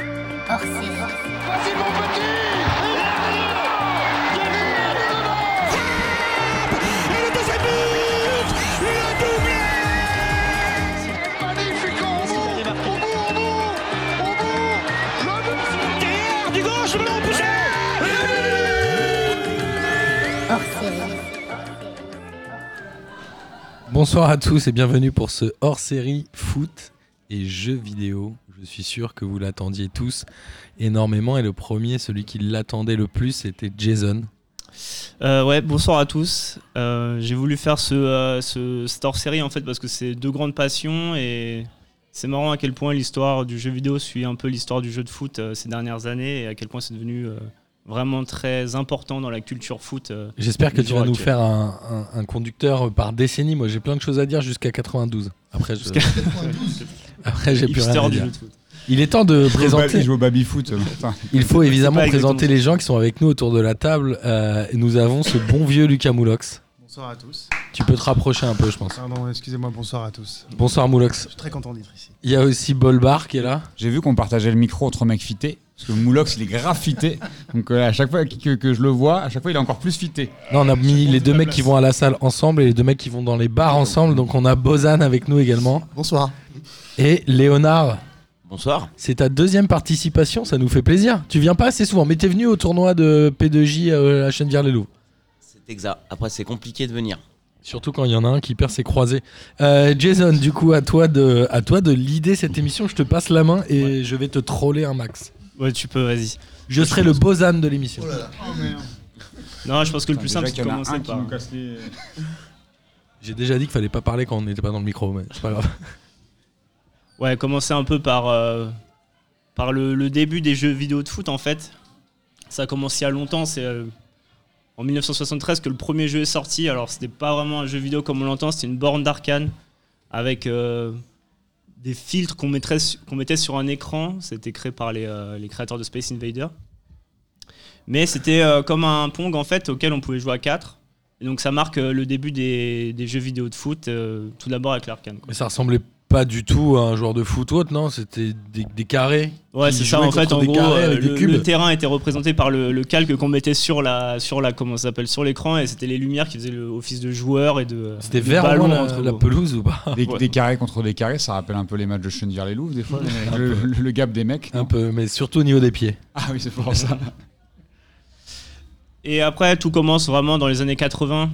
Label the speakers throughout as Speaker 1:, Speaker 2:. Speaker 1: hors série.
Speaker 2: Vas-y mon petit
Speaker 3: Et le deuxième but Le doublé
Speaker 2: Magnifique au bout Au bout, au bout Au bout Le but
Speaker 3: Derrière, du gauche, le ballon poussé
Speaker 1: Hors série.
Speaker 4: Bonsoir à tous et bienvenue pour ce hors-série foot et jeux vidéo. Je suis sûr que vous l'attendiez tous énormément et le premier, celui qui l'attendait le plus, c'était Jason.
Speaker 5: Euh, ouais, bonsoir à tous. Euh, j'ai voulu faire ce, euh, ce Star Série en fait parce que c'est deux grandes passions et c'est marrant à quel point l'histoire du jeu vidéo suit un peu l'histoire du jeu de foot euh, ces dernières années et à quel point c'est devenu euh, vraiment très important dans la culture foot. euh.
Speaker 4: J'espère que
Speaker 5: Du
Speaker 4: tu vas
Speaker 5: jour
Speaker 4: nous
Speaker 5: actuel.
Speaker 4: faire un, un- un conducteur par décennie. Moi, j'ai plein de choses à dire jusqu'à 92. Après, je-
Speaker 5: Jusqu'à-
Speaker 4: après, j'ai plus rien
Speaker 5: Hipster
Speaker 4: à
Speaker 5: du
Speaker 4: dire.
Speaker 5: jeu de foot.
Speaker 4: Il est temps de
Speaker 6: Il joue au ba- Il
Speaker 4: présenter.
Speaker 6: joue au euh, baby foot.
Speaker 4: Il faut évidemment
Speaker 5: pas exactement
Speaker 4: présenter les gens qui sont avec nous autour de la table. Euh, et nous avons ce bon vieux Lucas Moulox.
Speaker 7: Bonsoir à tous.
Speaker 4: Tu peux te rapprocher un peu, je pense.
Speaker 7: Pardon, excusez-moi, bonsoir à tous.
Speaker 4: Bonsoir Moulox.
Speaker 7: Je suis très content d'être ici.
Speaker 4: Il y a aussi Bolbar qui est là.
Speaker 6: J'ai vu qu'on partageait le micro entre mecs fités. Parce que Moulox, il est grave fité. Donc euh, à chaque fois que, que je le vois, à chaque fois, il est encore plus fité.
Speaker 4: Non, on a mis
Speaker 7: prends
Speaker 4: les
Speaker 7: toute
Speaker 4: deux
Speaker 7: la
Speaker 4: mecs
Speaker 7: place.
Speaker 4: qui vont à la salle ensemble et les deux mecs qui vont dans les bars ensemble. Donc on a Bozan avec nous également.
Speaker 7: Bonsoir.
Speaker 4: Et Léonard,
Speaker 8: Bonsoir.
Speaker 4: c'est ta deuxième participation, ça nous fait plaisir. Tu viens pas assez souvent, mais t'es venu au tournoi de P2J euh, à Chenevière-les-Loups.
Speaker 8: C'est exact. Après, c'est compliqué de venir.
Speaker 4: Surtout quand il y en a un qui perd ses croisés. Euh, Jason, du coup, à toi de, à toi de l'idée cette émission. Je te passe la main et je vais te troller un max.
Speaker 5: Ouais, tu peux, vas-y.
Speaker 4: Je serai le Bozan de l'émission.
Speaker 5: Non, je pense que le plus
Speaker 6: Déjà
Speaker 5: simple c'est
Speaker 6: qu'il
Speaker 5: de
Speaker 6: y en a
Speaker 5: commencer
Speaker 6: un qui
Speaker 5: par.
Speaker 6: nous casse les-
Speaker 4: J'ai déjà dit qu'il fallait pas parler quand on n'était pas dans le micro, mais c'est pas grave.
Speaker 5: Ouais, commencer un peu par, euh, par le, le début des jeux vidéo de foot en fait. Ça a commencé il y a longtemps, c'est euh, en 1973 que le premier jeu est sorti. Alors c'était pas vraiment un jeu vidéo comme on l'entend, c'était une borne d'arcane avec euh, des filtres qu'on mettrait su- qu'on mettait sur un écran. C'était créé par les, euh, les créateurs de Space Invader. Mais c'était euh, comme un Pong en fait auquel on pouvait jouer à 4. Et donc ça marque euh, le début des, des jeux vidéo de foot, euh, tout d'abord avec l'arcane. quoi.
Speaker 4: Mais ça ressemblait pas du tout à un joueur de foot ou autre, non C'était des, des carrés.
Speaker 5: Ouais,
Speaker 4: qui
Speaker 5: c'est ça.
Speaker 4: jouaient
Speaker 5: En fait,
Speaker 4: contre
Speaker 5: en
Speaker 4: des
Speaker 5: gros,
Speaker 4: carrés
Speaker 5: euh,
Speaker 4: avec des
Speaker 5: le,
Speaker 4: cubes.
Speaker 5: le terrain était représenté par le, le calque qu'on mettait sur la, sur la, comment ça s'appelle, sur l'écran, et c'était les lumières qui faisaient le office de joueur et de.
Speaker 4: C'était
Speaker 5: de
Speaker 4: vert au
Speaker 5: ballon
Speaker 4: moins, la,
Speaker 5: entre
Speaker 4: la
Speaker 5: gros.
Speaker 4: pelouse ou pas
Speaker 6: Des,
Speaker 5: Ouais.
Speaker 6: des carrés contre des carrés, ça rappelle un peu les matchs de Chennevières-les-Loups, des fois, le, le- le gap des mecs.
Speaker 4: Un peu, mais surtout au niveau des pieds.
Speaker 6: Ah oui, c'est pour ça.
Speaker 5: Et après, tout commence vraiment dans les années 80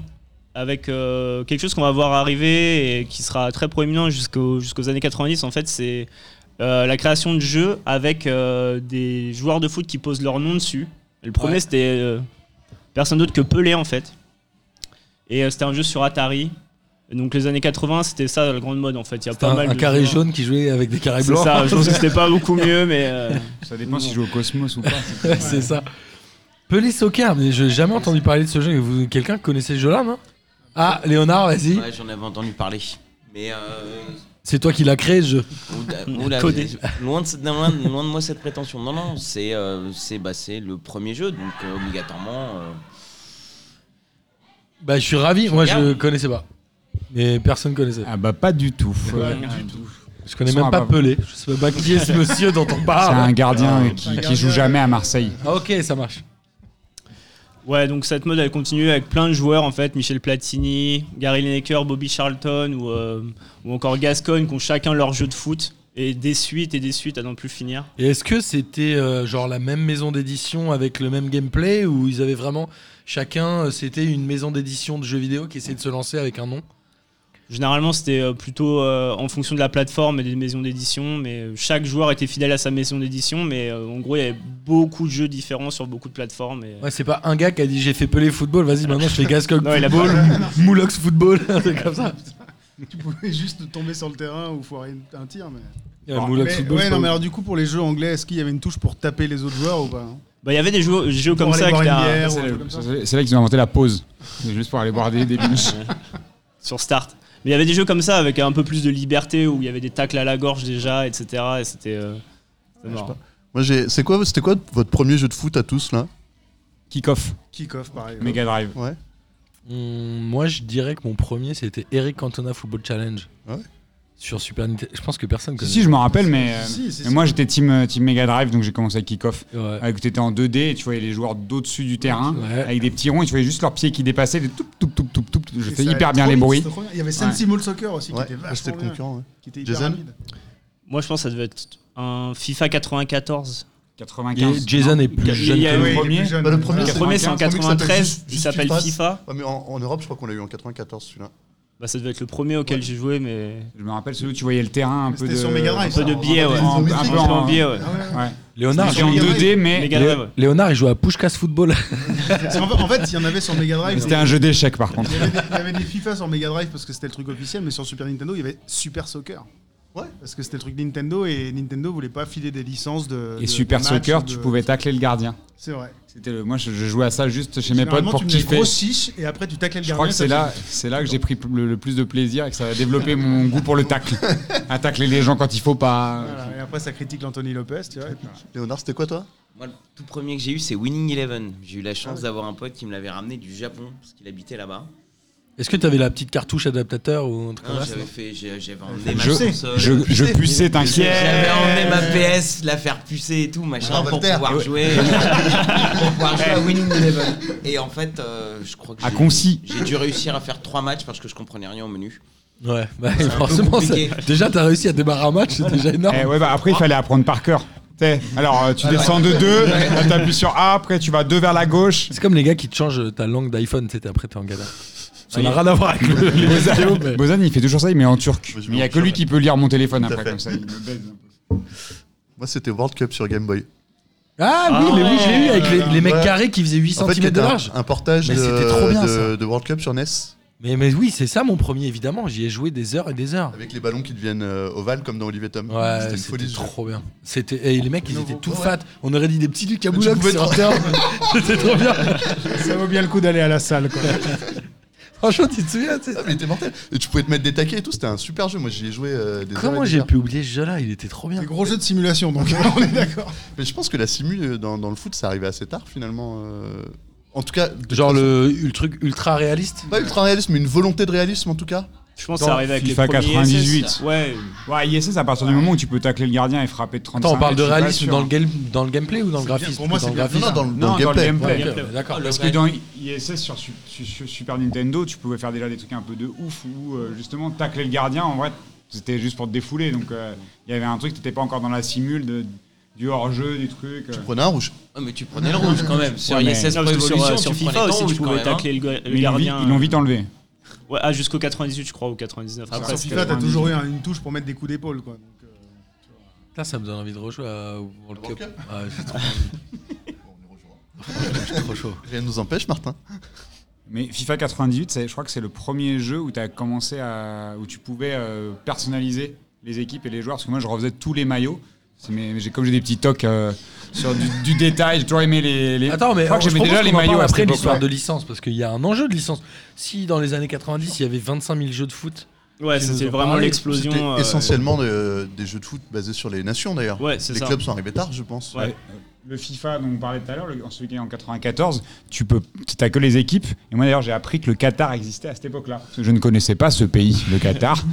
Speaker 5: avec euh, quelque chose qu'on va voir arriver et qui sera très proéminent jusqu'aux jusqu'aux années 90. En fait, c'est euh, la création de jeux avec euh, des joueurs de foot qui posent leur nom dessus. Et le premier,
Speaker 4: Ouais.
Speaker 5: c'était euh, personne d'autre que Pelé, en fait. Et euh, c'était un jeu sur Atari. Et donc, les années 80, c'était ça la grande mode, en fait. Il y a
Speaker 4: C'était
Speaker 5: pas
Speaker 4: un,
Speaker 5: mal
Speaker 4: un
Speaker 5: de
Speaker 4: carré
Speaker 5: joueurs.
Speaker 4: jaune qui jouait avec des carrés
Speaker 5: C'est
Speaker 4: blancs.
Speaker 5: ça, je pense que c'était pas beaucoup mieux, mais. euh,
Speaker 6: Ça dépend s'il joue au Cosmos ou pas.
Speaker 4: Ouais, c'est ça. Pelé Soccer, mais j'ai jamais entendu parler de ce jeu. Vous- Quelqu'un connaissait ce jeu-là, non Ah, Léonard, vas-y.
Speaker 8: Ouais, j'en avais entendu parler. Mais euh,
Speaker 4: C'est toi qui l'as créé ce jeu.
Speaker 8: oula-
Speaker 5: On a
Speaker 8: oula,
Speaker 5: codé.
Speaker 8: loin, de, ce- loin, loin de moi cette prétention. Non, non, c'est euh, c'est bah, c'est le premier jeu, donc euh, obligatoirement. euh,
Speaker 4: Bah, je suis ravi.
Speaker 8: Je
Speaker 4: Moi, je
Speaker 8: regarde.
Speaker 4: connaissais pas. Mais personne connaissait.
Speaker 6: Ah bah pas du tout.
Speaker 5: Ouais.
Speaker 4: Je connais
Speaker 6: Ils
Speaker 4: même
Speaker 6: sont
Speaker 4: pas
Speaker 6: abav-
Speaker 4: Pelé. Je sais pas qui est ce monsieur dont on
Speaker 5: Ah
Speaker 6: C'est
Speaker 4: parle.
Speaker 6: Ah un gardien qui,
Speaker 7: un
Speaker 6: qui
Speaker 7: gardien.
Speaker 6: joue jamais à Marseille.
Speaker 4: Ah, ok, ça marche.
Speaker 5: Ouais, donc cette mode elle continue avec plein de joueurs en fait, Michel Platini, Gary Lineker, Bobby Charlton ou, euh, ou encore Gascogne qui ont chacun leur jeu de foot et des suites et des suites à n'en plus finir.
Speaker 4: Et est-ce que c'était euh, genre la même maison d'édition avec le même gameplay ou ils avaient vraiment chacun, euh, c'était une maison d'édition de jeux vidéo qui essayait de se lancer avec un nom
Speaker 5: Généralement c'était euh, plutôt euh, en fonction de la plateforme et des maisons d'édition, mais euh, chaque joueur était fidèle à sa maison d'édition, mais euh, en gros il y avait beaucoup de jeux différents sur beaucoup de plateformes. Et,
Speaker 4: Ouais, c'est pas un gars qui a dit j'ai fait Pelé football, vas-y maintenant je fais Gascogne
Speaker 5: Non, il a
Speaker 4: football, Moulox football, un truc comme ça.
Speaker 7: Tu pouvais juste tomber sur le terrain ou foirer une- un tir. Mais...
Speaker 4: Ouais, Moulox
Speaker 7: Mais-
Speaker 4: football,
Speaker 7: ouais,
Speaker 4: c'est
Speaker 7: non,
Speaker 4: pas
Speaker 7: mais
Speaker 4: ouf.
Speaker 7: alors du coup, pour les jeux anglais, est-ce qu'il y avait une touche pour taper les autres joueurs ou pas hein
Speaker 5: Bah il y avait des jeux, des jeux
Speaker 7: Pour
Speaker 5: comme
Speaker 7: aller
Speaker 5: ça qui
Speaker 7: boire une
Speaker 5: étaient, euh,
Speaker 7: bière ou un
Speaker 6: C'est
Speaker 7: truc comme ça
Speaker 6: c'est là qu'ils ont inventé la pause. C'est juste pour aller boire des, des biches.
Speaker 5: sur Start. Mais il y avait des jeux comme ça avec un peu plus de liberté où il y avait des tacles à la gorge déjà, etc. Et c'était... euh, c'était marrant.
Speaker 9: Moi, j'ai. C'est quoi, c'était quoi votre premier jeu de foot à tous là
Speaker 6: Kick-off,
Speaker 7: Kick-off, pareil. ouais.
Speaker 6: Mega Drive.
Speaker 9: Ouais.
Speaker 4: Hum, moi je dirais que mon premier c'était Eric Cantona Football Challenge.
Speaker 9: Ah ouais
Speaker 4: sur Super Nintendo. Je pense que personne
Speaker 6: Si,
Speaker 4: connaît.
Speaker 6: si, je m'en rappelle, mais, euh,
Speaker 7: Si, si,
Speaker 6: mais
Speaker 7: si.
Speaker 6: moi j'étais team, euh, team Mega Drive, donc j'ai commencé à kick-off.
Speaker 4: Ouais.
Speaker 6: Avec t'étais en 2D, et tu voyais les joueurs d'au-dessus du terrain,
Speaker 4: Ouais.
Speaker 6: avec des petits ronds, et tu voyais juste leurs pieds qui dépassaient, des toup, toup, toup, toup, toup. Je
Speaker 7: Et
Speaker 6: fais
Speaker 7: ça
Speaker 6: hyper
Speaker 7: allait
Speaker 6: bien
Speaker 7: trop
Speaker 6: les
Speaker 7: vite,
Speaker 6: bruits.
Speaker 7: c'était trop bien. Il y avait Sensible Soccer aussi
Speaker 9: Ouais,
Speaker 7: qui était
Speaker 9: c'était
Speaker 7: vachement
Speaker 9: le
Speaker 7: bien,
Speaker 9: concurrent. ouais.
Speaker 7: qui était hyper
Speaker 9: Jason
Speaker 7: rapide.
Speaker 5: Moi, je pense que ça devait être un FIFA 94.
Speaker 4: Et
Speaker 6: 95.
Speaker 4: Jason est
Speaker 5: Il y
Speaker 4: plus
Speaker 5: a-
Speaker 4: jeune
Speaker 5: il y a-
Speaker 4: que
Speaker 6: Le
Speaker 7: Oui, il est
Speaker 6: premier
Speaker 7: plus jeune.
Speaker 9: Bah, le premier,
Speaker 5: Le
Speaker 9: c'est
Speaker 5: premier, c'est en
Speaker 9: 95,
Speaker 5: 93, il
Speaker 9: juste
Speaker 5: s'appelle
Speaker 9: FIFA.
Speaker 5: FIFA.
Speaker 9: Ouais, mais en, en Europe, je crois qu'on l'a eu en 94 celui-là.
Speaker 5: Bah, ça devait être le premier auquel j'ai joué, mais.
Speaker 6: Je me rappelle celui où tu voyais le terrain un peu
Speaker 7: Ah, C'était
Speaker 6: de.
Speaker 7: sur Mega
Speaker 5: Un
Speaker 7: Drive.
Speaker 5: peu
Speaker 7: ça,
Speaker 5: de
Speaker 7: on
Speaker 5: biais,
Speaker 7: rappelle
Speaker 5: ouais.
Speaker 7: les
Speaker 6: Un peu- un
Speaker 7: isométriques.
Speaker 6: peu en-
Speaker 5: en biais, ouais.
Speaker 7: Ah ouais, ouais.
Speaker 6: Ouais.
Speaker 4: Léonard,
Speaker 6: C'était en
Speaker 7: Mega Drive.
Speaker 6: 2D, mais.
Speaker 5: Mega Drive.
Speaker 4: Léonard, il joue à Pushkas Football.
Speaker 7: Parce qu'en fait- En fait, il y en avait sur Mega
Speaker 6: mais
Speaker 7: Drive.
Speaker 6: C'était un jeu d'échecs par contre.
Speaker 7: Il y, avait des, il y avait des FIFA sur Mega Drive parce que c'était le truc officiel, mais sur Super Nintendo, il y avait Super Soccer.
Speaker 9: Ouais.
Speaker 7: Parce que c'était le truc Nintendo et Nintendo voulait pas filer des licences de. de-
Speaker 6: Et Super
Speaker 7: de matchs
Speaker 6: Soccer,
Speaker 7: ou
Speaker 6: tu
Speaker 7: de-
Speaker 6: pouvais tacler le gardien.
Speaker 7: C'est vrai.
Speaker 6: C'était le- Moi je je jouais à ça juste chez mes potes
Speaker 7: Généralement,
Speaker 6: pour
Speaker 7: tu mets une
Speaker 6: kiffer.
Speaker 7: grosse chiche et après tu tacles le
Speaker 6: Je crois
Speaker 7: gardien.
Speaker 6: que c'est
Speaker 7: ça
Speaker 6: là, c'est là que j'ai pris le, le plus de plaisir et que ça a développé mon goût pour le tacle. À tacler les gens quand il faut pas.
Speaker 7: fait- Voilà, et après, ça critique l'Anthony Lopez, tu vois. et puis-
Speaker 9: Léonard, c'était quoi toi
Speaker 8: Moi, le tout premier que j'ai eu, c'est Winning Eleven. J'ai eu la chance d'avoir un pote qui me l'avait ramené du Japon, parce qu'il habitait là-bas.
Speaker 4: Est-ce que t'avais la petite cartouche adaptateur ou un truc
Speaker 8: Non,
Speaker 4: comme ça
Speaker 8: J'avais fait, j'ai- j'avais emmené ma euh,
Speaker 6: Je,
Speaker 8: console.
Speaker 6: je, je puçais,
Speaker 8: J'avais
Speaker 6: t'inquiète.
Speaker 8: emmené ma PS, la faire pucer et tout, machin,
Speaker 9: Ah,
Speaker 8: pour
Speaker 9: Voltaire.
Speaker 8: pouvoir jouer. pour pouvoir jouer à Winning Eleven. Et en fait, euh, je crois que.
Speaker 6: À
Speaker 8: j'ai-
Speaker 6: concis.
Speaker 8: J'ai dû réussir à faire trois matchs parce que je comprenais rien au menu.
Speaker 4: Ouais, bah,
Speaker 8: un peu
Speaker 4: forcément. ça-
Speaker 8: compliqué.
Speaker 4: Déjà, t'as réussi à démarrer un match, c'est déjà énorme.
Speaker 6: Eh ouais, bah après, il fallait apprendre par cœur. T'sais, Alors, euh, tu descends de 2, t'appuies sur A, après tu vas 2 vers la gauche.
Speaker 4: C'est comme les gars qui te changent ta langue d'iPhone, tu sais, t'es- après t'es en galère. Ça n'a rien à voir avec le, les vidéos, mais-
Speaker 6: Bozan, il fait toujours ça, il met en turc.
Speaker 9: Mais je
Speaker 6: Mais il y
Speaker 9: mets
Speaker 6: a
Speaker 9: en
Speaker 6: que lui
Speaker 9: turc.
Speaker 6: qui peut lire mon téléphone
Speaker 9: Tout à
Speaker 6: après,
Speaker 9: fait.
Speaker 6: comme ça. Il me baise.
Speaker 9: Moi, c'était World Cup sur Game Boy.
Speaker 4: Ah oui, mais oui, je l'ai eu avec les, les mecs
Speaker 9: Ouais.
Speaker 4: carrés qui faisaient 8
Speaker 9: En fait,
Speaker 4: cm de
Speaker 9: c'était un-
Speaker 4: large.
Speaker 9: un portage
Speaker 4: Mais
Speaker 9: de,
Speaker 4: c'était trop bien, ça.
Speaker 9: de, de World Cup sur E NES
Speaker 4: Mais, mais oui, c'est ça mon premier, évidemment. J'y ai joué des heures et des heures.
Speaker 9: avec les ballons qui deviennent euh, ovales comme dans Olivier Tom.
Speaker 4: Ouais,
Speaker 9: une folie.
Speaker 4: c'était
Speaker 9: ce jeu.
Speaker 4: trop bien. C'était et les mecs, ils
Speaker 9: Nouveau.
Speaker 4: étaient tout
Speaker 9: Ouais.
Speaker 4: fat. On aurait dit des petits Lucas
Speaker 9: Mais tu
Speaker 4: Boulogne
Speaker 9: pouvais
Speaker 4: sur
Speaker 9: trop-
Speaker 4: un terrain. C'était trop bien.
Speaker 7: Ça vaut bien le coup d'aller à la salle, quoi.
Speaker 4: Franchement, tu te souviens tu sais,
Speaker 9: Ah, mais il était mortel. Et tu pouvais te mettre des taquets et tout, c'était un super jeu. Moi, j'y ai joué euh, des heures
Speaker 4: Comment
Speaker 9: et des
Speaker 4: j'ai
Speaker 9: heures.
Speaker 4: pu oublier ce jeu-là Il était trop bien.
Speaker 7: Des gros jeux de simulation, donc on est d'accord.
Speaker 9: Mais je pense que la simu euh, dans, dans le foot, ça arrivait assez tard finalement. euh. En tout cas, de
Speaker 4: Genre
Speaker 9: toute
Speaker 4: le, le truc ultra réaliste.
Speaker 9: façon, Pas ultra réalisme, mais une volonté de réalisme en tout cas.
Speaker 5: Je pense que
Speaker 6: Dans
Speaker 5: ça arrivait avec
Speaker 6: FIFA
Speaker 5: les premiers
Speaker 6: 98.
Speaker 5: SS. Ouais,
Speaker 6: Ouais, ISS, à partir du moment où tu peux tacler le gardien et frapper de 35
Speaker 4: Attends, on parle de
Speaker 6: mètres, je suis
Speaker 4: réalisme
Speaker 6: pas sûr.
Speaker 4: dans le, game, dans le gameplay ou dans le
Speaker 7: C'est bien,
Speaker 4: graphisme
Speaker 7: pour moi,
Speaker 4: Dans le
Speaker 7: c'est bien.
Speaker 4: graphisme.
Speaker 9: Non, dans le,
Speaker 6: Non, dans le gameplay.
Speaker 4: Ok, D'accord.
Speaker 6: Parce que dans ISS sur, su- su- sur Super Nintendo, tu pouvais faire déjà des trucs un peu de ouf où euh, justement tacler le gardien en vrai c'était juste pour te défouler donc euh, il y avait un truc t'étais pas encore dans la simule de, du hors jeu des trucs. euh.
Speaker 9: Tu prenais un rouge.
Speaker 8: Ouais, Oh, mais tu prenais le rouge quand même. Sur
Speaker 6: Ouais, mais-
Speaker 8: ISS
Speaker 5: Non,
Speaker 8: Pro
Speaker 5: parce que sur,
Speaker 8: Evolution,
Speaker 5: euh, sur
Speaker 8: tu
Speaker 5: FIFA
Speaker 8: prenais ton
Speaker 5: aussi, tu
Speaker 8: rouge quand
Speaker 5: pouvais
Speaker 8: même, hein.
Speaker 5: tacler le, gue- le
Speaker 6: Mais ils l'ont vite-
Speaker 5: gardien.
Speaker 6: ils l'ont vite enlevé.
Speaker 5: Ouais, ah, jusqu'au 98, je crois, ou 99. Après,
Speaker 7: Sur
Speaker 5: c'était-
Speaker 7: FIFA, t'as toujours eu un- une touche pour mettre des coups d'épaule, quoi. donc, euh,
Speaker 4: Putain, ça me donne envie de rejouer à World Cup. Ah,
Speaker 9: Cup
Speaker 4: Ouais, c'est trop- je suis trop chaud.
Speaker 9: Rien ne nous empêche, Martin.
Speaker 6: Mais FIFA 98, c'est- je crois que c'est le premier jeu où, as commencé à, où tu pouvais euh, personnaliser les équipes et les joueurs. Parce que moi, je refaisais tous les maillots. C'est mes- j'ai- comme j'ai des petits tocs euh, sur du, du détail, j'ai toujours aimé les, les-
Speaker 4: Attends, mais
Speaker 6: je crois que
Speaker 4: je
Speaker 6: j'aimais
Speaker 4: propose
Speaker 6: déjà les
Speaker 4: qu'on en
Speaker 6: maillots
Speaker 4: parle
Speaker 6: à
Speaker 4: après
Speaker 6: cette
Speaker 4: l'histoire de
Speaker 6: époque-là.
Speaker 4: licence, parce qu'il y a un enjeu de licence. Si dans les années 90, il y avait 25 000 jeux de foot,
Speaker 5: Ouais,
Speaker 4: Tu nous
Speaker 5: c'était
Speaker 4: en
Speaker 5: vraiment
Speaker 4: parlais,
Speaker 5: l'explosion.
Speaker 9: C'était
Speaker 5: euh,
Speaker 9: essentiellement de- des jeux de foot basés sur les nations d'ailleurs.
Speaker 5: Ouais, c'est
Speaker 9: les
Speaker 5: ça.
Speaker 9: clubs sont arrivés tard, je pense.
Speaker 5: Ouais.
Speaker 6: Le FIFA dont on parlait tout à l'heure, le- celui qui est en 94, tu peux, t'as que les équipes. Et moi d'ailleurs, j'ai appris que le Qatar existait à cette époque-là. Parce que Je ne connaissais pas ce pays, le Qatar.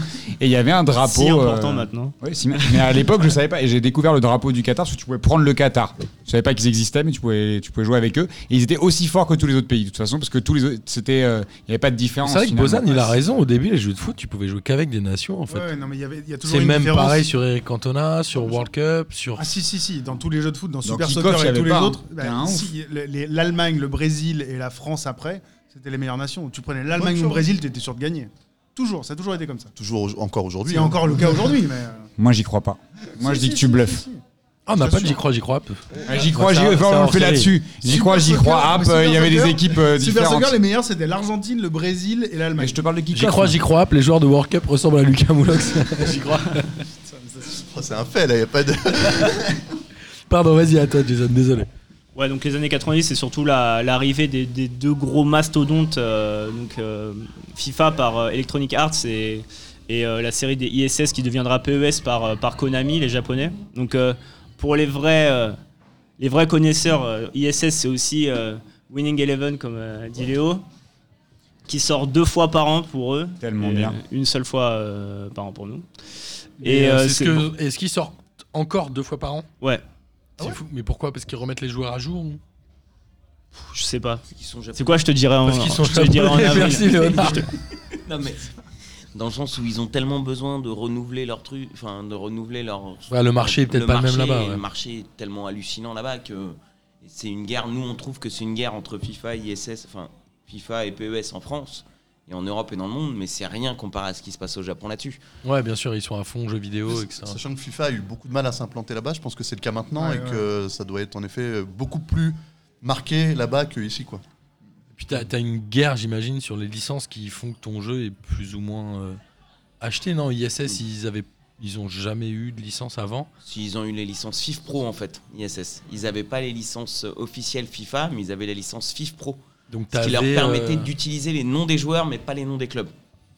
Speaker 6: Et il y avait un drapeau.
Speaker 5: si important
Speaker 6: euh,
Speaker 5: maintenant.
Speaker 6: Oui, si, mais à l'époque, je savais pas. Et j'ai découvert le drapeau du Qatar parce que tu pouvais prendre le Qatar. Je savais pas qu'ils existaient, mais tu pouvais, tu pouvais jouer avec eux. Et ils étaient aussi forts que tous les autres pays, de toute façon, parce que tous les autres, c'était, euh, il n'y avait pas de différence.
Speaker 4: C'est vrai que
Speaker 6: finalement.
Speaker 4: Bozan, il a raison. Au début, les jeux de foot, tu pouvais jouer qu'avec des nations, en fait.
Speaker 7: Ouais, non, mais il y avait- il y a toujours
Speaker 4: c'est
Speaker 7: une
Speaker 4: même
Speaker 7: différence.
Speaker 4: pareil sur Eric Cantona, sur World Cup, sur.
Speaker 7: Ah si si si, dans tous les jeux de foot, dans Super
Speaker 6: Kick-Off,
Speaker 7: Soccer
Speaker 6: il y
Speaker 7: et
Speaker 6: avait
Speaker 7: tous les
Speaker 6: pas, hein.
Speaker 7: autres, bah,
Speaker 6: T'es un ouf.
Speaker 7: si, le- les- l'Allemagne, le Brésil et la France après, c'était les meilleures nations. Tu prenais l'Allemagne
Speaker 9: Ouais,
Speaker 7: ou le
Speaker 9: toujours.
Speaker 7: Brésil, t'étais sûr de gagner. Toujours, ça a toujours été comme ça.
Speaker 9: Toujours au- encore aujourd'hui.
Speaker 7: C'est
Speaker 9: hein.
Speaker 7: encore le cas aujourd'hui, mais. euh,
Speaker 6: Moi, j'y crois pas. Moi, je
Speaker 7: si,
Speaker 6: dis
Speaker 7: si,
Speaker 6: que tu
Speaker 7: si,
Speaker 6: bluffes.
Speaker 7: si, si.
Speaker 4: Ah, on n'a
Speaker 7: Je
Speaker 4: pas
Speaker 7: suis
Speaker 4: de j'y crois, j'y crois. peu.
Speaker 6: Ah, J'y
Speaker 4: Ouais,
Speaker 6: crois, j'y
Speaker 4: ça, ça,
Speaker 6: crois, on
Speaker 4: on
Speaker 6: le fait
Speaker 4: sait.
Speaker 6: là-dessus. J'y
Speaker 7: Super
Speaker 6: crois, j'y
Speaker 7: Soccer,
Speaker 6: crois. Hop,
Speaker 7: mais Super
Speaker 6: il y avait des
Speaker 7: Soccer,
Speaker 6: équipes euh,
Speaker 7: Super
Speaker 6: différentes.
Speaker 7: Soccer, les meilleurs, c'était l'Argentine, le Brésil et
Speaker 6: Mais
Speaker 7: l'Allemagne.
Speaker 6: je te parle de qui
Speaker 4: J'y crois, j'y crois. Les joueurs de World Cup ressemblent à Lucas Moulox. j'y crois.
Speaker 9: Oh, c'est un fait là, y a pas de.
Speaker 4: Pardon, vas-y, à toi, Jason, désolé.
Speaker 5: Ouais, donc les années 90, c'est surtout la- l'arrivée des, des deux gros mastodontes, euh, donc euh, FIFA par euh, Electronic Arts et, et, euh, la série des ISS qui deviendra PES par, euh, par Konami, les Japonais. Donc euh, pour les vrais, euh, les vrais connaisseurs, euh, ISS c'est aussi euh, Winning Eleven, comme euh, dit Léo. qui sort deux fois par an pour eux.
Speaker 6: Tellement
Speaker 5: et
Speaker 6: bien.
Speaker 5: Une seule fois euh, par an pour nous.
Speaker 4: Et,
Speaker 5: Et, euh,
Speaker 4: est-ce
Speaker 5: c'est
Speaker 4: que- est-ce qu'ils sortent encore deux fois par an
Speaker 5: Ouais,
Speaker 4: C'est fou. Mais pourquoi Parce qu'ils remettent les joueurs à jour ou
Speaker 5: pff, je sais pas.
Speaker 8: Parce qu'ils sont
Speaker 5: C'est quoi, je te dirais en,
Speaker 4: Parce qu'ils sont
Speaker 5: je te dirai en
Speaker 4: japonais,
Speaker 5: avril.
Speaker 4: merci, Léonard.
Speaker 5: Je te-
Speaker 8: Non, mais dans le sens où ils ont tellement besoin de renouveler leur truc, enfin de renouveler leur.
Speaker 4: Ouais, le marché est peut-être pas le même
Speaker 8: marché-
Speaker 4: là-bas, ouais.
Speaker 8: Le marché est tellement hallucinant là-bas que c'est une guerre. Nous, on trouve que c'est une guerre entre FIFA, ISS, enfin FIFA et PES en France et en Europe et dans le monde, mais c'est rien comparé à ce qui se passe au Japon là-dessus.
Speaker 4: Ouais, bien sûr, ils sont à fond jeux vidéo, etc.
Speaker 9: Sachant que FIFA a eu beaucoup de mal à s'implanter là-bas, je pense que c'est le cas maintenant
Speaker 7: Ouais,
Speaker 9: et
Speaker 7: ouais.
Speaker 9: que ça doit être en effet beaucoup plus marqué là-bas qu'ici. Quoi.
Speaker 4: Puis t'as t'as une guerre, j'imagine, sur les licences qui font que ton jeu est plus ou moins euh, acheté. Non, ISS, ils avaient, ils ont jamais eu de licence avant.
Speaker 8: S'ils ont eu les licences FIF Pro en fait, ISS, ils n'avaient pas les licences euh, officielles FIFA, mais ils avaient les licences FIF Pro,
Speaker 4: Donc
Speaker 8: ce qui leur
Speaker 4: t'avais,
Speaker 8: permettait
Speaker 4: euh,
Speaker 8: d'utiliser les noms des joueurs, mais pas les noms des clubs.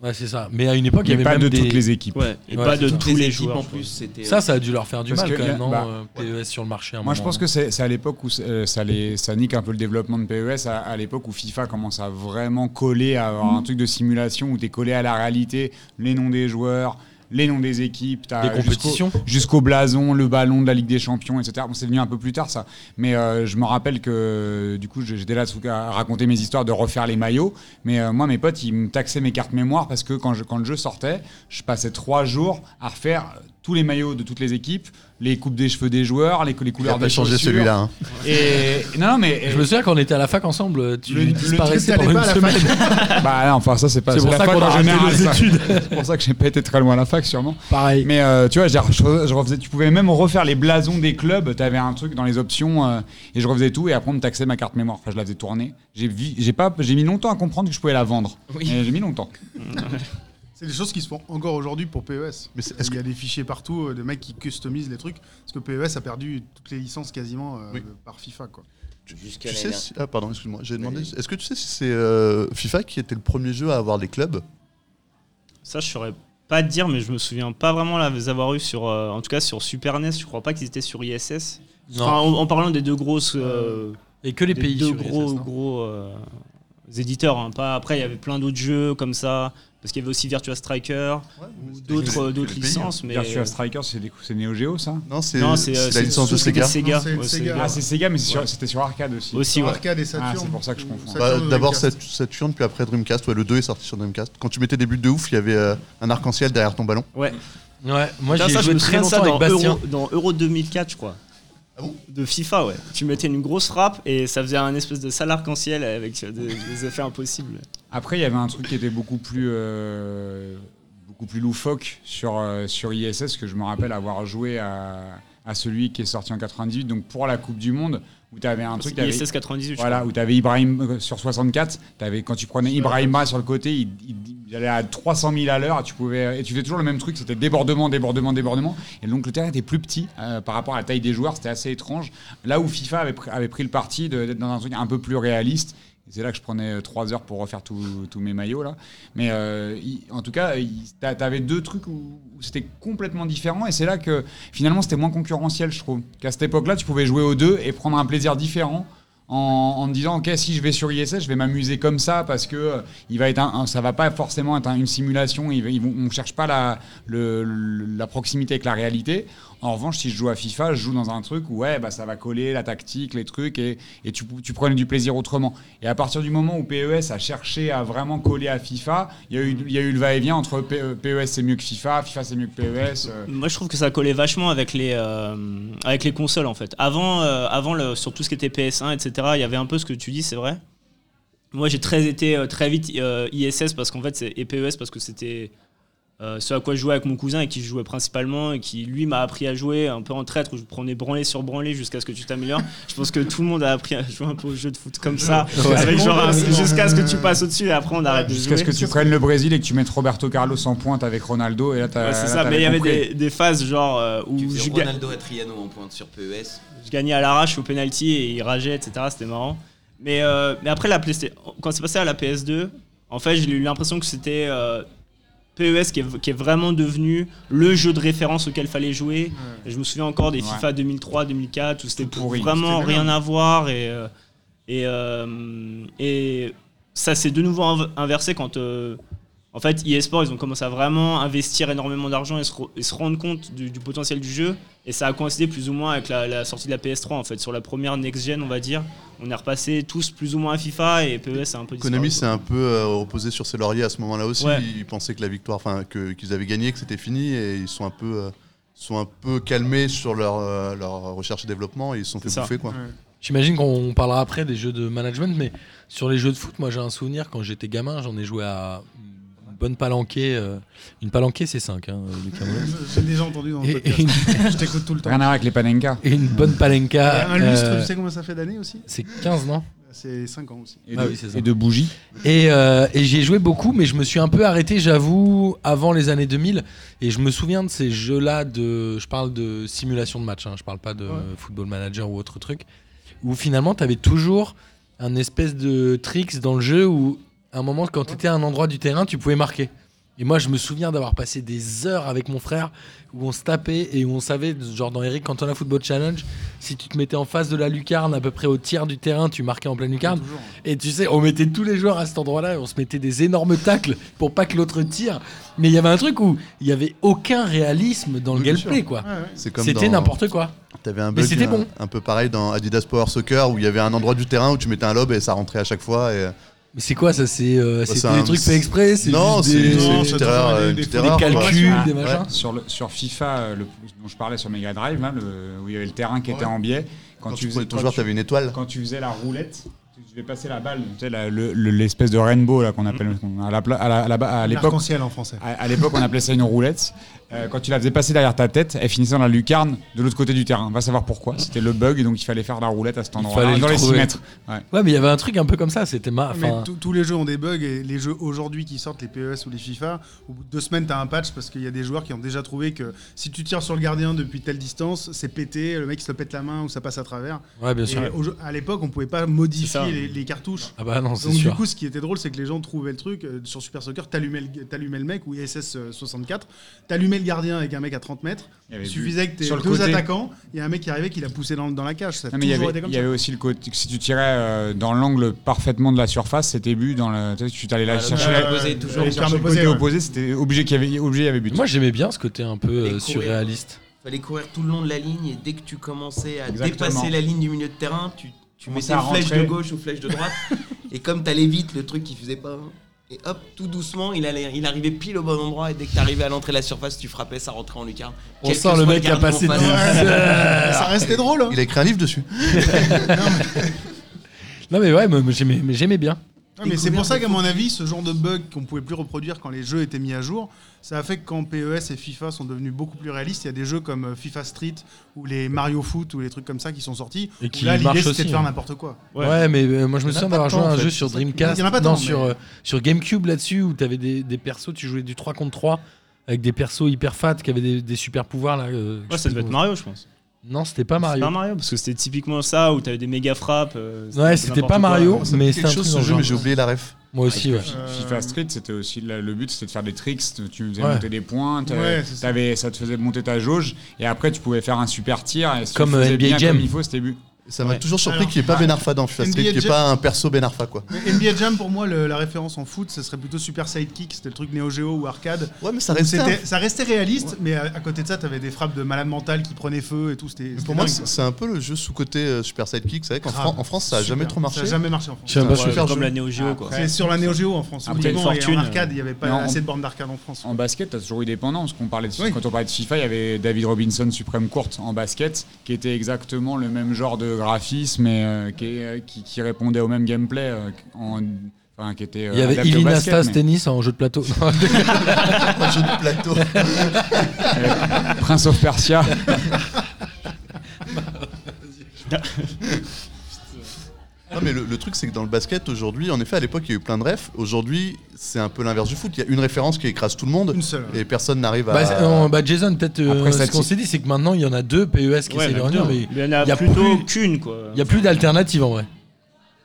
Speaker 4: Ouais, c'est ça. Mais à une époque, il y
Speaker 6: Il n'y
Speaker 4: avait
Speaker 6: a pas
Speaker 4: même
Speaker 6: de
Speaker 4: des-
Speaker 6: toutes les équipes.
Speaker 5: Ouais, et
Speaker 4: Ouais,
Speaker 5: pas
Speaker 4: c'est
Speaker 5: de
Speaker 4: ça.
Speaker 5: tous les
Speaker 8: équipes
Speaker 5: joueurs.
Speaker 8: en
Speaker 5: je pense.
Speaker 8: plus, c'était.
Speaker 4: Ça, ça a dû leur faire du
Speaker 6: Parce
Speaker 4: mal
Speaker 6: que
Speaker 4: quand
Speaker 6: là-
Speaker 4: même, non
Speaker 6: bah,
Speaker 4: euh, PES sur le marché. à un
Speaker 6: Moi, je
Speaker 4: moment.
Speaker 6: pense que c'est c'est à l'époque où c'est- euh, ça, les, ça nique un peu le développement de PES, à, à l'époque où FIFA commence à vraiment coller à avoir
Speaker 4: Mm.
Speaker 6: un truc de simulation où tu es collé à la réalité, les noms des joueurs, les noms des équipes, t'as
Speaker 4: Des
Speaker 6: jusqu'au-
Speaker 4: compétitions
Speaker 6: jusqu'au blason, le ballon de la Ligue des Champions, etc. Bon, c'est venu un peu plus tard ça, mais euh, je me rappelle que du coup j'étais là à raconter mes histoires de refaire les maillots, mais euh, moi mes potes ils me taxaient mes cartes mémoire parce que quand, je, quand le jeu sortait, je passais trois jours à refaire tous les maillots de toutes les équipes, les coupes des cheveux des joueurs, les, les
Speaker 9: Il a
Speaker 6: couleurs
Speaker 9: pas
Speaker 6: des
Speaker 9: changé
Speaker 6: chaussures.
Speaker 9: celui-là. hein.
Speaker 6: Et non mais
Speaker 4: Je me souviens qu'on était à la fac ensemble, euh, tu
Speaker 7: Le- le
Speaker 4: disparaissais
Speaker 7: truc, t'allais
Speaker 4: pendant
Speaker 7: pas à
Speaker 4: une
Speaker 7: la fac.
Speaker 4: semaine.
Speaker 6: bah non, enfin ça c'est pas
Speaker 4: C'est pour
Speaker 6: la
Speaker 4: ça
Speaker 6: fac
Speaker 4: qu'on a
Speaker 6: en
Speaker 4: arrêté
Speaker 6: général,
Speaker 4: nos
Speaker 6: ça.
Speaker 4: études.
Speaker 6: C'est pour ça que j'ai pas été très loin à la fac sûrement.
Speaker 4: Pareil.
Speaker 6: Mais euh, tu vois, je, refaisais- je refaisais- tu pouvais même refaire les blasons des clubs. Tu avais un truc dans les options euh, et je refaisais tout. Et après, on me taxait ma carte mémoire. Enfin, je la faisais tourner. J'ai vi- j'ai pas- j'ai mis longtemps à comprendre que je pouvais la vendre. Mais J'ai mis longtemps.
Speaker 7: C'est des choses qui se font encore aujourd'hui pour PES.
Speaker 9: Mais c'est- est-ce
Speaker 7: Il y a des fichiers partout euh, de mecs qui customisent les trucs. Parce que PES a perdu toutes les licences quasiment euh,
Speaker 9: Oui.
Speaker 7: par FIFA. Quoi.
Speaker 8: euh, Jusqu'à
Speaker 9: Tu
Speaker 8: l'année
Speaker 9: sais
Speaker 8: dernière.
Speaker 9: si- ah, pardon, excuse-moi. J'ai demandé.
Speaker 8: Vas-y.
Speaker 9: Est-ce que tu sais si c'est euh, FIFA qui était le premier jeu à avoir des clubs
Speaker 5: Ça, je saurais pas te dire, mais je me souviens pas vraiment les avoir eu sur, euh, en tout cas sur Super NES. Je crois pas qu'ils étaient sur ISS.
Speaker 4: Non.
Speaker 5: Enfin, en, en parlant des deux grosses, euh,
Speaker 4: Et que les
Speaker 5: des
Speaker 4: pays
Speaker 5: deux
Speaker 4: sur
Speaker 5: gros,
Speaker 4: ISS, non
Speaker 5: gros euh, éditeurs. hein, pas après, il y avait plein d'autres jeux comme ça, parce qu'il y avait aussi Virtua Striker ou d'autres euh,
Speaker 4: hein.
Speaker 5: d'autres
Speaker 9: pays,
Speaker 5: licences, mais
Speaker 6: Virtua Striker, c'est des- c'est Neo Geo ça
Speaker 9: Non, c'est
Speaker 5: non,
Speaker 9: c'est
Speaker 5: c'est euh,
Speaker 9: la
Speaker 5: c'est-
Speaker 9: licence de
Speaker 5: c'était
Speaker 9: Sega.
Speaker 5: Sega.
Speaker 7: Non, c'est une
Speaker 5: ouais,
Speaker 7: Sega.
Speaker 5: Sega.
Speaker 6: Ah, c'est Sega, mais c'est sur- c'était sur arcade aussi.
Speaker 5: bah, aussi,
Speaker 7: Sur
Speaker 5: ouais.
Speaker 7: Arcade et Saturn.
Speaker 6: Ah, c'est pour ça que je confonds.
Speaker 7: Ou
Speaker 9: Bah,
Speaker 7: Saturn ou
Speaker 9: D'abord
Speaker 7: Dreamcast.
Speaker 9: Sat- Saturn, puis après Dreamcast. Ouais, le 2 est sorti sur Dreamcast. Quand tu mettais des buts de ouf, il y avait euh, un arc-en-ciel derrière ton ballon.
Speaker 5: ouais.
Speaker 4: Ouais, moi
Speaker 5: Putain,
Speaker 4: j'ai
Speaker 5: ça, je
Speaker 4: joué
Speaker 5: me
Speaker 4: très
Speaker 5: souviens de ça
Speaker 4: longtemps avec
Speaker 5: dans
Speaker 4: Bastien. Ah
Speaker 5: Euro, dans Euro 2004, je crois. de FIFA, ouais. Tu mettais une grosse rap et ça faisait un espèce de sale arc-en-ciel avec euh, des, des effets impossibles.
Speaker 6: Après, il y avait un truc qui était beaucoup plus, euh, beaucoup plus loufoque sur, euh, sur ISS, que je me rappelle avoir joué à, à celui qui est sorti en 98, donc pour la Coupe du Monde, où tu avais un truc. t'avais-
Speaker 5: ISS 98, je
Speaker 6: Voilà, où tu avais Ibrahim euh, sur 64, avais, quand tu prenais Ibrahima sur le côté, il, il- il allait à 300 000 à l'heure, et tu pouvais et tu faisais toujours le même truc, c'était débordement, débordement, débordement, et donc le terrain était plus petit euh, par rapport à la taille des joueurs, c'était assez étrange. Là où FIFA avait, pr- avait pris le parti de- d'être dans un truc un peu plus réaliste, et c'est là que je prenais 3 heures pour refaire tous tous mes maillots là, mais euh, il- en tout cas, il- t'a- t'avais deux trucs où, où c'était complètement différent, et c'est là que finalement c'était moins concurrentiel, je trouve. Qu'à cette époque-là, tu pouvais jouer aux deux et prendre un plaisir différent en, en me disant ok si je vais sur ISS je vais m'amuser comme ça parce que euh, il va être un, un- ça va pas forcément être un- une simulation il va- ils vont- on cherche pas la, le- le- la proximité avec la réalité en revanche si je joue à FIFA je joue dans un truc où ouais bah ça va coller la tactique les trucs et, et tu, tu prenais du plaisir autrement et à partir du moment où PES a cherché à vraiment coller à FIFA il y a eu, il y a eu le va-et-vient entre P- PES c'est mieux que FIFA FIFA c'est mieux que PES euh,
Speaker 5: Moi, je trouve que ça collait vachement avec les, euh, avec les consoles, en fait. Avant, euh, avant le, sur tout ce qui était PS1, etc., il y avait un peu ce que tu dis, c'est vrai. Moi, j'ai très été euh, très vite euh, ISS parce qu'en fait, c'est- et PES parce que c'était euh, ce à quoi je jouais avec mon cousin et qui jouait principalement et qui, lui, m'a appris à jouer un peu en traître où je prenais branlé sur branlé jusqu'à ce que tu t'améliores. je pense que tout le monde a appris à jouer un peu au jeu de foot comme ça, avec genre un- jusqu'à ce que tu passes au-dessus et après on arrête de
Speaker 6: jusqu'à
Speaker 5: jouer.
Speaker 6: ce que tu prennes le Brésil et que tu mettes Roberto Carlos en pointe avec Ronaldo et là t'as
Speaker 5: Ouais, c'est
Speaker 6: Euh, là,
Speaker 5: ça,
Speaker 6: t'avais
Speaker 5: mais il y avait
Speaker 6: compris.
Speaker 5: des, des phases genre euh, où
Speaker 8: Tu
Speaker 5: je,
Speaker 8: faisais
Speaker 5: ga-
Speaker 8: Ronaldo à Triano en pointe sur E PES.
Speaker 5: je gagnais à l'arrache au penalty et il rageait, etc. C'était marrant. Mais, euh, mais après, la PlayStation, quand c'est passé à la PS2, en fait, j'ai eu l'impression que c'était euh, PES qui est, qui est vraiment devenu le jeu de référence auquel fallait jouer. Et je me souviens encore des
Speaker 6: Ouais.
Speaker 5: FIFA 2003, 2004 où c'était
Speaker 6: Tout
Speaker 5: pour
Speaker 6: pourri,
Speaker 5: vraiment
Speaker 6: c'était
Speaker 5: rien à voir et. euh, et, euh, et ça s'est de nouveau inv- inversé quand, euh, en fait, eSport, ils ont commencé à vraiment investir énormément d'argent et se, re- et se rendre compte du, du potentiel du jeu. Et ça a coïncidé plus ou moins avec la, la sortie de la PS3, en fait. Sur la première next-gen, on va dire, on est repassé tous plus ou moins à FIFA et PES c'est un peu disparu,
Speaker 9: Konami
Speaker 5: quoi.
Speaker 9: s'est un peu euh, reposé sur ses lauriers à ce moment-là aussi.
Speaker 5: Ouais.
Speaker 9: Ils pensaient que la victoire, enfin que- qu'ils avaient gagné, que c'était fini, et ils sont un peu, euh, sont un peu calmés sur leur, euh, leur recherche et développement. Et ils se sont fait
Speaker 5: C'est ça.
Speaker 9: bouffer quoi.
Speaker 4: J'imagine qu'on parlera après des jeux de management, mais sur les jeux de foot, moi j'ai un souvenir quand j'étais gamin, j'en ai joué à une bonne palanquée. euh, une palanquée, c'est 5, hein, Lucas Moulin.
Speaker 7: J'ai déjà entendu dans le
Speaker 4: Et-
Speaker 7: podcast.
Speaker 4: et une-
Speaker 7: Je t'écoute tout le temps.
Speaker 6: Rien à voir avec les Panenka.
Speaker 4: Et une bonne palenka.
Speaker 7: un lustre,
Speaker 4: euh,
Speaker 7: tu sais combien ça fait d'années aussi
Speaker 4: c'est 15, non
Speaker 7: C'est 5 ans aussi.
Speaker 6: Et,
Speaker 4: Ah
Speaker 6: de,
Speaker 4: oui, c'est ça.
Speaker 6: et de bougies.
Speaker 4: Et, euh, et j'y ai joué beaucoup, mais je me suis un peu arrêté, j'avoue, avant les années 2000. Et je me souviens de ces jeux-là de. Je parle de simulation de match, hein, je parle pas de
Speaker 7: Ouais.
Speaker 4: football manager ou autre truc. Où finalement, t'avais toujours un espèce de tricks dans le jeu où, à un moment, quand t'étais à un endroit du terrain, tu pouvais marquer. Et moi, je me souviens d'avoir passé des heures avec mon frère où on se tapait et où on savait, genre dans Eric Cantona Football Challenge, si tu te mettais en face de la lucarne, à peu près au tiers du terrain, tu marquais en pleine lucarne. Et tu sais, on mettait tous les joueurs à cet endroit-là, et on se mettait des énormes tacles pour pas que l'autre tire. Mais il y avait un truc où il y avait aucun réalisme dans le
Speaker 9: Oui, bien
Speaker 4: gameplay, quoi.
Speaker 7: Ouais, ouais.
Speaker 9: C'est comme
Speaker 4: C'était
Speaker 9: dans-
Speaker 4: n'importe quoi.
Speaker 9: T'avais un
Speaker 4: Mais
Speaker 9: bug
Speaker 4: c'était
Speaker 9: un,
Speaker 4: bon.
Speaker 9: un peu pareil dans Adidas Power Soccer où il y avait un endroit du terrain où tu mettais un lob et ça rentrait à chaque fois. Et...
Speaker 4: Mais c'est quoi ça C'est euh,
Speaker 9: c'est
Speaker 4: c'était
Speaker 9: un-
Speaker 4: des trucs faits exprès c'est
Speaker 9: Non,
Speaker 4: juste
Speaker 9: c'est
Speaker 4: des-
Speaker 9: c'est
Speaker 7: Non,
Speaker 9: une
Speaker 7: ça
Speaker 9: petite
Speaker 7: te fait
Speaker 9: erreur,
Speaker 7: des-
Speaker 9: euh, une
Speaker 7: des
Speaker 9: petite
Speaker 7: faux-
Speaker 9: erreur.
Speaker 4: des calculs.
Speaker 9: Ouais.
Speaker 4: Ah, des machins.
Speaker 6: Sur, le, sur FIFA, euh, le, dont je parlais sur Mega Drive, là, le- où il y avait le terrain qui était en biais, quand,
Speaker 9: Quand
Speaker 6: tu
Speaker 9: tu
Speaker 6: faisais
Speaker 9: prenais ton
Speaker 6: quand
Speaker 9: joueur,
Speaker 6: tu-
Speaker 9: t'avais une étoile.
Speaker 6: quand tu faisais la roulette, tu devais passer la balle, tu sais, la- le- le- l'espèce de rainbow
Speaker 7: Mm.
Speaker 6: là qu'on appelle qu'on- à la pla- à la- à la- à l'époque. Ah,
Speaker 7: L'arc-en-ciel en français.
Speaker 6: À, à l'époque, on appelait ça une roulette. Euh, quand tu la faisais passer derrière ta tête, elle finissait dans la lucarne de l'autre côté du terrain. Va savoir pourquoi. C'était le bug, et donc il fallait faire la roulette à cet endroit-là,
Speaker 4: fallait
Speaker 6: dans
Speaker 4: le
Speaker 6: les 6
Speaker 4: trouver.
Speaker 6: mètres. Ouais.
Speaker 4: Ouais, mais il y avait un truc un peu comme ça. C'était ma.
Speaker 7: Ah, Mais
Speaker 4: enfin,
Speaker 7: tous- tous les jeux ont des bugs et les jeux aujourd'hui qui sortent, les PES ou les FIFA, au bout de deux semaines, t'as un patch parce qu'il y a des joueurs qui ont déjà trouvé que si tu tires sur le gardien depuis telle distance, c'est pété, le mec il se le pète la main ou ça passe à travers.
Speaker 4: Ouais, bien
Speaker 7: Et
Speaker 4: sûr.
Speaker 7: au- à l'époque, on pouvait pas
Speaker 5: C'est ça.
Speaker 7: modifier les, les cartouches.
Speaker 4: Ah bah non, c'est
Speaker 7: Donc du
Speaker 4: sûr.
Speaker 7: coup, ce qui était drôle, c'est que les gens trouvaient le truc euh, sur Super Soccer, t'allumais le, t'allumais le mec ou ISS 64, euh, t'allumais le gardien avec un mec à 30 mètres.
Speaker 6: Il y avait
Speaker 7: Il
Speaker 6: bu-
Speaker 7: suffisait que t'aies
Speaker 6: sur le
Speaker 7: deux
Speaker 6: côté.
Speaker 7: attaquants, il y a un mec qui arrivait qui l'a poussé dans, dans la cage. Ça a
Speaker 6: Non, mais il y
Speaker 7: toujours
Speaker 6: avait,
Speaker 7: été comme
Speaker 6: il y
Speaker 7: ça.
Speaker 6: avait aussi le côté que si tu tirais euh, dans l'angle parfaitement de la surface, c'était but. Dans le, tu sais, tu allais là
Speaker 8: Ah, le
Speaker 6: chercher,
Speaker 8: côté
Speaker 7: Euh,
Speaker 6: la-
Speaker 8: opposé, toujours.
Speaker 6: aller
Speaker 7: Le
Speaker 6: chercher
Speaker 7: terme
Speaker 6: le côté
Speaker 7: opposé, ouais.
Speaker 6: opposé, c'était obligé qu'il y avait, obligé, il y avait but.
Speaker 4: Moi, j'aimais bien ce côté un peu
Speaker 8: Et
Speaker 4: euh,
Speaker 8: courir.
Speaker 4: surréaliste.
Speaker 8: Fallait courir tout le long de la ligne et dès que tu commençais à
Speaker 6: Exactement.
Speaker 8: dépasser la ligne du milieu de terrain, tu, tu
Speaker 6: Commençais
Speaker 8: mettais une
Speaker 6: à
Speaker 8: flèche
Speaker 6: rentrer.
Speaker 8: de gauche ou flèche de droite. et comme t'allais vite, le truc il faisait pas. hein. Et hop, tout doucement, il, allait, il arrivait pile au bon endroit et dès que t'arrivais à l'entrée de la surface, tu frappais, ça rentrait en lucarne.
Speaker 4: On
Speaker 8: Quel que
Speaker 4: sent le
Speaker 8: soit
Speaker 4: mec qui a
Speaker 8: gardien en
Speaker 4: passé
Speaker 8: face.
Speaker 4: des heures.
Speaker 7: Ça restait drôle. hein.
Speaker 9: Il a écrit un livre dessus.
Speaker 4: Non, mais ouais, mais j'aimais mais j'aimais bien.
Speaker 7: Ah, mais c'est
Speaker 8: Découvert
Speaker 7: pour ça
Speaker 8: des
Speaker 7: qu'à mon avis, ce genre de bug qu'on pouvait plus reproduire quand les jeux étaient mis à jour, ça a fait que quand PES et FIFA sont devenus beaucoup plus réalistes, il y a des jeux comme euh, FIFA Street ou les Mario Foot ou les trucs comme ça qui sont sortis.
Speaker 4: Et
Speaker 7: où
Speaker 4: qui
Speaker 7: là, l'idée
Speaker 4: marchent
Speaker 7: c'était de
Speaker 4: aussi,
Speaker 7: faire
Speaker 4: hein.
Speaker 7: n'importe quoi.
Speaker 4: Ouais,
Speaker 5: Ouais.
Speaker 4: mais euh, moi je me
Speaker 9: Il y en a
Speaker 4: souviens
Speaker 9: pas
Speaker 4: d'avoir
Speaker 9: tant,
Speaker 4: joué à
Speaker 9: en
Speaker 4: un
Speaker 9: fait,
Speaker 4: jeu
Speaker 9: c'est
Speaker 4: sur
Speaker 9: ça qui-
Speaker 4: Dreamcast.
Speaker 7: Il y en a pas
Speaker 4: non,
Speaker 7: tant,
Speaker 4: sur,
Speaker 7: mais-
Speaker 4: euh, sur GameCube là-dessus où t'avais des, des persos, tu jouais du 3 contre 3 avec des persos hyper fat qui avaient des, des super pouvoirs là. euh, je
Speaker 5: Ouais,
Speaker 4: sais
Speaker 5: ça
Speaker 4: plus
Speaker 5: devait être
Speaker 4: comment-
Speaker 5: Mario, je pense.
Speaker 4: Non, c'était pas
Speaker 5: C'était
Speaker 4: Mario.
Speaker 5: pas Mario, parce que c'était typiquement ça où t'avais des méga frappes. euh,
Speaker 4: Ouais, c'était
Speaker 5: n'importe
Speaker 4: pas
Speaker 5: quoi.
Speaker 4: Mario,
Speaker 9: Ça me
Speaker 4: mais
Speaker 9: dit
Speaker 4: c'était un
Speaker 9: quelque
Speaker 4: truc
Speaker 9: chose
Speaker 4: dans le
Speaker 9: ce jeu,
Speaker 4: genre.
Speaker 9: mais j'ai oublié la ref.
Speaker 4: Moi aussi, ouais.
Speaker 7: Euh,
Speaker 6: FIFA Street, c'était aussi la- le but, c'était de faire des tricks. Tu- Tu faisais
Speaker 4: Ouais.
Speaker 6: monter des points, t'a-
Speaker 7: Ouais, c'est ça.
Speaker 6: t'avais- ça te faisait monter ta jauge, et après tu pouvais faire un super tir. Et si tu
Speaker 4: Comme,
Speaker 6: le faisais
Speaker 4: euh, NBA
Speaker 6: bien
Speaker 4: Jam.
Speaker 6: Comme il faut, c'était but.
Speaker 9: Ça m'a
Speaker 4: Ouais.
Speaker 9: toujours surpris
Speaker 7: Alors,
Speaker 9: qu'il n'y ait pas Ben Arfa dans FIFA
Speaker 7: NBA
Speaker 9: Street, qu'il n'y ait
Speaker 7: Jam.
Speaker 9: pas un perso Ben Arfa quoi.
Speaker 7: mais NBA Jam, pour moi, le- la référence en foot, ce serait plutôt Super Sidekick, c'était le truc Neo Geo ou arcade.
Speaker 9: Ouais, mais ça
Speaker 7: Où
Speaker 9: restait. un-
Speaker 7: c'était- Ça restait réaliste, mais à, à côté de ça, t'avais des frappes de malade mental qui prenaient feu et tout. C'était
Speaker 9: Pour moi, c'est c'est un peu le jeu sous-côté euh, Super Sidekick. C'est vrai qu'en
Speaker 7: Grave.
Speaker 9: Fran- en France, ça a jamais trop marché.
Speaker 7: Ça a jamais marché en France.
Speaker 4: Je sais
Speaker 9: pas
Speaker 4: pas
Speaker 9: ce
Speaker 5: Ouais,
Speaker 9: super
Speaker 5: comme
Speaker 9: jeu.
Speaker 5: la Neo Geo, quoi.
Speaker 7: C'est sur la Neo Geo en France.
Speaker 6: Après,
Speaker 7: Après,
Speaker 5: une fortune,
Speaker 7: en arcade, il n'y avait pas
Speaker 6: Non,
Speaker 7: assez
Speaker 6: on-
Speaker 7: de bornes d'arcade en France.
Speaker 6: En basket, t'as toujours eu des pendants, parce qu'on parlait de,
Speaker 7: Oui.
Speaker 6: quand on parlait de FIFA, il y avait David Robinson, Supreme Court en basket, qui était exactement le même genre de graphisme et euh, qui, est- euh, qui- qui répondait au même gameplay, euh, en, enfin, qui était. euh,
Speaker 4: Il y avait
Speaker 6: adapté au
Speaker 4: Ilina
Speaker 6: basket,
Speaker 4: Stas
Speaker 6: mais-
Speaker 4: tennis en jeu de plateau.
Speaker 9: Un jeu de plateau.
Speaker 6: Prince of Persia.
Speaker 9: Non, mais le, le truc, c'est que dans le basket, aujourd'hui, en effet, à l'époque, il y a eu plein de refs. Aujourd'hui, c'est un peu l'inverse du foot. Il y a une référence qui écrase tout le monde
Speaker 7: Une seule.
Speaker 9: et personne n'arrive à.
Speaker 4: Bah, c'est- euh, bah, Jason, peut-être euh,
Speaker 6: Après, ça
Speaker 4: ce qu'on
Speaker 6: t'y-
Speaker 4: s'est dit, c'est que maintenant il y en a deux PES qui
Speaker 5: Ouais,
Speaker 4: essaient de
Speaker 5: maintenant,
Speaker 4: revenir, mais
Speaker 5: il y en a
Speaker 4: il y a
Speaker 5: plutôt
Speaker 4: plus-
Speaker 5: qu'une, quoi.
Speaker 4: il n'y a plus d'alternative en vrai.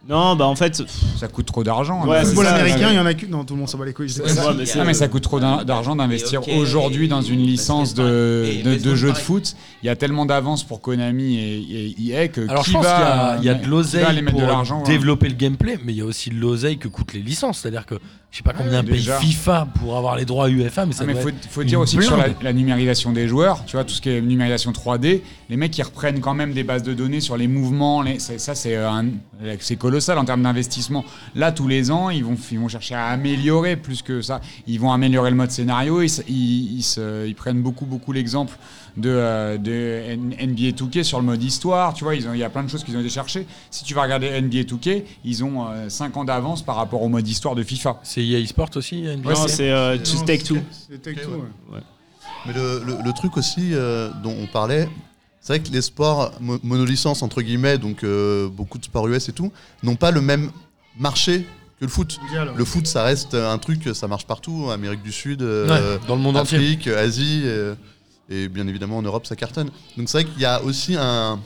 Speaker 5: Non, bah en fait, pff,
Speaker 6: Ça coûte trop d'argent.
Speaker 5: Ouais,
Speaker 6: hein,
Speaker 5: c'est
Speaker 6: de-
Speaker 7: football
Speaker 5: ça,
Speaker 7: américain, il y en a que. Non, tout le monde s'en bat les couilles. je
Speaker 8: C'est
Speaker 7: sais
Speaker 8: pas
Speaker 5: Ouais, mais
Speaker 7: pas.
Speaker 8: ça, il y a-
Speaker 5: c'est-
Speaker 6: Ah mais ça coûte trop d'ar- d'argent d'investir
Speaker 8: Et hockey,
Speaker 6: aujourd'hui
Speaker 8: et-
Speaker 6: dans une
Speaker 8: et
Speaker 6: licence de,
Speaker 8: baseball,
Speaker 6: de,
Speaker 8: et
Speaker 6: de jeu de
Speaker 8: baseball,
Speaker 6: foot. Il y a tellement d'avance pour Konami et, et EA que
Speaker 4: Alors
Speaker 6: Euh, qui
Speaker 4: je pense qu'il y
Speaker 6: va,
Speaker 4: a, il y a
Speaker 6: qui
Speaker 4: de
Speaker 6: va
Speaker 4: l'oseille
Speaker 6: aller mettre
Speaker 4: pour
Speaker 6: de l'argent hein.
Speaker 4: développer le gameplay, mais il y a aussi de l'oseille que coûtent les licences. C'est-à-dire que je sais pas combien
Speaker 6: Ouais,
Speaker 4: paye
Speaker 6: déjà.
Speaker 4: FIFA pour avoir les droits UEFA, mais ça
Speaker 6: Ah, mais
Speaker 4: doit
Speaker 6: faut,
Speaker 4: être
Speaker 6: faut
Speaker 4: une
Speaker 6: dire aussi que sur la,
Speaker 4: blinde.
Speaker 6: la numérisation des joueurs, tu vois, tout ce qui est numérisation 3D, les mecs ils reprennent quand même des bases de données sur les mouvements, les- c'est- ça c'est euh, un- c'est colossal en termes d'investissement. Là, tous les ans, ils vont, ils vont chercher à améliorer plus que ça. Ils vont améliorer le mode scénario, ils, se- ils- ils se- ils prennent beaucoup, beaucoup l'exemple de, euh, de N- NBA 2K sur le mode histoire, tu vois, ils ont- il y a plein de choses qu'ils ont été chercher. Si tu vas regarder NBA 2K, ils ont 5 ans d'avance par rapport au mode histoire de FIFA.
Speaker 4: C'est EA Sport aussi il y a une
Speaker 5: non,
Speaker 4: licence
Speaker 5: c'est euh,
Speaker 7: Non,
Speaker 5: To Take Two.
Speaker 7: C'est Take Two, ouais.
Speaker 9: Mais le, le- le truc aussi euh, dont on parlait, c'est vrai que les sports mo- monolicences, entre guillemets, donc euh, beaucoup de sports US et tout, n'ont pas le même marché que le foot.
Speaker 7: Mondial, ouais.
Speaker 9: Le foot, ça reste un truc, ça marche partout, Amérique du Sud, euh,
Speaker 4: Ouais, dans le monde entier.
Speaker 9: Afrique, Asie, euh, et bien évidemment en Europe, ça cartonne. Donc c'est vrai qu'il y a aussi un,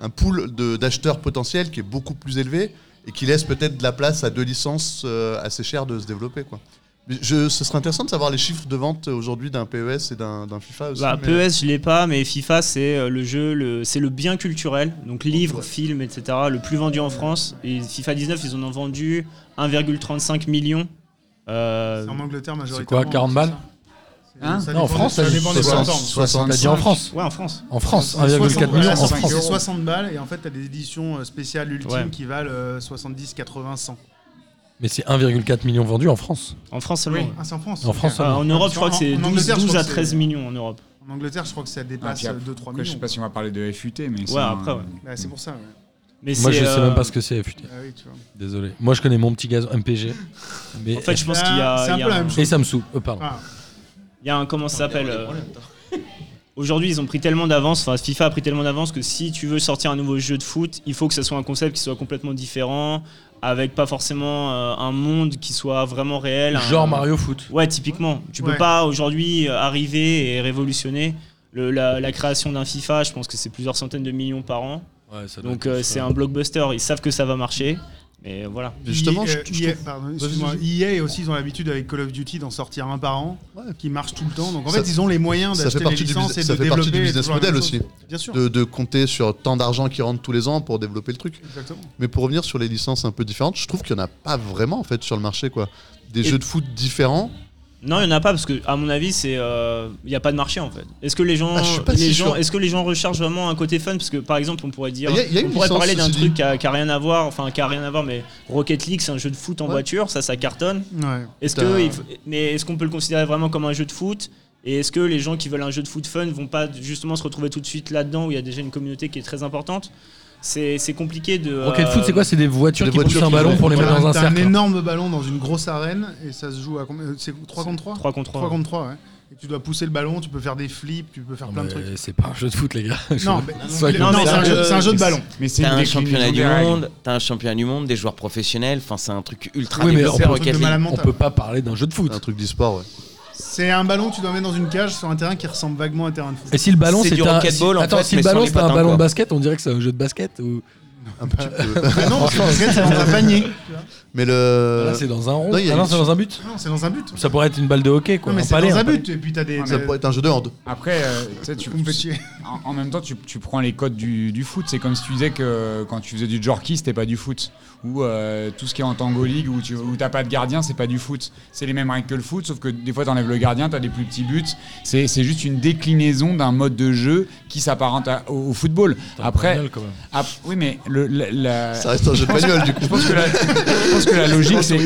Speaker 9: un pool de- d'acheteurs potentiels qui est beaucoup plus élevé et qui laisse peut-être de la place à deux licences euh, assez chères de se développer. Quoi. Mais Je, ce serait intéressant de savoir les chiffres de vente euh, aujourd'hui d'un PES et d'un d'un FIFA aussi.
Speaker 5: Bah,
Speaker 7: E
Speaker 9: mais-
Speaker 5: PES, je l'ai pas, mais FIFA, c'est euh, le jeu, le, c'est le bien culturel, donc livres, films, etc., le plus vendu en France. Et FIFA 19, ils en ont vendu 1,35 million. Euh,
Speaker 7: C'est En Angleterre,
Speaker 4: C'est
Speaker 7: majoritairement.
Speaker 4: quoi, 40 balles
Speaker 7: C'est ça.
Speaker 6: Hein
Speaker 7: Ça
Speaker 4: Non, en
Speaker 7: dépend-
Speaker 4: France,
Speaker 7: ça
Speaker 4: t'as dit
Speaker 7: dépend des
Speaker 4: 60.
Speaker 7: plateformes.
Speaker 4: 60, t'as dit en France
Speaker 5: ouais, en France.
Speaker 4: En France,
Speaker 7: C'est
Speaker 4: 1,4 million en
Speaker 7: 60,
Speaker 4: France.
Speaker 7: C'est 60 balles et en fait, t'as des éditions euh, spéciales ultimes
Speaker 5: Ouais.
Speaker 7: qui valent euh, 70, 80, 100.
Speaker 4: Mais c'est 1,4 million vendus en France.
Speaker 5: En France seulement. ouais.
Speaker 7: Ah, c'est en France.
Speaker 4: En France,
Speaker 7: ok.
Speaker 5: Euh, en Europe, je crois que c'est
Speaker 7: En
Speaker 5: 12,
Speaker 7: Angleterre, je
Speaker 5: 12
Speaker 7: crois
Speaker 5: à
Speaker 7: que c'est-
Speaker 5: 13 millions en Europe.
Speaker 7: En Angleterre, je crois que ça
Speaker 6: Ah,
Speaker 7: dépasse
Speaker 6: puis
Speaker 7: euh,
Speaker 6: après,
Speaker 7: 2-3
Speaker 6: Je sais
Speaker 7: millions.
Speaker 6: pas si on va parler de FUT, mais c'est
Speaker 5: après,
Speaker 6: un-
Speaker 5: ouais.
Speaker 7: Ouais, c'est pour ça. ouais.
Speaker 5: Mais
Speaker 4: Moi,
Speaker 5: c'est,
Speaker 4: je sais
Speaker 5: euh,
Speaker 4: même pas ce que c'est, putain.
Speaker 7: Ah oui, tu vois.
Speaker 4: Désolé. Moi, je connais mon petit gazon MPG. Mais
Speaker 5: En fait, je pense qu'il y a.
Speaker 7: C'est un
Speaker 5: il y a
Speaker 7: peu la même
Speaker 4: Et ça me saoule. Oh, pardon.
Speaker 7: Ah,
Speaker 5: Il y a un. Comment ça s'appelle
Speaker 8: Il y a des
Speaker 5: euh,
Speaker 8: problèmes, toi.
Speaker 5: Aujourd'hui, ils ont pris tellement d'avance, enfin FIFA a pris tellement d'avance que si tu veux sortir un nouveau jeu de foot, il faut que ça soit un concept qui soit complètement différent, avec pas forcément euh, un monde qui soit vraiment réel. un-
Speaker 4: Genre Mario Foot.
Speaker 5: Ouais, typiquement. Tu
Speaker 7: Ouais.
Speaker 5: peux pas aujourd'hui euh, arriver et révolutionner le- la, la création d'un FIFA. Je pense que c'est plusieurs centaines de millions par an.
Speaker 4: Ouais, ça doit
Speaker 5: Donc
Speaker 4: être
Speaker 5: euh,
Speaker 4: ça.
Speaker 5: c'est un blockbuster. Ils savent que ça va marcher. Mais voilà.
Speaker 9: Justement,
Speaker 7: EA,
Speaker 9: je-
Speaker 7: euh,
Speaker 9: je
Speaker 7: EA,
Speaker 9: trouve-
Speaker 7: pardon,
Speaker 9: Vas-y,
Speaker 7: excuse-moi, EA aussi, ils ont l'habitude avec Call of Duty d'en sortir un par an, qui marche tout le temps. Donc en fait,
Speaker 9: Ça-
Speaker 7: ils ont les moyens
Speaker 9: ça
Speaker 7: d'acheter
Speaker 9: fait
Speaker 7: des
Speaker 9: partie du
Speaker 7: licences et
Speaker 9: business,
Speaker 7: de
Speaker 9: ça fait
Speaker 7: développer.
Speaker 9: partie du business
Speaker 7: toujours la même
Speaker 9: model
Speaker 7: chose.
Speaker 9: aussi,
Speaker 7: Bien sûr.
Speaker 9: de, de compter sur tant d'argent qui rentre tous les ans pour développer le truc.
Speaker 7: Exactement.
Speaker 9: Mais pour revenir sur les licences un peu différentes, je trouve qu'il n'y en a pas vraiment en fait sur le marché quoi. Des jeux de foot différents.
Speaker 5: Non, il n'y en a pas parce que, à mon avis, c'est, euh, il n'y a pas de marché en fait. Est-ce que les gens,
Speaker 9: Ah, je suis pas
Speaker 5: les
Speaker 9: si
Speaker 5: gens,
Speaker 9: sûr.
Speaker 5: est-ce que les gens recherchent vraiment un côté fun Parce que, par exemple, on pourrait dire,
Speaker 9: Il y a- il y a
Speaker 5: on
Speaker 9: une
Speaker 5: pourrait
Speaker 9: licence,
Speaker 5: parler d'un
Speaker 9: ceci
Speaker 5: truc
Speaker 9: dit.
Speaker 5: qui a, qui a rien à voir, enfin qui a rien à voir, mais Rocket League, c'est un jeu de foot en
Speaker 9: Ouais.
Speaker 5: voiture, ça, ça cartonne.
Speaker 7: Ouais.
Speaker 5: Est-ce
Speaker 9: T'as-
Speaker 5: que, il faut- mais est-ce qu'on peut le considérer vraiment comme un jeu de foot Et est-ce que les gens qui veulent un jeu de foot fun vont pas justement se retrouver tout de suite là-dedans où il y a déjà une communauté qui est très importante C'est c'est compliqué de.
Speaker 4: Rocket
Speaker 5: euh,
Speaker 4: Foot, c'est quoi C'est des voitures
Speaker 9: des
Speaker 4: qui poussent
Speaker 9: voitures
Speaker 4: un
Speaker 9: qui
Speaker 4: ballon
Speaker 9: jouent.
Speaker 4: pour les mettre
Speaker 7: Voilà,
Speaker 4: dans un
Speaker 7: T'as un
Speaker 4: cercle.
Speaker 7: énorme ballon dans une grosse arène et ça se joue à combien C'est 3 contre 3
Speaker 5: 3 euh, contre 3.
Speaker 7: 3 contre 3, ouais. Et tu dois pousser le ballon, tu peux faire des flips, tu peux faire
Speaker 4: Non,
Speaker 7: plein de
Speaker 4: mais euh,
Speaker 7: trucs.
Speaker 4: C'est pas un jeu de foot, les gars.
Speaker 7: Non, mais,
Speaker 4: Soit
Speaker 7: non,
Speaker 4: comme
Speaker 7: mais c'est
Speaker 4: ça.
Speaker 7: un, jeu- c'est un jeu de ballon.
Speaker 6: Mais c'est
Speaker 8: T'as
Speaker 6: une
Speaker 8: un
Speaker 6: déclinaison
Speaker 8: championnat
Speaker 6: des
Speaker 8: du
Speaker 6: règles.
Speaker 8: monde, t'as un championnat du monde, des joueurs professionnels. Enfin, c'est un truc ultra
Speaker 4: Oui, mais
Speaker 8: développé,
Speaker 4: on peut-
Speaker 7: Un truc
Speaker 8: Rocket
Speaker 7: de
Speaker 8: League.
Speaker 7: malade
Speaker 4: On
Speaker 7: mental.
Speaker 4: peut pas parler d'un jeu de foot.
Speaker 9: Un truc d'e-sport, ouais.
Speaker 7: C'est un ballon que tu dois mettre dans une cage sur un terrain qui ressemble vaguement à un terrain de foot.
Speaker 4: Et si le ballon
Speaker 8: C'est
Speaker 4: c'était
Speaker 8: du
Speaker 4: un, si,
Speaker 8: racquetball, en
Speaker 4: attends,
Speaker 8: fait,
Speaker 4: si le
Speaker 8: mais sans
Speaker 4: ballon
Speaker 8: les
Speaker 4: c'était un
Speaker 8: patins,
Speaker 4: ballon de
Speaker 8: quoi.
Speaker 4: basket, on dirait que c'est un jeu de basket ou
Speaker 9: Un petit peu.
Speaker 7: Bah non, parce que le basket, c'est dans un panier. tu vois.
Speaker 9: Mais le.
Speaker 4: là c'est dans un rond.
Speaker 9: Euh, Non, il y a
Speaker 4: Ah non,
Speaker 9: une-
Speaker 4: c'est dans un but.
Speaker 7: Non, c'est dans un but.
Speaker 4: Ça pourrait être une balle de hockey quoi.
Speaker 7: Non, mais
Speaker 4: un
Speaker 7: c'est
Speaker 4: palais,
Speaker 7: dans
Speaker 4: un
Speaker 7: un
Speaker 4: palais.
Speaker 7: but. Et puis t'as des.
Speaker 9: Ça pourrait être un jeu de hand.
Speaker 6: Après, euh, tu sais, tu,
Speaker 7: Mon petit.
Speaker 6: en, en même temps, tu, tu prends les codes du, du foot. C'est comme si tu disais que euh, quand tu faisais du jorky, c'était pas du foot. Ou euh, tout ce qui est en tango league, où tu où t'as pas de gardien, c'est pas du foot. C'est les mêmes règles que le foot, sauf que des fois, t'enlèves le gardien, t'as des plus petits buts. C'est c'est juste une déclinaison d'un mode de jeu qui s'apparente à- au, au football.
Speaker 4: Putain,
Speaker 6: Après,
Speaker 4: génial, quand même.
Speaker 6: ap- oui, mais le, la- la-
Speaker 9: Ça reste un jeu de bagnole du coup.
Speaker 6: je pense que la, je pense que la logique, c'est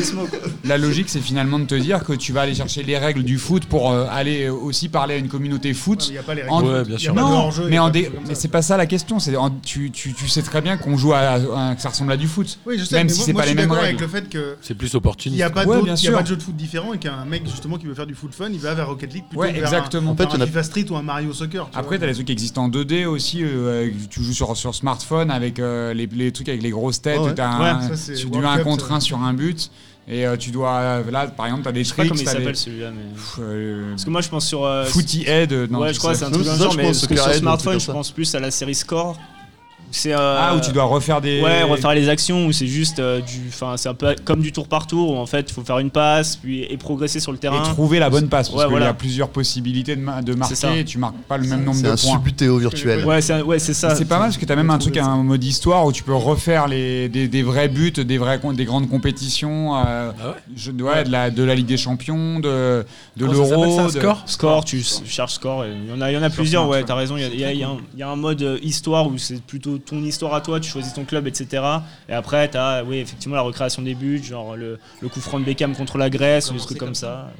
Speaker 6: la logique, c'est finalement de te dire que tu vas aller chercher les règles du foot pour euh, aller aussi parler à une communauté foot.
Speaker 7: Il n'y a pas les
Speaker 6: En-
Speaker 7: règles.
Speaker 4: Ouais, bien
Speaker 7: Il y
Speaker 4: sûr.
Speaker 7: a pas de
Speaker 6: Non,
Speaker 7: hors-jeu, il y
Speaker 6: mais,
Speaker 7: a
Speaker 6: en
Speaker 7: pas de
Speaker 6: dé-
Speaker 7: trucs comme
Speaker 6: mais
Speaker 7: ça.
Speaker 6: c'est pas ça la question. C'est en- tu, tu- tu sais très bien qu'on joue à, à- que ça ressemble à du foot.
Speaker 7: Oui, je sais,
Speaker 6: même
Speaker 7: mais
Speaker 6: si
Speaker 7: moi-
Speaker 6: c'est
Speaker 7: moi,
Speaker 6: pas les
Speaker 7: je suis
Speaker 6: mêmes
Speaker 7: d'accord
Speaker 6: règles.
Speaker 7: avec le fait que.
Speaker 4: C'est plus
Speaker 7: Il
Speaker 4: opportuniste.
Speaker 7: n'y a, pas
Speaker 6: Ouais,
Speaker 7: d'autres-
Speaker 6: bien
Speaker 7: il y a
Speaker 6: sûr.
Speaker 7: pas de jeu de foot différent et qu'un mec justement qui veut faire du foot fun, il va vers Rocket League plutôt
Speaker 6: Ouais,
Speaker 7: que vers
Speaker 6: exactement.
Speaker 7: un,
Speaker 6: En
Speaker 9: fait,
Speaker 7: vers un
Speaker 9: il y en a-
Speaker 7: FIFA Street ou un Mario Soccer. tu
Speaker 6: Après,
Speaker 7: vois.
Speaker 6: t'as les trucs qui existent en 2D aussi. euh, avec- tu joues sur, sur smartphone avec euh, les, les trucs avec les grosses têtes.
Speaker 9: Ouais,
Speaker 6: où
Speaker 9: ouais.
Speaker 6: t'as un-
Speaker 7: Ouais, ça, c'est
Speaker 6: tu
Speaker 7: World
Speaker 6: dois un
Speaker 7: Cup,
Speaker 6: contre
Speaker 7: ça.
Speaker 6: 1 sur un but. Et euh, tu dois. euh, Là, par exemple, t'as des
Speaker 5: Je sais pas
Speaker 6: tricks.
Speaker 5: comment il
Speaker 6: t'as des-
Speaker 5: s'appelle celui-là, mais.
Speaker 6: Pff, euh,
Speaker 5: Parce que moi, je pense sur. euh,
Speaker 6: Footy Head. euh, non,
Speaker 5: ouais,
Speaker 6: tu
Speaker 5: je crois que
Speaker 6: sais.
Speaker 5: c'est un truc
Speaker 9: Ça,
Speaker 5: comme
Speaker 9: je
Speaker 5: genre,
Speaker 9: pense,
Speaker 5: mais parce que sur
Speaker 9: Soccerhead, un truc
Speaker 5: smartphone,
Speaker 9: comme
Speaker 5: je
Speaker 9: ça.
Speaker 5: pense plus à la série Score. C'est euh,
Speaker 6: Ah, où tu dois refaire des.
Speaker 5: Ouais, refaire les actions où c'est juste euh, du. Enfin, c'est un peu comme du tour par tour où en fait il faut faire une passe puis et progresser sur le
Speaker 6: Et
Speaker 5: terrain.
Speaker 6: trouver la bonne passe. Parce
Speaker 5: Ouais,
Speaker 6: qu'il y
Speaker 5: voilà.
Speaker 6: a plusieurs possibilités de, ma- de
Speaker 5: ça.
Speaker 6: marquer. Et tu marques pas le même nombre
Speaker 9: C'est
Speaker 6: de
Speaker 9: un
Speaker 6: points.
Speaker 9: subutéo virtuel.
Speaker 5: Ouais, c'est un- ouais, c'est ça.
Speaker 6: C'est pas mal parce que t'as même un truc, un mode histoire où tu peux refaire les, des, des vrais buts, des, vrais, con- des grandes compétitions, euh,
Speaker 4: Ah ouais
Speaker 6: je- ouais, de, la, de la Ligue des Champions, de, de
Speaker 4: Comment ça s'appelle,
Speaker 6: l'Euro.
Speaker 4: ça,
Speaker 6: de-
Speaker 4: score
Speaker 5: Score, tu s- cherches score. et Il y en a, il y en a
Speaker 6: Sur
Speaker 5: plusieurs,
Speaker 6: Smart,
Speaker 5: ouais,
Speaker 6: ouais.
Speaker 5: t'as raison. Il y a- il y, a- il y a un- il y a un mode euh, histoire où c'est plutôt ton histoire à toi, tu choisis ton club, etc. Et après, t'as oui, effectivement la recréation des buts, genre le, le coup franc de Beckham contre la Grèce ou des
Speaker 8: Commencer
Speaker 5: trucs
Speaker 8: comme
Speaker 5: comme ça.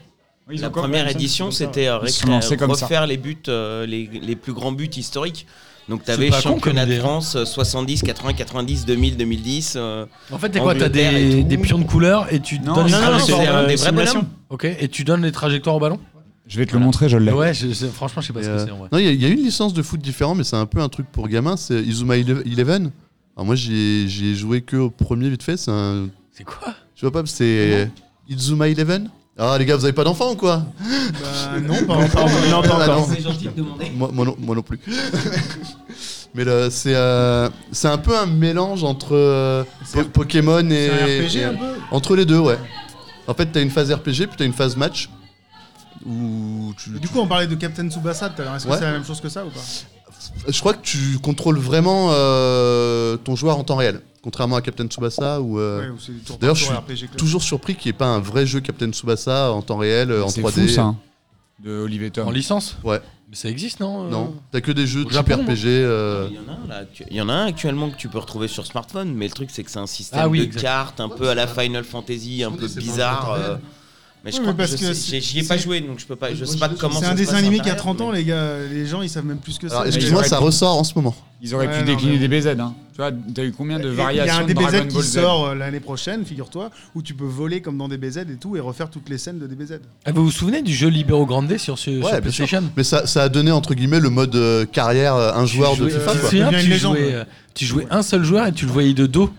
Speaker 6: Ils
Speaker 8: La
Speaker 6: ont quoi,
Speaker 8: première
Speaker 5: comme ça,
Speaker 8: édition,
Speaker 5: c'est comme ça.
Speaker 8: c'était euh,
Speaker 6: Ils se
Speaker 8: récré-
Speaker 6: lançaient comme ça.
Speaker 8: refaire les buts, euh, les, les plus grands buts historiques. Donc tu
Speaker 4: C'est
Speaker 8: avais
Speaker 4: pas con comme
Speaker 8: championnat
Speaker 4: idée,
Speaker 8: de
Speaker 4: hein.
Speaker 8: France euh, 70, 80, 90, 2000, 2010. euh,
Speaker 4: En fait, t'es quoi T'as
Speaker 8: Angleterre
Speaker 4: des,
Speaker 8: et tout.
Speaker 4: des pions de couleur et tu
Speaker 6: Non,
Speaker 4: donnes les
Speaker 6: non, non,
Speaker 8: Ah, c'est
Speaker 4: trajectoires.
Speaker 5: c'est,
Speaker 8: un
Speaker 5: euh,
Speaker 8: des vrais
Speaker 5: simulation.
Speaker 8: bonhommes.
Speaker 4: Ok, et tu donnes les trajectoires au ballon.
Speaker 6: Je vais te le montrer, je l'ai.
Speaker 4: Ouais, je- je- franchement, je sais pas
Speaker 9: Et,
Speaker 4: ce que
Speaker 9: euh,
Speaker 4: c'est en vrai.
Speaker 9: non, il y, a- il y a une licence de foot différent, mais c'est un peu un truc pour gamins. C'est Izuma Ele- Eleven. Alors moi, j'ai j'ai joué que au premier vite fait. C'est un,
Speaker 4: C'est quoi
Speaker 9: tu vois pas, c'est Izuma Eleven. Ah les gars, vous avez pas d'enfant ou quoi Euh,
Speaker 7: Bah, non, pas encore.
Speaker 5: Non, pas
Speaker 9: Ah,
Speaker 5: encore.
Speaker 9: non. moi, moi non, moi non plus. mais le- c'est euh, c'est un peu un mélange entre euh, po- Pokémon et,
Speaker 7: C'est
Speaker 9: et-
Speaker 7: un RPG un peu
Speaker 9: entre les deux, ouais. En fait, t'as une phase RPG puis t'as une phase match où tu,
Speaker 7: Du coup, on parlait de Captain Tsubasa tout à l'heure. Est-ce que
Speaker 9: Ouais.
Speaker 7: c'est la même chose que ça ou pas
Speaker 9: Je crois que tu contrôles vraiment euh, ton joueur en temps réel, contrairement à Captain Tsubasa ou. euh,
Speaker 7: Ouais, ou c'est du tour par
Speaker 9: D'ailleurs,
Speaker 7: tour
Speaker 9: je suis
Speaker 7: RPG classique.
Speaker 9: Toujours surpris qu'il n'y ait pas un vrai jeu Captain Tsubasa en temps réel, euh, en
Speaker 6: C'est
Speaker 9: 3D.
Speaker 6: fou ça. hein, De Olivier Tom.
Speaker 4: En licence
Speaker 9: Ouais.
Speaker 4: Mais ça existe, non euh
Speaker 9: Non, t'as que des jeux
Speaker 4: Au
Speaker 9: type
Speaker 4: Japon,
Speaker 9: RPG. euh,
Speaker 8: Il y en a un, là, actu- il y en a un actuellement que tu peux retrouver sur smartphone, mais le truc c'est que c'est un système
Speaker 4: Ah oui,
Speaker 8: de
Speaker 4: exact.
Speaker 8: cartes un peu à la Final Fantasy, un
Speaker 9: Oui,
Speaker 8: peu
Speaker 9: c'est pas
Speaker 8: bizarre.
Speaker 9: un jeu
Speaker 8: euh, mais je
Speaker 7: Oui, mais
Speaker 8: crois que
Speaker 7: parce
Speaker 8: je
Speaker 7: que
Speaker 8: sais-
Speaker 7: c'est-
Speaker 8: j'y ai pas
Speaker 7: c'est-
Speaker 8: joué, donc je peux pas. Je
Speaker 9: Moi,
Speaker 8: sais
Speaker 9: je
Speaker 8: pas
Speaker 9: sais,
Speaker 8: comment.
Speaker 7: C'est
Speaker 8: ça
Speaker 7: un
Speaker 8: se
Speaker 7: dessin
Speaker 8: passe
Speaker 7: animé
Speaker 8: à
Speaker 7: qui a
Speaker 8: l'intérieur,
Speaker 7: 30 ans,
Speaker 8: mais-
Speaker 7: les gars. Les gens, ils savent même plus que ça.
Speaker 9: Alors, excuse-moi,
Speaker 6: Ouais,
Speaker 9: ça ressort en ce moment.
Speaker 6: Ils auraient
Speaker 7: Ouais,
Speaker 6: pu
Speaker 7: non,
Speaker 6: décliner des
Speaker 7: mais-
Speaker 6: BZ. Hein. Tu vois, t'as eu combien de
Speaker 7: Et
Speaker 6: variations
Speaker 7: Il y a un
Speaker 6: de
Speaker 7: DBZ
Speaker 6: Dragon Ball
Speaker 7: qui
Speaker 6: Z
Speaker 7: sort euh, l'année prochaine, figure-toi, où tu peux voler comme dans DBZ et tout et refaire toutes les scènes de DBZ.
Speaker 4: Ah, vous vous souvenez du jeu Libero Grande sur, ce- sur
Speaker 9: bien
Speaker 4: PlayStation
Speaker 9: Mais ça, ça a donné entre guillemets le mode euh, carrière euh, un joueur de
Speaker 4: Tu jouais-
Speaker 9: FIFA.
Speaker 4: tu te
Speaker 9: quoi.
Speaker 7: c'est-
Speaker 4: souviens,
Speaker 7: Devient une
Speaker 4: tu
Speaker 7: légende.
Speaker 4: jouais, euh, tu jouais un seul joueur et tu le voyais de dos.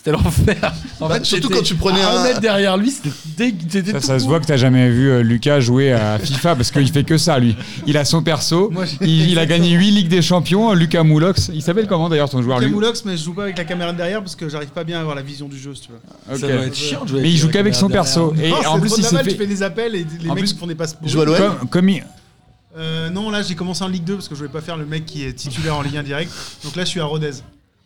Speaker 4: C'était l'enfer. En
Speaker 9: Bah, surtout quand tu prenais
Speaker 4: à un
Speaker 9: un-
Speaker 4: mètre derrière lui, c'était dégue- c'était
Speaker 6: Ça,
Speaker 4: tout
Speaker 6: ça se
Speaker 4: pourri.
Speaker 6: voit que t'as jamais vu euh, Lucas jouer à FIFA parce qu'il fait que ça, lui. Il a son perso.
Speaker 7: Moi, j'ai-
Speaker 6: il, il a gagné 8 Ligues des Champions. Lucas Moulox. Il s'appelle comment d'ailleurs ton joueur
Speaker 7: Lucas
Speaker 6: lui
Speaker 7: Moulox, mais je joue pas avec la caméra derrière parce que j'arrive pas bien à avoir la vision du jeu, si tu veux.
Speaker 6: Ok.
Speaker 4: Ça doit être chiant de jouer
Speaker 6: Mais il
Speaker 4: avec
Speaker 6: joue
Speaker 4: la
Speaker 6: qu'avec son
Speaker 4: caméra derrière.
Speaker 6: perso. Et
Speaker 7: Non,
Speaker 6: en
Speaker 7: Ah, c'est
Speaker 6: plus,
Speaker 7: trop
Speaker 6: il
Speaker 7: normal,
Speaker 6: s'est
Speaker 7: tu fais
Speaker 6: fait.
Speaker 7: des appels et les
Speaker 6: En
Speaker 7: mecs
Speaker 6: plus-
Speaker 7: ils font des passes pour.
Speaker 9: Il joue à l'OM.
Speaker 6: Comme, comme il-
Speaker 7: Euh, non, là j'ai commencé en Ligue 2 parce que je voulais pas faire le mec qui est titulaire en Ligue 1 direct. Donc là je suis à Rodez.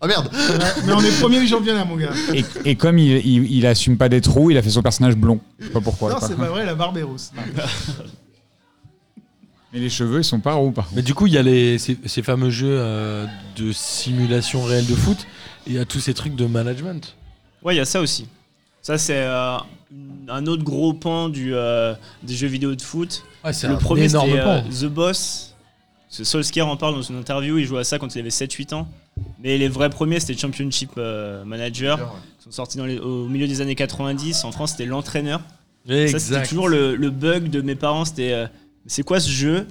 Speaker 9: Ah merde
Speaker 7: Ouais, mais on est premier du championnat, mon gars.
Speaker 6: et, et comme il, il, il assume pas d'être roux, il a fait son personnage blond. Je sais pas pourquoi.
Speaker 7: non,
Speaker 6: quoi.
Speaker 7: c'est pas vrai, la barbe est rousse.
Speaker 6: hein. Mais les cheveux, ils sont pas roux, par contre.
Speaker 4: Mais du coup, il y a les, ces, ces fameux jeux euh, de simulation réelle de foot et il y a tous ces trucs de management.
Speaker 5: Ouais, il y a ça aussi. Ça, c'est euh, un autre gros pan du, euh, des jeux vidéo de foot.
Speaker 4: Ouais, c'est
Speaker 5: Le
Speaker 4: un
Speaker 5: premier,
Speaker 4: énorme
Speaker 5: c'était euh,
Speaker 4: pan.
Speaker 5: The Boss. Ce Solskjaer en parle dans une interview, il jouait à ça quand il avait 7-8 ans. Mais les vrais premiers, c'était Championship euh, Manager. Ils sont sortis dans les- au milieu des années 90. En France, c'était l'entraîneur. Ça, c'était toujours le, le bug de mes parents. C'était euh, c'est quoi ce jeu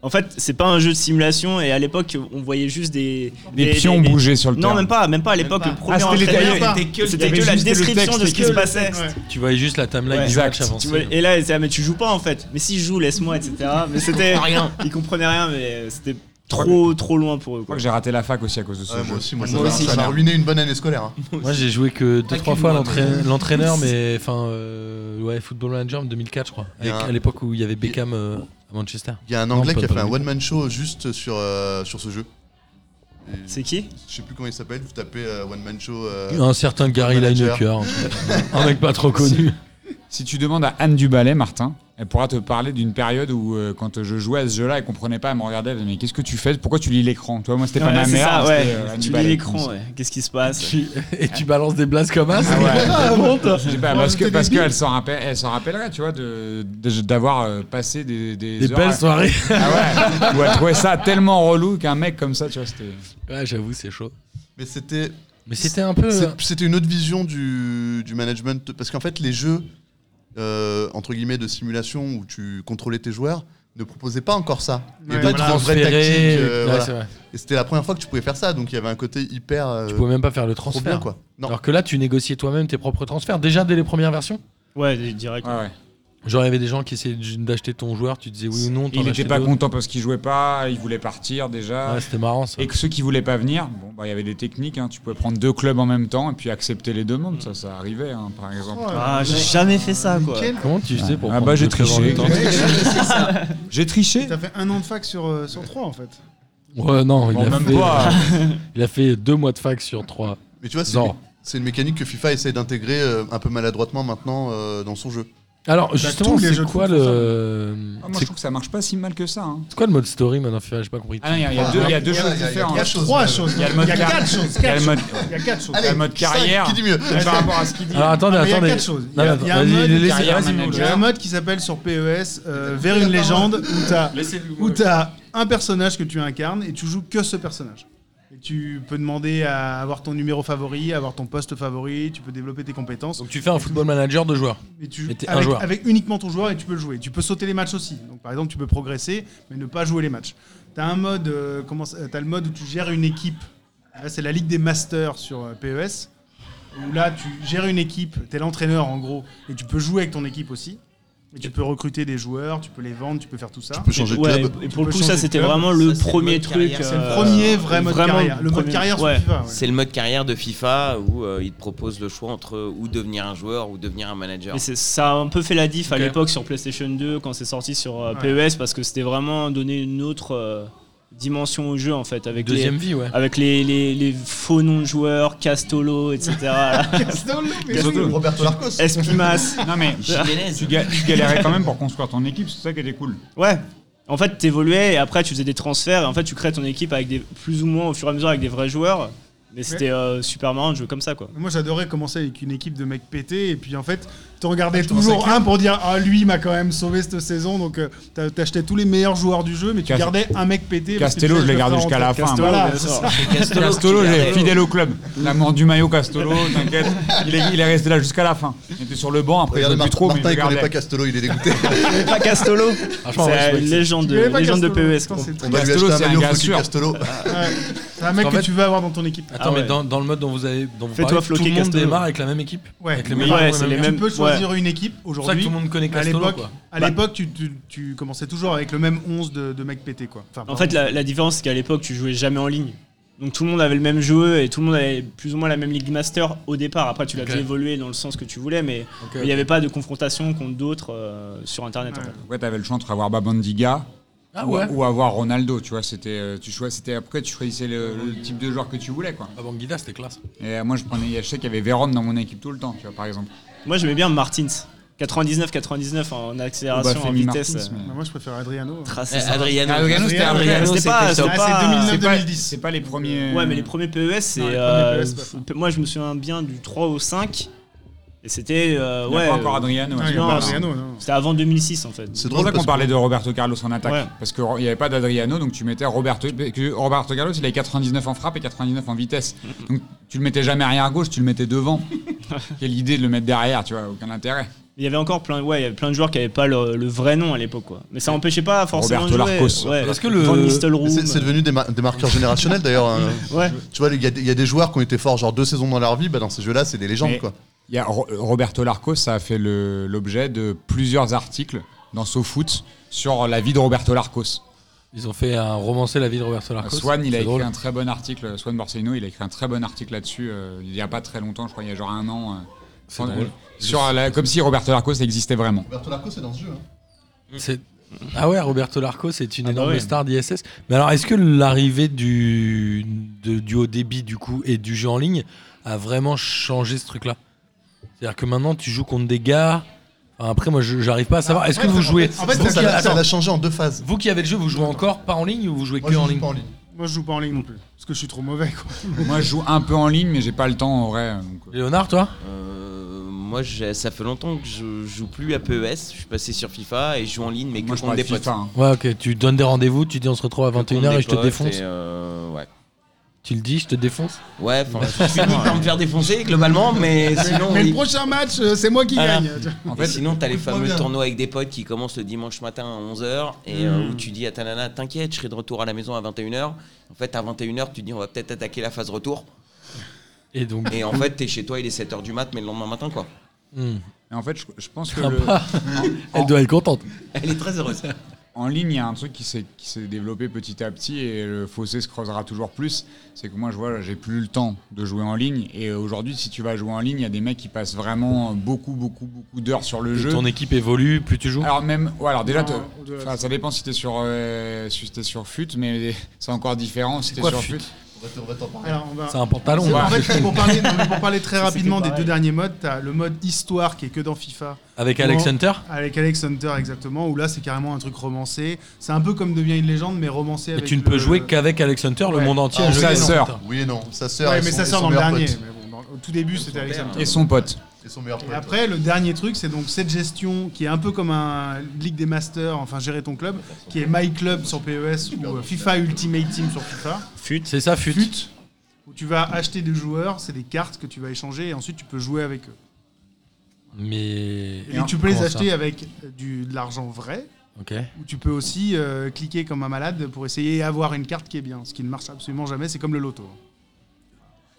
Speaker 5: En fait, c'est pas un jeu de simulation. Et à l'époque, on voyait juste des,
Speaker 6: Les pions
Speaker 5: des-
Speaker 6: bougeaient sur le
Speaker 5: Non,
Speaker 6: terrain.
Speaker 5: même pas, même pas à l'époque.
Speaker 8: pas.
Speaker 5: Le premier
Speaker 6: Ah, c'était les
Speaker 5: entraîneur,
Speaker 7: tailleurs.
Speaker 5: c'était que,
Speaker 6: Il y
Speaker 5: c'était
Speaker 6: avait
Speaker 5: que la
Speaker 6: juste le
Speaker 5: description
Speaker 6: texte
Speaker 5: de ce qui se passait.
Speaker 7: Ouais.
Speaker 4: Tu voyais juste la timeline
Speaker 5: Ouais.
Speaker 4: du match
Speaker 6: Exact.
Speaker 4: avancer.
Speaker 5: Tu vois, et là, c'est ah, mais tu joues pas en fait. Mais si je joue, laisse-moi, etc. Mais c'était rien. Ils comprenaient rien, mais euh, c'était trop trop loin pour eux.
Speaker 6: Je crois
Speaker 5: quoi.
Speaker 6: que j'ai raté la fac aussi à cause de ce jeu.
Speaker 9: moi aussi, moi,
Speaker 5: ça Moi m'a- aussi.
Speaker 9: ça m'a ruiné une bonne année scolaire. hein.
Speaker 4: Moi, j'ai joué que deux
Speaker 8: Pas
Speaker 4: trois
Speaker 8: qu'une
Speaker 4: fois
Speaker 8: fois,
Speaker 4: l'entraî- l'entraîneur, mais enfin, euh, ouais, Football Manager en 2004, je crois. Avec-
Speaker 9: Il y a un-
Speaker 4: À l'époque où il y avait Beckham euh, à Manchester.
Speaker 9: Il y a un
Speaker 4: Non,
Speaker 9: anglais
Speaker 4: pas-
Speaker 9: qui a
Speaker 4: pas
Speaker 9: fait un
Speaker 4: du tout.
Speaker 9: one-man show juste sur, euh, sur ce jeu. Et
Speaker 5: C'est qui
Speaker 9: Je sais plus comment il s'appelle, vous tapez euh, one-man show. euh,
Speaker 4: Un certain Gary
Speaker 9: Manager.
Speaker 4: Lineker, en fait. un mec pas trop connu.
Speaker 6: Si tu demandes à Anne Duballet, Martin, elle pourra te parler d'une période où, euh, quand je jouais à ce jeu-là, elle comprenait pas, elle me regardait, elle me disait, mais qu'est-ce que tu fais Pourquoi tu lis l'écran Tu vois, moi, c'était pas
Speaker 5: Ouais,
Speaker 6: ma
Speaker 5: c'est
Speaker 6: mère.
Speaker 5: ça,
Speaker 6: c'était,
Speaker 5: ouais.
Speaker 6: euh, Anne
Speaker 5: Tu lis
Speaker 6: Duballet.
Speaker 5: l'écran, ouais. Qu'est-ce qui se passe
Speaker 4: Tu- et tu balances des blases comme ça.
Speaker 6: Ah ouais.
Speaker 4: monte.
Speaker 6: Je sais pas,
Speaker 7: Moi,
Speaker 6: parce que
Speaker 7: j'étais
Speaker 6: parce
Speaker 7: débile.
Speaker 6: qu'elle s'en rappelle, elle s'en rappellerait, tu vois, de- de- d'avoir euh, passé des, des,
Speaker 4: Des
Speaker 6: heures
Speaker 4: belles
Speaker 6: à-
Speaker 4: soirées.
Speaker 6: Ah ouais, où elle trouvait ça tellement relou qu'un mec comme ça, tu vois, c'était.
Speaker 4: Ouais, j'avoue, c'est chaud.
Speaker 9: Mais c'était
Speaker 4: Mais c'était un peu. euh,
Speaker 9: C'est- C'était une autre vision du, du management. Parce qu'en fait, les jeux, euh, entre guillemets, de simulation où tu contrôlais tes joueurs, ne proposaient pas encore ça. Il n'y
Speaker 7: Ouais,
Speaker 9: avait pas
Speaker 7: voilà.
Speaker 9: de vraie tactique.
Speaker 4: transféré,
Speaker 9: euh,
Speaker 4: ouais,
Speaker 9: voilà.
Speaker 4: c'est vrai.
Speaker 9: Et c'était la première fois que tu pouvais faire ça. Donc il y avait un côté hyper. euh,
Speaker 4: Tu pouvais même pas faire le
Speaker 9: trop
Speaker 4: transfert.
Speaker 9: bien, quoi. Non.
Speaker 4: Alors que là, tu négociais toi-même tes propres transferts déjà dès les premières versions.
Speaker 5: Ouais, direct.
Speaker 6: Ouais, ouais.
Speaker 4: Genre, il y avait des gens qui essayaient d'acheter ton joueur, tu disais oui ou non. t'en
Speaker 6: il
Speaker 4: achetais
Speaker 6: n'était pas
Speaker 4: d'autres.
Speaker 6: content parce qu'il jouait pas, il voulait partir déjà.
Speaker 4: Ouais, c'était marrant ça.
Speaker 6: Et que ceux qui voulaient pas venir, bon, bah, il y avait des techniques. hein. Tu pouvais prendre deux clubs en même temps et puis accepter les demandes. Ça, ça arrivait, hein, par exemple.
Speaker 5: Ah, j'ai jamais fait ça, quoi.
Speaker 7: Nickel.
Speaker 4: Comment tu sais pour
Speaker 6: Ah
Speaker 4: prendre
Speaker 6: bah, j'ai
Speaker 4: deux clubs en même
Speaker 6: triché.
Speaker 4: temps
Speaker 6: J'ai triché
Speaker 7: T'as fait un an de fac sur, euh, sur trois en fait.
Speaker 4: Ouais, non, il,
Speaker 6: Bon,
Speaker 4: a
Speaker 6: même
Speaker 4: fait,
Speaker 6: pas. Ah,
Speaker 4: il a fait deux mois de fac sur trois.
Speaker 9: Mais tu vois, c'est
Speaker 4: Non.
Speaker 9: une, c'est une mécanique que FIFA essaie d'intégrer euh, un peu maladroitement maintenant euh, dans son jeu.
Speaker 6: Bah,
Speaker 4: Alors, justement,
Speaker 7: tous les
Speaker 4: c'est
Speaker 7: jeux de
Speaker 4: quoi
Speaker 7: foot,
Speaker 4: le.
Speaker 6: Ah, moi, je
Speaker 4: c'est
Speaker 6: trouve que ça marche pas si mal que ça. hein.
Speaker 4: c'est quoi le mode story maintenant FIFA J'ai pas compris.
Speaker 6: Ah non, il y a- il y, a deux- il y a deux choses différentes.
Speaker 9: Il y a
Speaker 7: Trois choses.
Speaker 6: Il y a le mode
Speaker 7: quatre
Speaker 6: carte.
Speaker 7: choses.
Speaker 6: Il y a le
Speaker 7: quatre
Speaker 6: mode- Ah,
Speaker 7: choses. Il y a quatre choses.
Speaker 9: Allez,
Speaker 6: le mode
Speaker 9: cinq,
Speaker 6: carrière.
Speaker 9: Qui dit mieux
Speaker 6: Par rapport à ce qu'il dit.
Speaker 4: Alors, attendez,
Speaker 7: Non, Ah, mais il y a
Speaker 4: attendez.
Speaker 7: quatre choses. Il
Speaker 4: Non,
Speaker 7: y a-
Speaker 4: mais
Speaker 7: il y a un
Speaker 4: vas-y,
Speaker 7: mode
Speaker 4: laissez-
Speaker 6: carrière
Speaker 4: vas-y,
Speaker 7: Il y a
Speaker 6: manager.
Speaker 7: un mode qui s'appelle sur PES euh, Vers une légende où t'as où t'as un personnage que tu incarnes et tu joues que ce personnage. Et tu peux demander à avoir ton numéro favori, à avoir ton poste favori, tu peux développer tes compétences.
Speaker 4: Donc, tu fais un football manager de joueurs.
Speaker 7: Et tu
Speaker 4: Mais t'es un
Speaker 7: avec,
Speaker 4: joueur.
Speaker 7: avec uniquement ton joueur et tu peux le jouer. Tu peux sauter les matchs aussi. Donc par exemple, tu peux progresser mais ne pas jouer les matchs. T'as un mode euh, comment ça- t'as le mode où tu gères une équipe. Là, c'est la ligue des masters sur euh, PES où là tu gères une équipe, t'es l'entraîneur en gros et tu peux jouer avec ton équipe aussi. Et tu peux recruter des joueurs, tu peux les vendre, tu peux faire tout ça.
Speaker 9: Tu peux changer de
Speaker 5: Ouais,
Speaker 9: club.
Speaker 5: et pour le
Speaker 7: Tu
Speaker 5: coup,
Speaker 7: peux
Speaker 5: ça,
Speaker 7: changer
Speaker 5: c'était
Speaker 7: de club.
Speaker 5: vraiment le
Speaker 8: Ça, c'est le
Speaker 5: premier
Speaker 8: mode
Speaker 5: truc.
Speaker 8: carrière, c'est le
Speaker 5: euh,
Speaker 7: Premier vrai mode
Speaker 5: vraiment
Speaker 7: carrière. Le mode
Speaker 5: premier-
Speaker 7: carrière sur
Speaker 5: ouais.
Speaker 7: FIFA. ouais.
Speaker 8: C'est le mode carrière de FIFA où euh, il te propose le choix entre euh, ou devenir un joueur ou devenir un manager.
Speaker 5: Et c'est- ça a un peu fait la diff à
Speaker 4: Ok.
Speaker 5: l'époque sur PlayStation 2 quand c'est sorti sur euh,
Speaker 7: Ouais.
Speaker 5: PES parce que c'était vraiment donné une autre euh, dimension au jeu en fait avec
Speaker 4: Deuxième
Speaker 5: les
Speaker 4: vie, ouais.
Speaker 5: avec les, les, les faux noms de joueurs, Castolo, etc.
Speaker 9: Et surtout, Roberto Larcos.
Speaker 5: Espimas.
Speaker 6: Non, mais
Speaker 8: Jiménez.
Speaker 6: tu, ga- tu galérais quand même pour construire ton équipe. C'est ça qui était cool.
Speaker 5: Ouais. En fait, t'évoluais et après tu faisais des transferts et en fait tu crées ton équipe avec des plus ou moins au fur et à mesure avec des vrais joueurs. Mais c'était euh, super marrant de jouer comme ça quoi.
Speaker 7: Moi j'adorais commencer avec une équipe de mecs pétés et puis en fait tu regardais toujours un pour dire ah lui il m'a quand même sauvé cette saison donc euh, t'as- t'achetais tous les meilleurs joueurs du jeu mais tu
Speaker 6: Cast-
Speaker 7: gardais un mec pété. parce que tu
Speaker 6: Castello,
Speaker 7: sais,
Speaker 6: je l'ai
Speaker 7: vais
Speaker 6: gardé
Speaker 7: faire
Speaker 6: jusqu'à
Speaker 7: rentrer.
Speaker 6: la fin.
Speaker 7: Voilà,
Speaker 5: bien
Speaker 7: c'est
Speaker 5: sûr.
Speaker 7: ça.
Speaker 8: C'est Castolo,
Speaker 6: Castolo,
Speaker 8: qui
Speaker 6: j'ai
Speaker 8: gardait-
Speaker 6: fidèle au club. La mort du maillot, Castolo, t'inquiète. Il est, il est resté là jusqu'à la fin. Il était sur le banc, après il jouait
Speaker 9: Regardez
Speaker 6: plus
Speaker 9: Martin,
Speaker 6: trop, mais il
Speaker 9: Martin, il connaît
Speaker 6: regardait.
Speaker 9: pas Castelo, il est dégoûté.
Speaker 5: Pas Castolo
Speaker 4: Franchement, ouais, je
Speaker 5: C'est
Speaker 4: vois
Speaker 5: une
Speaker 4: que
Speaker 5: légende,
Speaker 7: Tu connais pas
Speaker 5: légende de
Speaker 7: Castelo
Speaker 5: PES.
Speaker 7: Putain,
Speaker 5: quoi.
Speaker 7: c'est
Speaker 9: On
Speaker 7: triste.
Speaker 9: va
Speaker 6: Castelo, c'est un
Speaker 9: lui acheter un maillot
Speaker 6: gars
Speaker 9: foutu
Speaker 6: sûr.
Speaker 9: Castelo.
Speaker 7: Ah, C'est un mec
Speaker 4: Parce
Speaker 7: que
Speaker 4: qu'en
Speaker 7: tu veux avoir dans ton équipe.
Speaker 4: Attends,
Speaker 5: Ah ouais.
Speaker 4: mais dans, dans le mode dont vous avez dont vous
Speaker 5: Fais-toi
Speaker 4: parlez, tout
Speaker 5: floquer
Speaker 4: le monde
Speaker 5: Castelo.
Speaker 4: démarre avec la même équipe.
Speaker 7: Ouais.
Speaker 4: avec
Speaker 5: Oui,
Speaker 4: joueurs,
Speaker 5: ouais,
Speaker 4: la
Speaker 5: c'est
Speaker 4: même
Speaker 5: les
Speaker 4: équipe.
Speaker 7: Tu
Speaker 5: mêmes-
Speaker 7: peux choisir une équipe
Speaker 4: C'est pour ça que
Speaker 7: aujourd'hui.
Speaker 4: tout le monde connaît
Speaker 7: À
Speaker 4: Castelo.
Speaker 7: l'époque,
Speaker 4: Quoi. Bah.
Speaker 7: à l'époque, tu, tu, tu commençais toujours avec le même 11 de, de mecs pétés quoi. Enfin,
Speaker 5: En
Speaker 7: pardon.
Speaker 5: fait, la, la différence, c'est qu'à l'époque, tu jouais jamais en ligne. Donc tout le monde avait le même jeu et tout le monde avait plus ou moins la même Ligue Master au départ. Après, tu l'as
Speaker 4: Ok.
Speaker 5: fait évoluer dans le sens que tu voulais, mais
Speaker 4: Ok,
Speaker 5: mais il n'y avait pas de confrontation contre d'autres euh, sur Internet. en
Speaker 7: Ouais.
Speaker 5: fait.
Speaker 6: Ouais, t'avais le choix entre avoir Babandiga
Speaker 4: Ah
Speaker 6: ou-
Speaker 4: ouais.
Speaker 6: ou avoir Ronaldo. Tu vois, c'était, euh, tu choisis- c'était après, tu choisissais le, le type de joueur que tu voulais. Quoi.
Speaker 4: Ah, Banguida, c'était classe.
Speaker 6: Et euh, moi, je prenais, je sais qu'il y avait Véron dans mon équipe tout le temps, tu vois, par exemple.
Speaker 5: Moi, j'aimais bien Martins. 99-99 en
Speaker 6: Ou
Speaker 5: accélération, en
Speaker 6: Femi
Speaker 5: vitesse. euh.
Speaker 6: Martins, mais-
Speaker 7: Bah, moi je préfère Adriano.
Speaker 8: Ah, c'est ça. Adriano.
Speaker 6: Adriano, c'était
Speaker 7: Adriano,
Speaker 6: Adriano,
Speaker 5: C'était pas,
Speaker 8: c'était
Speaker 5: c'était
Speaker 7: top. Ah, c'est
Speaker 5: pas-
Speaker 7: 2009.
Speaker 6: C'est pas,
Speaker 7: 2010.
Speaker 6: c'est pas les premiers.
Speaker 5: Ouais, mais les premiers PES, c'est.
Speaker 7: Non, les premiers
Speaker 5: euh,
Speaker 7: PES, c'est pas
Speaker 5: f- moi, je me souviens bien du 3 au 5. Et c'était. euh,
Speaker 6: Il y a
Speaker 5: ouais.
Speaker 6: pas encore
Speaker 5: euh,
Speaker 6: Adriano.
Speaker 7: Ah,
Speaker 6: tu
Speaker 7: il y a
Speaker 6: vois,
Speaker 5: non,
Speaker 7: pas
Speaker 6: par exemple.
Speaker 7: Adriano, non.
Speaker 5: C'était avant 2006, en fait.
Speaker 9: C'est
Speaker 6: C'est pour
Speaker 9: drôle
Speaker 6: ça qu'on
Speaker 9: parce que-
Speaker 6: parlait de Roberto Carlos en attaque.
Speaker 5: Ouais.
Speaker 6: Parce qu'il n'y avait pas d'Adriano, donc tu mettais Roberto, que Roberto Carlos, il avait 99 en frappe et 99 en vitesse. Donc tu le mettais jamais arrière-gauche, tu le mettais devant. Quelle idée de le mettre derrière, tu vois, aucun intérêt.
Speaker 5: Il y avait encore plein, ouais, il y avait plein de joueurs qui n'avaient pas le, le vrai nom à l'époque, quoi. Mais ça empêchait pas forcément
Speaker 6: Roberto
Speaker 5: de jouer.
Speaker 6: Larcos.
Speaker 5: Ouais.
Speaker 4: Est-ce que le-
Speaker 5: Van Nistelrooy,
Speaker 9: Mais C'est c'est devenu des, mar- des marqueurs générationnels d'ailleurs. hein.
Speaker 5: Ouais.
Speaker 9: Tu vois, il y, a des- il y a des joueurs qui ont été forts genre deux saisons dans leur vie. Bah, dans ces jeux-là, c'est des légendes
Speaker 6: Mais
Speaker 9: quoi.
Speaker 6: Il y a Ro- Roberto Larcos, ça a fait le- l'objet de plusieurs articles dans SoFoot sur la vie de Roberto Larcos.
Speaker 4: Ils ont fait un romancer la vie de Roberto
Speaker 5: Ah,
Speaker 4: Larcos.
Speaker 6: Swan, il a
Speaker 4: C'est
Speaker 6: écrit
Speaker 4: drôle.
Speaker 6: un très bon article, Swan Borsellino, il a écrit un très bon article là-dessus euh, il n'y a pas très longtemps, je crois, il y a genre un an. euh,
Speaker 4: C'est
Speaker 6: euh,
Speaker 4: drôle.
Speaker 6: sur la- comme si Roberto Larcos existait vraiment.
Speaker 9: Roberto Larcos est dans ce jeu. hein.
Speaker 4: C'est- Ah ouais, Roberto Larco, c'est une
Speaker 5: Ah bah
Speaker 4: énorme
Speaker 5: ouais.
Speaker 4: star d'ISS. Mais alors, est-ce que l'arrivée du, de- du haut débit du coup et du jeu en ligne a vraiment changé ce truc-là C'est-à-dire que maintenant, tu joues contre des gars. Enfin, après, moi, je- j'arrive pas à savoir. Est-ce que vous jouez
Speaker 7: En fait,
Speaker 9: Ça
Speaker 7: ça-
Speaker 9: ça l'a
Speaker 7: attends.
Speaker 9: ça l'a changé en deux phases.
Speaker 4: Vous qui avez le jeu, vous jouez encore pas en ligne ou vous jouez
Speaker 9: Moi,
Speaker 4: que
Speaker 9: je
Speaker 4: en
Speaker 9: joue
Speaker 4: ligne
Speaker 9: pas en ligne.
Speaker 7: Moi je joue pas en ligne non plus parce que je suis trop mauvais quoi.
Speaker 6: Moi, je joue un peu en ligne, mais j'ai pas le temps en vrai. donc, euh.
Speaker 4: Léonard, toi
Speaker 8: Euh, moi, j'ai- ça fait longtemps que je joue plus à PES. Je suis passé sur FIFA et je joue en ligne, mais que
Speaker 6: Moi, je
Speaker 8: contre
Speaker 6: parle
Speaker 8: des
Speaker 6: FIFA.
Speaker 8: potes.
Speaker 6: hein.
Speaker 4: Ouais, ok, tu donnes des rendez-vous, tu dis on se retrouve à
Speaker 8: Que contre
Speaker 4: 21h
Speaker 8: des
Speaker 4: et je te
Speaker 8: potes
Speaker 4: défonce.
Speaker 8: et, euh, ouais.
Speaker 4: Tu le dis, je te défonce.
Speaker 8: Ouais, enfin, je suis fini par me faire défoncer globalement, mais sinon,
Speaker 7: Mais le
Speaker 8: oui.
Speaker 7: prochain match euh, c'est moi qui
Speaker 8: Voilà.
Speaker 7: gagne. tu vois.
Speaker 6: En
Speaker 8: Et
Speaker 6: fait,
Speaker 8: sinon, t'as les
Speaker 9: écoute-moi
Speaker 8: fameux
Speaker 9: bien.
Speaker 8: tournois avec des potes qui commencent le dimanche matin à 11h et euh, où tu dis à ta nana, t'inquiète, je serai de retour à la maison à 21h. En fait, à 21h, tu dis, on va peut-être attaquer la phase retour.
Speaker 4: Et donc, Oh.
Speaker 8: Et en fait, t'es chez toi, il est 7h du mat, mais le lendemain matin, quoi.
Speaker 4: Hmm.
Speaker 6: Et en fait, je, je pense que le-
Speaker 4: Sympa.
Speaker 6: en-
Speaker 4: Elle doit être contente.
Speaker 8: Elle est très heureuse.
Speaker 6: en ligne, il y a un truc qui s'est qui s'est développé petit à petit et le fossé se creusera toujours plus. C'est que moi, je vois, là, j'ai plus le temps de jouer en ligne. Et aujourd'hui, si tu vas jouer en ligne, il y a des mecs qui passent vraiment beaucoup, beaucoup, beaucoup d'heures sur le jeu.
Speaker 4: Ton équipe évolue, plus tu joues.
Speaker 6: Alors même, ouais, alors déjà,
Speaker 7: Non,
Speaker 6: te-
Speaker 7: au-delà de
Speaker 6: enfin, ça dépend si t'es sur, euh, si t'es sur fut, mais c'est encore différent si t'es
Speaker 4: quoi,
Speaker 6: sur
Speaker 4: fut
Speaker 6: fut.
Speaker 9: On va t- on va t'en parler.
Speaker 7: Alors, on va-
Speaker 4: C'est un pantalon.
Speaker 7: C'est-
Speaker 4: hein.
Speaker 7: en fait, pour parler, non, mais pour parler très rapidement des
Speaker 5: pareil.
Speaker 7: deux derniers modes, t'as le mode histoire qui est que dans FIFA,
Speaker 4: Avec Alex
Speaker 7: Bon.
Speaker 4: Hunter
Speaker 7: avec Alex Hunter exactement, où là c'est carrément un truc romancé. C'est un peu comme devient une légende, mais romancé
Speaker 4: Et
Speaker 7: avec.
Speaker 4: tu ne
Speaker 7: le-
Speaker 4: peux jouer qu'avec Alex Hunter, le
Speaker 7: Ouais.
Speaker 4: monde entier. a
Speaker 9: Ah,
Speaker 4: joué
Speaker 6: sa
Speaker 4: avec Alex
Speaker 6: sœur.
Speaker 4: Hunter.
Speaker 9: Oui et non, sa sœur.
Speaker 7: Ouais,
Speaker 9: et
Speaker 7: mais
Speaker 9: son-
Speaker 7: ça
Speaker 9: et
Speaker 7: sort
Speaker 9: son
Speaker 7: dans le
Speaker 9: meilleur
Speaker 7: dernier.
Speaker 9: pote.
Speaker 7: mais bon, dans- au tout début,
Speaker 8: son
Speaker 7: c'était
Speaker 8: père,
Speaker 7: Alex Hunter.
Speaker 8: hein.
Speaker 6: Et son pote.
Speaker 9: Et son meilleur
Speaker 7: Et
Speaker 9: pote.
Speaker 7: après, le dernier truc, c'est donc cette gestion qui est un peu comme un Ligue des Masters, enfin gérer ton club, qui est My Club sur PES ou euh, FIFA Ultimate Team sur FIFA,
Speaker 5: Fut.
Speaker 4: C'est ça, fut.
Speaker 7: où tu vas acheter des joueurs, c'est des cartes que tu vas échanger et ensuite tu peux jouer avec eux.
Speaker 4: Mais.
Speaker 7: Et tu peux les
Speaker 4: Comment ça
Speaker 7: acheter avec du, de l'argent vrai,
Speaker 4: Ok.
Speaker 7: ou tu peux aussi euh, cliquer comme un malade pour essayer d'avoir une carte qui est bien, ce qui ne marche absolument jamais, c'est comme le loto.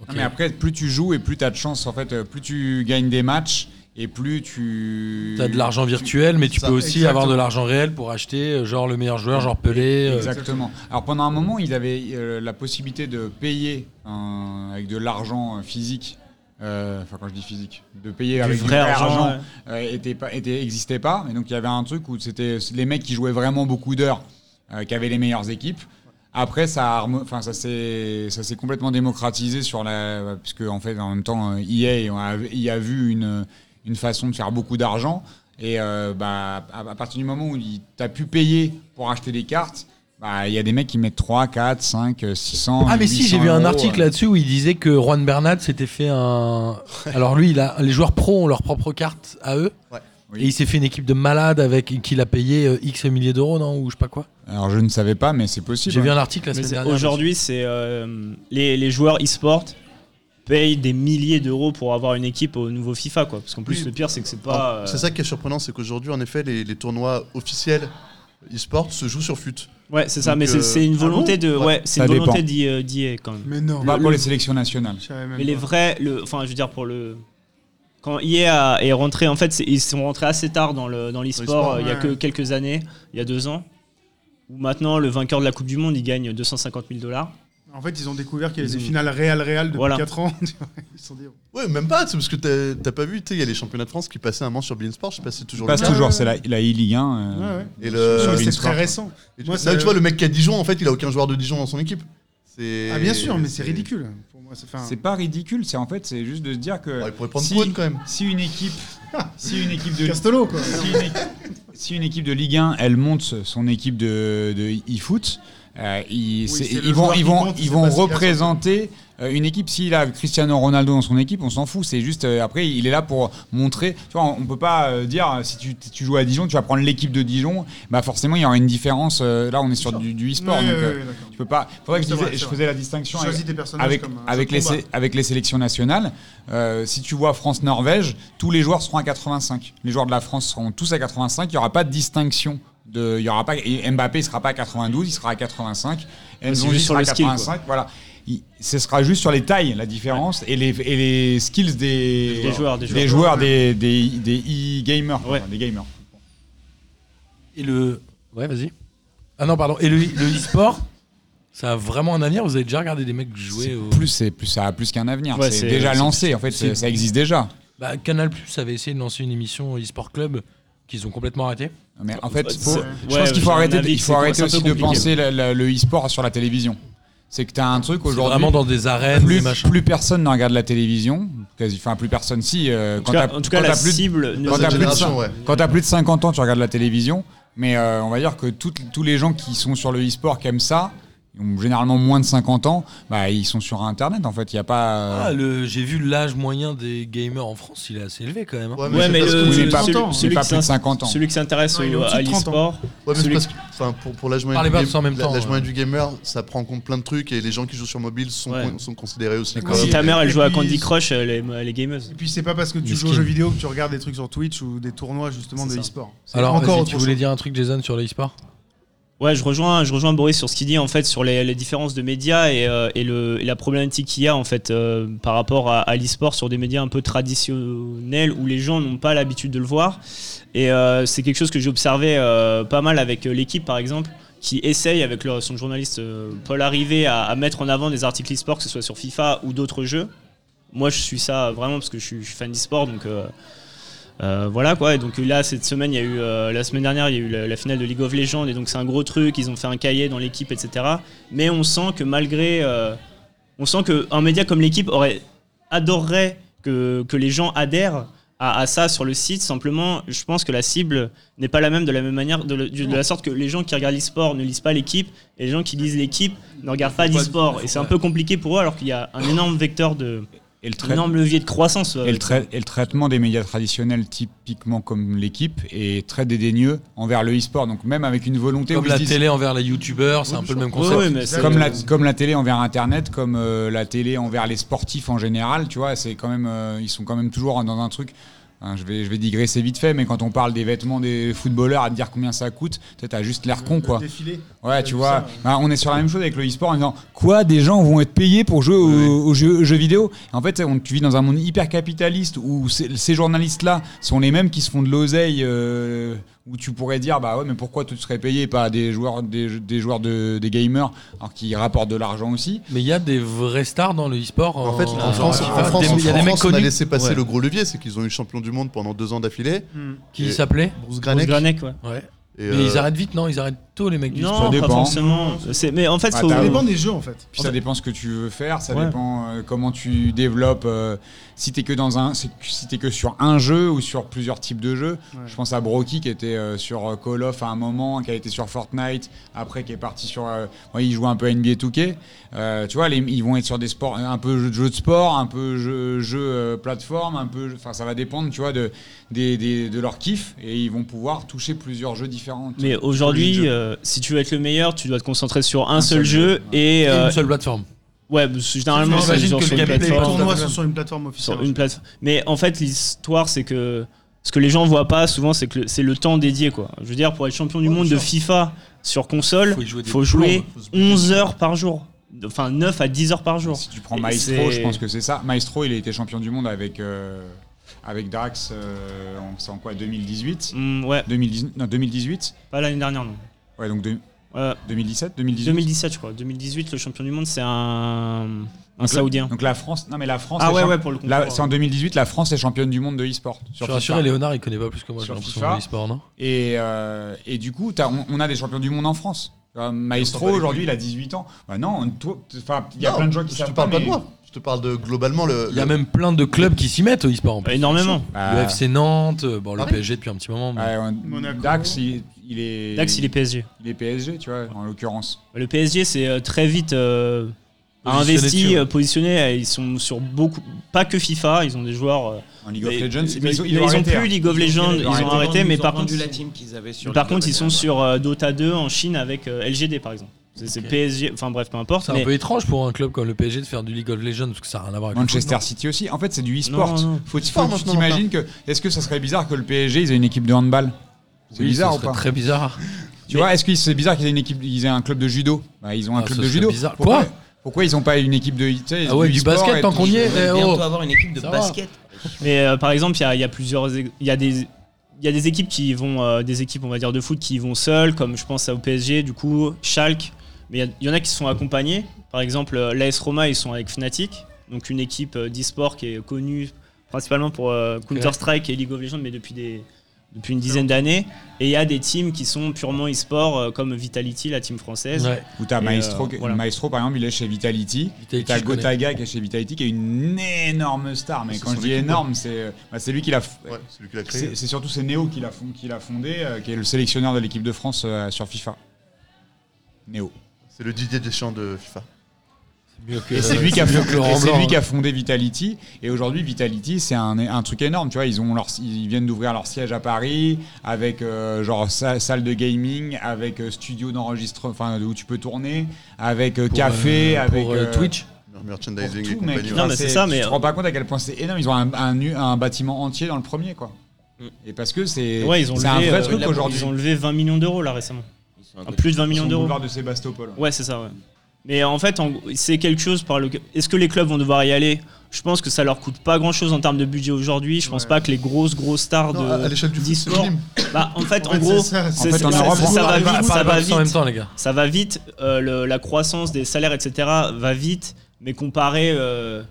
Speaker 4: ok.
Speaker 6: Non, mais après, plus tu joues et plus t'as de chance en fait, euh, plus tu gagnes des matchs et plus tu.
Speaker 4: T'as de l'argent virtuel, mais tu
Speaker 9: Ça,
Speaker 4: peux aussi
Speaker 7: exactement.
Speaker 4: avoir de l'argent réel pour acheter, euh, genre le meilleur joueur, genre Pelé. euh,
Speaker 6: Exactement. Alors pendant un moment, ils avaient euh, la possibilité de payer un- avec de l'argent euh, physique. euh, Enfin, quand je dis physique, de payer
Speaker 5: Du
Speaker 6: avec
Speaker 5: vrai argent. ouais.
Speaker 6: euh, était pas était existait pas et donc il y avait un truc où c'était les mecs qui jouaient vraiment beaucoup d'heures euh, qui avaient les meilleures équipes après ça a harmo- enfin ça s'est ça s'est complètement démocratisé sur la puisque en fait en même temps euh, EA on a- y a vu une une façon de faire beaucoup d'argent et euh, bah à, à partir du moment où il- t'as pu payer pour acheter des cartes bah il y a des mecs qui mettent 3 4 5 600
Speaker 4: Ah mais si, j'ai
Speaker 6: 800
Speaker 4: vu un
Speaker 6: euros,
Speaker 4: article
Speaker 6: euh.
Speaker 4: là-dessus où il disait que Juan Bernat s'était fait un. Alors lui, il a les joueurs pro ont leur propre carte à eux.
Speaker 9: Ouais.
Speaker 6: Oui.
Speaker 4: Et il s'est fait une équipe de malades avec qu'il a payé euh, X milliers d'euros, non Ou je sais pas quoi.
Speaker 6: alors je ne savais pas mais c'est possible
Speaker 4: J'ai vu un article la
Speaker 5: Mais
Speaker 4: semaine
Speaker 5: c'est-
Speaker 4: dernière.
Speaker 5: Aujourd'hui, c'est euh, les, les joueurs e-sport payent des milliers d'euros pour avoir une équipe au nouveau FIFA, quoi. Parce qu'en plus,
Speaker 9: Oui.
Speaker 5: le pire, c'est que c'est
Speaker 9: Alors,
Speaker 5: pas.
Speaker 9: C'est
Speaker 5: euh,
Speaker 9: ça qui est surprenant, c'est qu'aujourd'hui, en effet, les, les tournois officiels e-sport se jouent sur fut.
Speaker 5: Ouais, c'est ça.
Speaker 9: Donc,
Speaker 5: Mais c'est-
Speaker 9: euh,
Speaker 5: c'est une volonté de.
Speaker 9: Ouais.
Speaker 5: Ouais, c'est
Speaker 6: Ça
Speaker 5: une
Speaker 6: dépend.
Speaker 5: volonté d'y euh, d'y être, quand même.
Speaker 7: Mais non,
Speaker 6: pas pour les sélections nationales
Speaker 5: Mais les vrais, le, enfin, je veux dire pour le. Quand EA a- est rentré, en fait, c'est- ils sont rentrés assez tard dans le dans l'e-sport.
Speaker 9: Dans l'e-sport,
Speaker 5: euh, il y a
Speaker 7: ouais.
Speaker 5: que quelques années, il y a deux ans. Où maintenant, le vainqueur de la Coupe du Monde, il gagne 250 000 dollars.
Speaker 7: En fait, ils ont découvert qu'il y avait
Speaker 5: Ils
Speaker 7: des
Speaker 5: ont-
Speaker 7: finales réal-réal depuis
Speaker 5: Voilà.
Speaker 7: 4 ans. Ils se sont dit,
Speaker 9: Ouais, même pas, c'est parce que t'as t'as pas vu, tu sais, il y a les championnats de France qui passaient un moment sur Bein Sport, je passais toujours
Speaker 6: passe
Speaker 9: le
Speaker 7: Ouais,
Speaker 6: toujours
Speaker 7: ouais,
Speaker 6: c'est la la e-Ligue 1
Speaker 7: ouais,
Speaker 6: euh,
Speaker 7: ouais.
Speaker 9: Et le-
Speaker 6: Sur
Speaker 7: Ouais,
Speaker 6: le
Speaker 7: c'est
Speaker 6: Beansport.
Speaker 7: très récent.
Speaker 9: Et tu-
Speaker 7: Moi,
Speaker 9: là,
Speaker 7: c'est-
Speaker 9: tu vois, le mec qui a Dijon, en fait, il a aucun joueur de Dijon dans son équipe. C'est-
Speaker 7: Ah bien sûr, mais c'est ridicule. Pour moi, c'est- enfin,
Speaker 6: C'est pas ridicule, c'est en fait c'est juste de se dire que
Speaker 9: Ouais, il pourrait prendre
Speaker 6: si,
Speaker 9: Kwon, quand même.
Speaker 6: si une équipe, si une équipe de
Speaker 7: Castelo quoi.
Speaker 6: si une, équipe- si une équipe de Ligue 1, elle monte son équipe de, de e-foot, euh, ils,
Speaker 7: Oui,
Speaker 6: c'est-
Speaker 7: c'est le
Speaker 6: ils vont,
Speaker 7: joueur
Speaker 6: ils
Speaker 7: qui
Speaker 6: vont,
Speaker 7: compte,
Speaker 6: ils
Speaker 7: c'est
Speaker 6: vont
Speaker 7: pas ce qu'il a sur-
Speaker 6: représenter euh, une équipe. S'il a Cristiano Ronaldo dans son équipe, on s'en fout. C'est juste euh, après, il est là pour montrer. Tu vois, on, on peut pas euh, dire euh, si tu, tu joues à Dijon, tu vas prendre l'équipe de Dijon. Bah forcément, il y aura une différence. euh, là, on est sur du, du e-sport,
Speaker 7: Ouais,
Speaker 6: donc
Speaker 7: ouais,
Speaker 6: euh,
Speaker 7: ouais, d'accord.
Speaker 6: tu peux pas. Faudrait que je,
Speaker 7: C'est vrai,
Speaker 6: disais-
Speaker 7: c'est
Speaker 6: je
Speaker 7: vrai.
Speaker 6: faisais la distinction.
Speaker 7: Choisis
Speaker 6: avec-
Speaker 7: tes personnages
Speaker 6: avec,
Speaker 7: comme euh, un
Speaker 6: avec,
Speaker 7: jeu
Speaker 6: les,
Speaker 7: de combat.
Speaker 6: sé- avec les sélections nationales, euh, si tu vois France-Norvège, tous les joueurs seront à 85. Les joueurs de la France seront tous à 85. Il n'y aura pas de distinction. De, il y aura pas, et Mbappé ne sera pas à 92, il sera à 85. Nzonzi
Speaker 5: juste sur
Speaker 6: sera à
Speaker 5: le skill, quoi.
Speaker 6: 85. voilà. Il- ce sera juste sur les tailles, la différence, et, les, et les skills des,
Speaker 5: Des joueurs, des
Speaker 6: des,
Speaker 5: joueurs.
Speaker 6: joueurs, des, des- des e-gamers.
Speaker 5: Ouais.
Speaker 6: enfin, des gamers.
Speaker 4: Et le. Ouais, vas-y. Ah non, pardon. Et le le e-sport, ça a vraiment un avenir. Vous avez déjà regardé des mecs
Speaker 6: C'est
Speaker 4: jouer au.
Speaker 6: Plus, c'est plus, ça a plus qu'un avenir.
Speaker 5: Ouais,
Speaker 6: c'est
Speaker 5: c'est-
Speaker 6: déjà
Speaker 5: c'est-
Speaker 6: lancé, en fait,
Speaker 4: c'est-
Speaker 6: ça existe déjà.
Speaker 4: Bah, Canal Plus avait essayé de lancer une émission e-sport club qu'ils ont complètement arrêté.
Speaker 6: Mais en fait,
Speaker 5: Bah, C'est-
Speaker 6: faut-
Speaker 5: ouais,
Speaker 6: je pense qu'il
Speaker 5: j'ai
Speaker 6: faut
Speaker 5: un
Speaker 6: arrêter,
Speaker 5: avis
Speaker 6: il
Speaker 5: que
Speaker 6: faut
Speaker 5: c'est-
Speaker 6: arrêter
Speaker 5: c'est un peu
Speaker 6: aussi de
Speaker 5: compliqué.
Speaker 6: penser la- la- le e-sport sur la télévision. C'est que tu as un truc
Speaker 4: C'est
Speaker 6: aujourd'hui.
Speaker 4: Vraiment dans des arènes, des
Speaker 6: Plus,
Speaker 4: machins.
Speaker 6: plus personne ne regarde la télévision. Quasi, enfin, plus personne si. euh,
Speaker 5: En
Speaker 6: quand
Speaker 5: tout cas,
Speaker 6: t'as-
Speaker 5: en tout cas,
Speaker 6: quand
Speaker 5: la
Speaker 6: t'as plus de-
Speaker 5: cible. ne-
Speaker 9: Dans
Speaker 6: Quand
Speaker 9: cette
Speaker 6: t'as plus, de
Speaker 9: génération,
Speaker 6: cin-
Speaker 9: ouais.
Speaker 6: quand t'as plus de 50 ans, tu regardes la télévision. Mais euh, on va dire que toutes- tous les gens qui sont sur le e-sport, qui aiment ça, ils ont généralement moins de 50 ans, bah, ils sont sur Internet en fait. Il n'y a pas. euh,
Speaker 4: Ah, le... J'ai vu l'âge moyen des gamers en France, il est assez élevé quand même. hein.
Speaker 5: Ouais,
Speaker 9: c'est
Speaker 5: mais
Speaker 9: parce que-
Speaker 5: le-
Speaker 6: oui, mais
Speaker 5: le-
Speaker 6: pas-
Speaker 5: celui-
Speaker 7: mais
Speaker 5: celui
Speaker 6: pas
Speaker 5: qui
Speaker 6: plus de
Speaker 5: s'in-
Speaker 6: 50 ans.
Speaker 5: Celui qui s'intéresse au-
Speaker 7: Non, il est au-dessus
Speaker 5: à
Speaker 7: de 30 ans.
Speaker 5: l'e-sport.
Speaker 9: Ouais, mais c'est
Speaker 5: Celui-
Speaker 9: parce que, enfin, pour, pour l'âge moyen,
Speaker 4: Parlez
Speaker 9: du
Speaker 4: pas
Speaker 9: game-
Speaker 4: tous en même
Speaker 9: la-
Speaker 4: temps,
Speaker 9: l'âge
Speaker 4: ouais.
Speaker 9: moyen du gamer, ça prend en compte plein de trucs et les gens qui jouent sur mobile sont,
Speaker 5: Ouais.
Speaker 9: con- sont considérés aussi.
Speaker 6: D'accord.
Speaker 9: comme-
Speaker 5: Si ta mère, elle
Speaker 7: Et
Speaker 5: joue à
Speaker 7: puis-
Speaker 5: Candy Crush, elle est, elle est gameuse.
Speaker 7: Et puis c'est pas parce que tu
Speaker 4: Les
Speaker 7: joues aux
Speaker 4: skins.
Speaker 7: jeux vidéo que tu regardes des trucs sur Twitch ou des tournois justement
Speaker 5: C'est
Speaker 7: de
Speaker 5: ça.
Speaker 7: e-sport. C'est
Speaker 4: Alors,
Speaker 7: encore
Speaker 4: vas-y,
Speaker 7: autre
Speaker 4: tu hein. voulais
Speaker 7: chose.
Speaker 4: dire un truc, Jason, sur le e-sport
Speaker 5: Ouais, je rejoins, je rejoins Boris sur ce qu'il dit en fait sur les, les différences de médias et, euh, et le, et la problématique qu'il y a en fait euh, par rapport à, à l'e-sport sur des médias un peu traditionnels où les gens n'ont pas l'habitude de le voir. Et euh, c'est quelque chose que j'ai observé euh, pas mal avec euh, l'équipe par exemple qui essaye avec leur- son journaliste euh, Paul Arrivé à, à mettre en avant des articles e-sport que ce soit sur FIFA ou d'autres jeux. Moi je suis ça vraiment parce que je suis, je suis fan d'e-sport donc euh, euh, voilà quoi, et donc là cette semaine, il y a eu, euh, la semaine dernière, il y a eu la, la finale de League of Legends, et donc c'est un gros truc, ils ont fait un cahier dans l'équipe, etc. Mais on sent que malgré. euh, on sent qu'un média comme l'équipe aurait adorerait que, que les gens adhèrent à, à ça sur le site, simplement je pense que la cible n'est pas la même de la même manière, de, la- de la sorte que les gens qui regardent l'e-sport ne lisent pas l'équipe, et les gens qui lisent l'équipe ne regardent pas l'e-sport, et c'est un peu compliqué pour eux alors qu'il y a un énorme vecteur de.
Speaker 6: Et le
Speaker 5: un énorme levier de croissance. euh,
Speaker 6: Et le, trai- et le traitement des médias traditionnels, typiquement comme l'équipe, est très dédaigneux envers le e-sport. Donc même avec une volonté
Speaker 4: Comme
Speaker 6: où ils
Speaker 4: la
Speaker 6: se disent-
Speaker 4: télé envers les youtubeurs, c'est un peu le même concept.
Speaker 5: Ouais, ouais, mais c'est-
Speaker 6: comme la, comme la télé envers Internet, comme euh, la télé envers les sportifs en général, tu vois, c'est quand même, euh, ils sont quand même toujours dans un truc. hein, je, vais, je vais digresser vite fait, mais quand on parle des vêtements des footballeurs, à te dire combien ça coûte, tu sais, t'as juste l'air con, quoi.
Speaker 7: Défilé.
Speaker 6: Ouais, tu
Speaker 7: T'as vu
Speaker 6: vois,
Speaker 7: ça,
Speaker 6: bah, on est sur la même chose avec le e-sport en disant quoi, des gens vont être payés pour jouer aux, aux jeux, aux jeux vidéo. En fait, on, tu vis dans un monde hyper capitaliste où ces ces journalistes-là sont les mêmes qui se font de l'oseille, euh, où tu pourrais dire bah ouais, mais pourquoi tu serais payé et pas des joueurs, des, jeux- des joueurs de, des gamers, alors qu'ils rapportent de l'argent aussi.
Speaker 4: Mais il y a des vraies stars dans le e-sport. euh,
Speaker 9: En fait, en France,
Speaker 4: genre,
Speaker 9: en France,
Speaker 4: des-
Speaker 9: en
Speaker 4: il y a des
Speaker 9: France,
Speaker 4: mecs
Speaker 9: on a
Speaker 4: connus
Speaker 9: laissé passer
Speaker 4: Ouais.
Speaker 9: le gros levier, c'est qu'ils ont eu champion du monde pendant deux ans d'affilée.
Speaker 7: Mmh.
Speaker 4: qui
Speaker 9: Et-
Speaker 4: s'appelaient.
Speaker 9: Bruce
Speaker 5: Grosse
Speaker 9: Granek.
Speaker 5: Granek, ouais.
Speaker 4: Ouais.
Speaker 9: Et,
Speaker 4: Mais
Speaker 9: euh,
Speaker 4: ils arrêtent vite, non Ils arrêtent tôt les mecs du
Speaker 5: Non,
Speaker 4: e-sport.
Speaker 6: Ça
Speaker 5: pas
Speaker 6: dépend.
Speaker 5: forcément. C'est- Mais en fait,
Speaker 6: Ah,
Speaker 5: faut-
Speaker 6: t'as-
Speaker 7: Ça dépend des jeux en fait.
Speaker 6: Puis ça dépend ce que tu veux faire, ça
Speaker 5: Ouais.
Speaker 6: dépend euh, comment tu développes. euh, si t'es que dans un, si si t'es que sur un jeu ou sur plusieurs types de jeux.
Speaker 7: Ouais.
Speaker 6: Je pense à Broky qui était euh, sur euh, Call of à un moment, qui a été sur Fortnite, après qui est parti sur. euh, ouais, il joue un peu à NBA 2K. Euh, tu vois, les- ils vont être sur des sports, un peu jeux de, jeux de sport, un peu jeux jeu, euh, plateforme, un peu. Enfin, ça va dépendre, tu vois, de, des, des- de leur kiff et ils vont pouvoir toucher plusieurs jeux différents.
Speaker 5: Mais
Speaker 6: Tous les
Speaker 5: aujourd'hui,
Speaker 6: jeux.
Speaker 5: euh, si tu veux être le meilleur, tu dois te concentrer sur un, seul, jeu, et,
Speaker 4: Et
Speaker 5: euh,
Speaker 4: une seule plateforme.
Speaker 5: ouais, parce que généralement c'est
Speaker 4: J'imagine
Speaker 5: genre
Speaker 4: que le
Speaker 5: sur une
Speaker 4: gameplay
Speaker 7: Les
Speaker 4: Sur-
Speaker 5: plateforme,
Speaker 7: tournois sont sur une plateforme officielle.
Speaker 5: sur une plateforme. Mais en fait, l'histoire c'est que ce que les gens voient pas souvent, c'est que le- c'est le temps dédié quoi. Je veux dire, pour être champion du
Speaker 7: Ouais,
Speaker 5: monde
Speaker 7: bien
Speaker 5: de
Speaker 7: sûr.
Speaker 5: FIFA sur console,
Speaker 4: Faut y jouer des
Speaker 5: faut jouer
Speaker 4: plombes. Faut
Speaker 6: hein.
Speaker 4: se
Speaker 5: 11 heures par jour, enfin 9 à 10 heures par jour.
Speaker 6: Si tu prends
Speaker 5: Et
Speaker 6: Maestro,
Speaker 5: c'est-
Speaker 6: je pense que c'est ça. Maestro, il a été champion du monde avec, euh, avec Drax euh, en, c'est en quoi 2018
Speaker 5: Hmm, ouais,
Speaker 6: 2019 Non, 2018
Speaker 5: pas l'année dernière non.
Speaker 6: Ouais, donc de-
Speaker 5: Euh,
Speaker 6: 2017 2018
Speaker 5: 2017 je crois. 2018, le champion du monde c'est un un saoudien.
Speaker 6: Donc la France, non mais la France.
Speaker 5: Ah
Speaker 6: est
Speaker 5: ouais
Speaker 6: champ-
Speaker 5: ouais pour le coup.
Speaker 6: la- c'est en 2018, la France est championne du monde de e-sport.
Speaker 4: Je
Speaker 6: sur
Speaker 4: suis
Speaker 6: FIFA.
Speaker 4: rassuré, Léonard, il connaît pas plus que moi, j'ai
Speaker 6: Sur
Speaker 4: l'impression,
Speaker 6: FIFA.
Speaker 4: de l'e-sport, non
Speaker 6: Et, euh, et du coup, t'as- on, on a des champions du monde en France. Tu vois, Maestro, aujourd'hui, il a 18 ans. Bah non, on- toi, t- enfin, il y a
Speaker 9: non,
Speaker 6: plein de gens qui
Speaker 9: Je te
Speaker 6: savent
Speaker 9: parle pas de
Speaker 6: mais-
Speaker 9: moi. Je te parle de globalement le.
Speaker 6: Euh,
Speaker 4: Il y a
Speaker 9: le-
Speaker 4: même plein de clubs qui s'y mettent au e-sport. en plus.
Speaker 5: Énormément.
Speaker 6: Bah,
Speaker 4: Le FC Nantes, euh, bon, le
Speaker 9: Ouais.
Speaker 4: PSG depuis un petit moment. mais-
Speaker 6: Ah ouais, on-
Speaker 7: Monaco.
Speaker 6: Dax, il, il est.
Speaker 5: Dax, il est PSG.
Speaker 6: il est PSG, tu vois, en l'occurrence.
Speaker 5: Le PSG, c'est euh, très vite euh,
Speaker 4: Positionné
Speaker 5: investi,
Speaker 4: dessus.
Speaker 5: euh, positionné. euh, Ils sont sur beaucoup, pas que FIFA, ils ont des joueurs. euh,
Speaker 6: En League of
Speaker 5: mais-
Speaker 6: Legends,
Speaker 5: mais
Speaker 6: ont-
Speaker 5: ils ont
Speaker 6: arrêté,
Speaker 5: plus
Speaker 6: hein.
Speaker 5: League of Legends, ils ont arrêté, mais par contre,
Speaker 8: la team qu'ils avaient sur.
Speaker 5: par
Speaker 8: League of
Speaker 5: contre, ils sont
Speaker 8: Legends,
Speaker 5: sur euh, Dota 2 en Chine avec euh, LGD par exemple. C'est c'est
Speaker 4: Ok.
Speaker 5: PSG, enfin bref, peu importe.
Speaker 4: C'est
Speaker 5: mais-
Speaker 4: un peu étrange pour un club comme le PSG de faire du League of Legends parce que ça n'a rien à voir avec le foot,
Speaker 6: Manchester City aussi. En fait, c'est du e-sport.
Speaker 5: Non, non.
Speaker 6: Faut,
Speaker 9: E-sport
Speaker 6: faut que tu
Speaker 9: maintenant,
Speaker 6: t'imagines que. Est-ce que ça serait bizarre que le PSG, ils aient une équipe de handball
Speaker 4: non
Speaker 6: C'est
Speaker 4: Oui,
Speaker 6: bizarre
Speaker 4: ça
Speaker 6: ou
Speaker 4: serait
Speaker 6: pas
Speaker 4: Très bizarre.
Speaker 6: Tu vois, est-ce que c'est bizarre qu'ils aient une équipe, ils aient un club de judo Bah, ils ont un
Speaker 4: Ah,
Speaker 6: club
Speaker 4: ça
Speaker 6: de
Speaker 4: serait
Speaker 6: judo.
Speaker 4: bizarre.
Speaker 6: Pourquoi,
Speaker 4: Quoi
Speaker 6: Pourquoi ils ont pas une équipe de tu sais,
Speaker 4: Ah ouais, du
Speaker 6: e-sport
Speaker 4: basket,
Speaker 6: et
Speaker 4: tant
Speaker 6: tout,
Speaker 4: qu'on y
Speaker 6: je-
Speaker 4: est.
Speaker 8: ouais.
Speaker 4: Eh,
Speaker 8: Ils vont
Speaker 4: oh.
Speaker 8: bientôt avoir une équipe de
Speaker 4: Ça va.
Speaker 8: basket.
Speaker 5: Mais euh, par exemple, il y a, il y a plusieurs, ex- il y a des, il y a des équipes qui vont, euh, des équipes, on va dire de foot qui vont seules, comme je pense au PSG, du coup, Schalke. Mais il y a- il y, en a qui se sont accompagnés. Par exemple, euh, l'AS Roma, ils sont avec Fnatic, donc une équipe euh, d'e-sport qui est connue principalement pour euh, Counter Strike et League of Legends, mais depuis des depuis une dizaine d'années. Et il y a des teams qui sont purement e-sport, euh, comme Vitality, la team française.
Speaker 4: Ouais.
Speaker 6: Ou t'as
Speaker 5: Et,
Speaker 6: Maestro,
Speaker 5: euh,
Speaker 6: que-
Speaker 5: voilà.
Speaker 6: Maestro par exemple, il est chez Vitality.
Speaker 4: Vitality,
Speaker 6: Et t'as
Speaker 4: je connais.
Speaker 6: Gotaga qui est chez Vitality, qui est une énorme star. Mais
Speaker 9: C'est
Speaker 6: quand
Speaker 9: son
Speaker 6: je dis
Speaker 9: équipe,
Speaker 6: énorme, c'est euh, bah, c'est lui qui l'a. f-
Speaker 9: Ouais, c'est lui qui l'a créé.
Speaker 6: C'est c'est surtout c'est Néo qui l'a fond- qui l'a fondé, euh, qui est le sélectionneur de l'équipe de France euh, sur FIFA. Néo.
Speaker 9: C'est le Didier Deschamps de FIFA.
Speaker 4: Mieux que-
Speaker 6: Et Euh, c'est lui, qui a
Speaker 4: mieux
Speaker 6: fondé,
Speaker 4: que Laurent
Speaker 6: et c'est
Speaker 4: Blanc,
Speaker 6: lui qui
Speaker 4: hein.
Speaker 6: a fondé Vitality. Et aujourd'hui, Vitality, c'est un, un truc énorme. Tu vois, ils, ont leur, ils viennent d'ouvrir leur siège à Paris, avec euh, genre sa- salle de gaming, avec euh, studio d'enregistrement, enfin où tu peux tourner, avec euh,
Speaker 4: Pour,
Speaker 6: café,
Speaker 4: euh,
Speaker 6: avec
Speaker 4: pour, euh,
Speaker 6: euh,
Speaker 4: Twitch.
Speaker 9: Leur
Speaker 6: pour
Speaker 9: merchandising et
Speaker 6: tout, mec.
Speaker 9: compagnie.
Speaker 5: Non,
Speaker 9: ouais.
Speaker 5: mais c'est
Speaker 6: c'est-
Speaker 5: ça, mais-
Speaker 6: Tu te rends pas compte à quel point c'est énorme. Ils ont un, un- un bâtiment entier dans le premier, quoi.
Speaker 8: Mm.
Speaker 6: Et parce que c'est
Speaker 5: Ouais, ils ont
Speaker 6: c'est un
Speaker 5: levé,
Speaker 6: vrai
Speaker 5: euh,
Speaker 6: truc
Speaker 8: la-
Speaker 6: aujourd'hui.
Speaker 5: Ils ont levé 20 millions d'euros là récemment.
Speaker 8: Ils c'est un
Speaker 5: En
Speaker 8: truc-
Speaker 5: plus de 20
Speaker 6: Sur
Speaker 5: millions
Speaker 6: le
Speaker 5: d'euros.
Speaker 6: boulevard de Sébastopol.
Speaker 5: Ouais, c'est ça, ouais. Mais en fait, en- c'est quelque chose par le. Est-ce que les clubs vont devoir y aller Je pense que ça leur coûte pas grand chose en termes de budget aujourd'hui. Je pense
Speaker 7: Ouais.
Speaker 5: pas que les grosses, grosses stars
Speaker 9: Non,
Speaker 5: de.
Speaker 9: à- à l'échelle du foot, c'est
Speaker 5: Discord.
Speaker 9: minime.
Speaker 5: Bah, en fait,
Speaker 7: En
Speaker 5: en,
Speaker 7: fait,
Speaker 5: gros,
Speaker 7: c'est ça, c'est-
Speaker 5: c'est-
Speaker 6: En fait, on
Speaker 5: c'est-
Speaker 6: est en
Speaker 5: ça- ça va
Speaker 6: rapport-
Speaker 5: vite, ça
Speaker 4: Parle
Speaker 5: va
Speaker 4: tous en même
Speaker 5: vite.
Speaker 4: temps, les gars.
Speaker 5: Ça va vite. euh, le- la croissance des salaires, etc., va vite. Mais comparé. euh,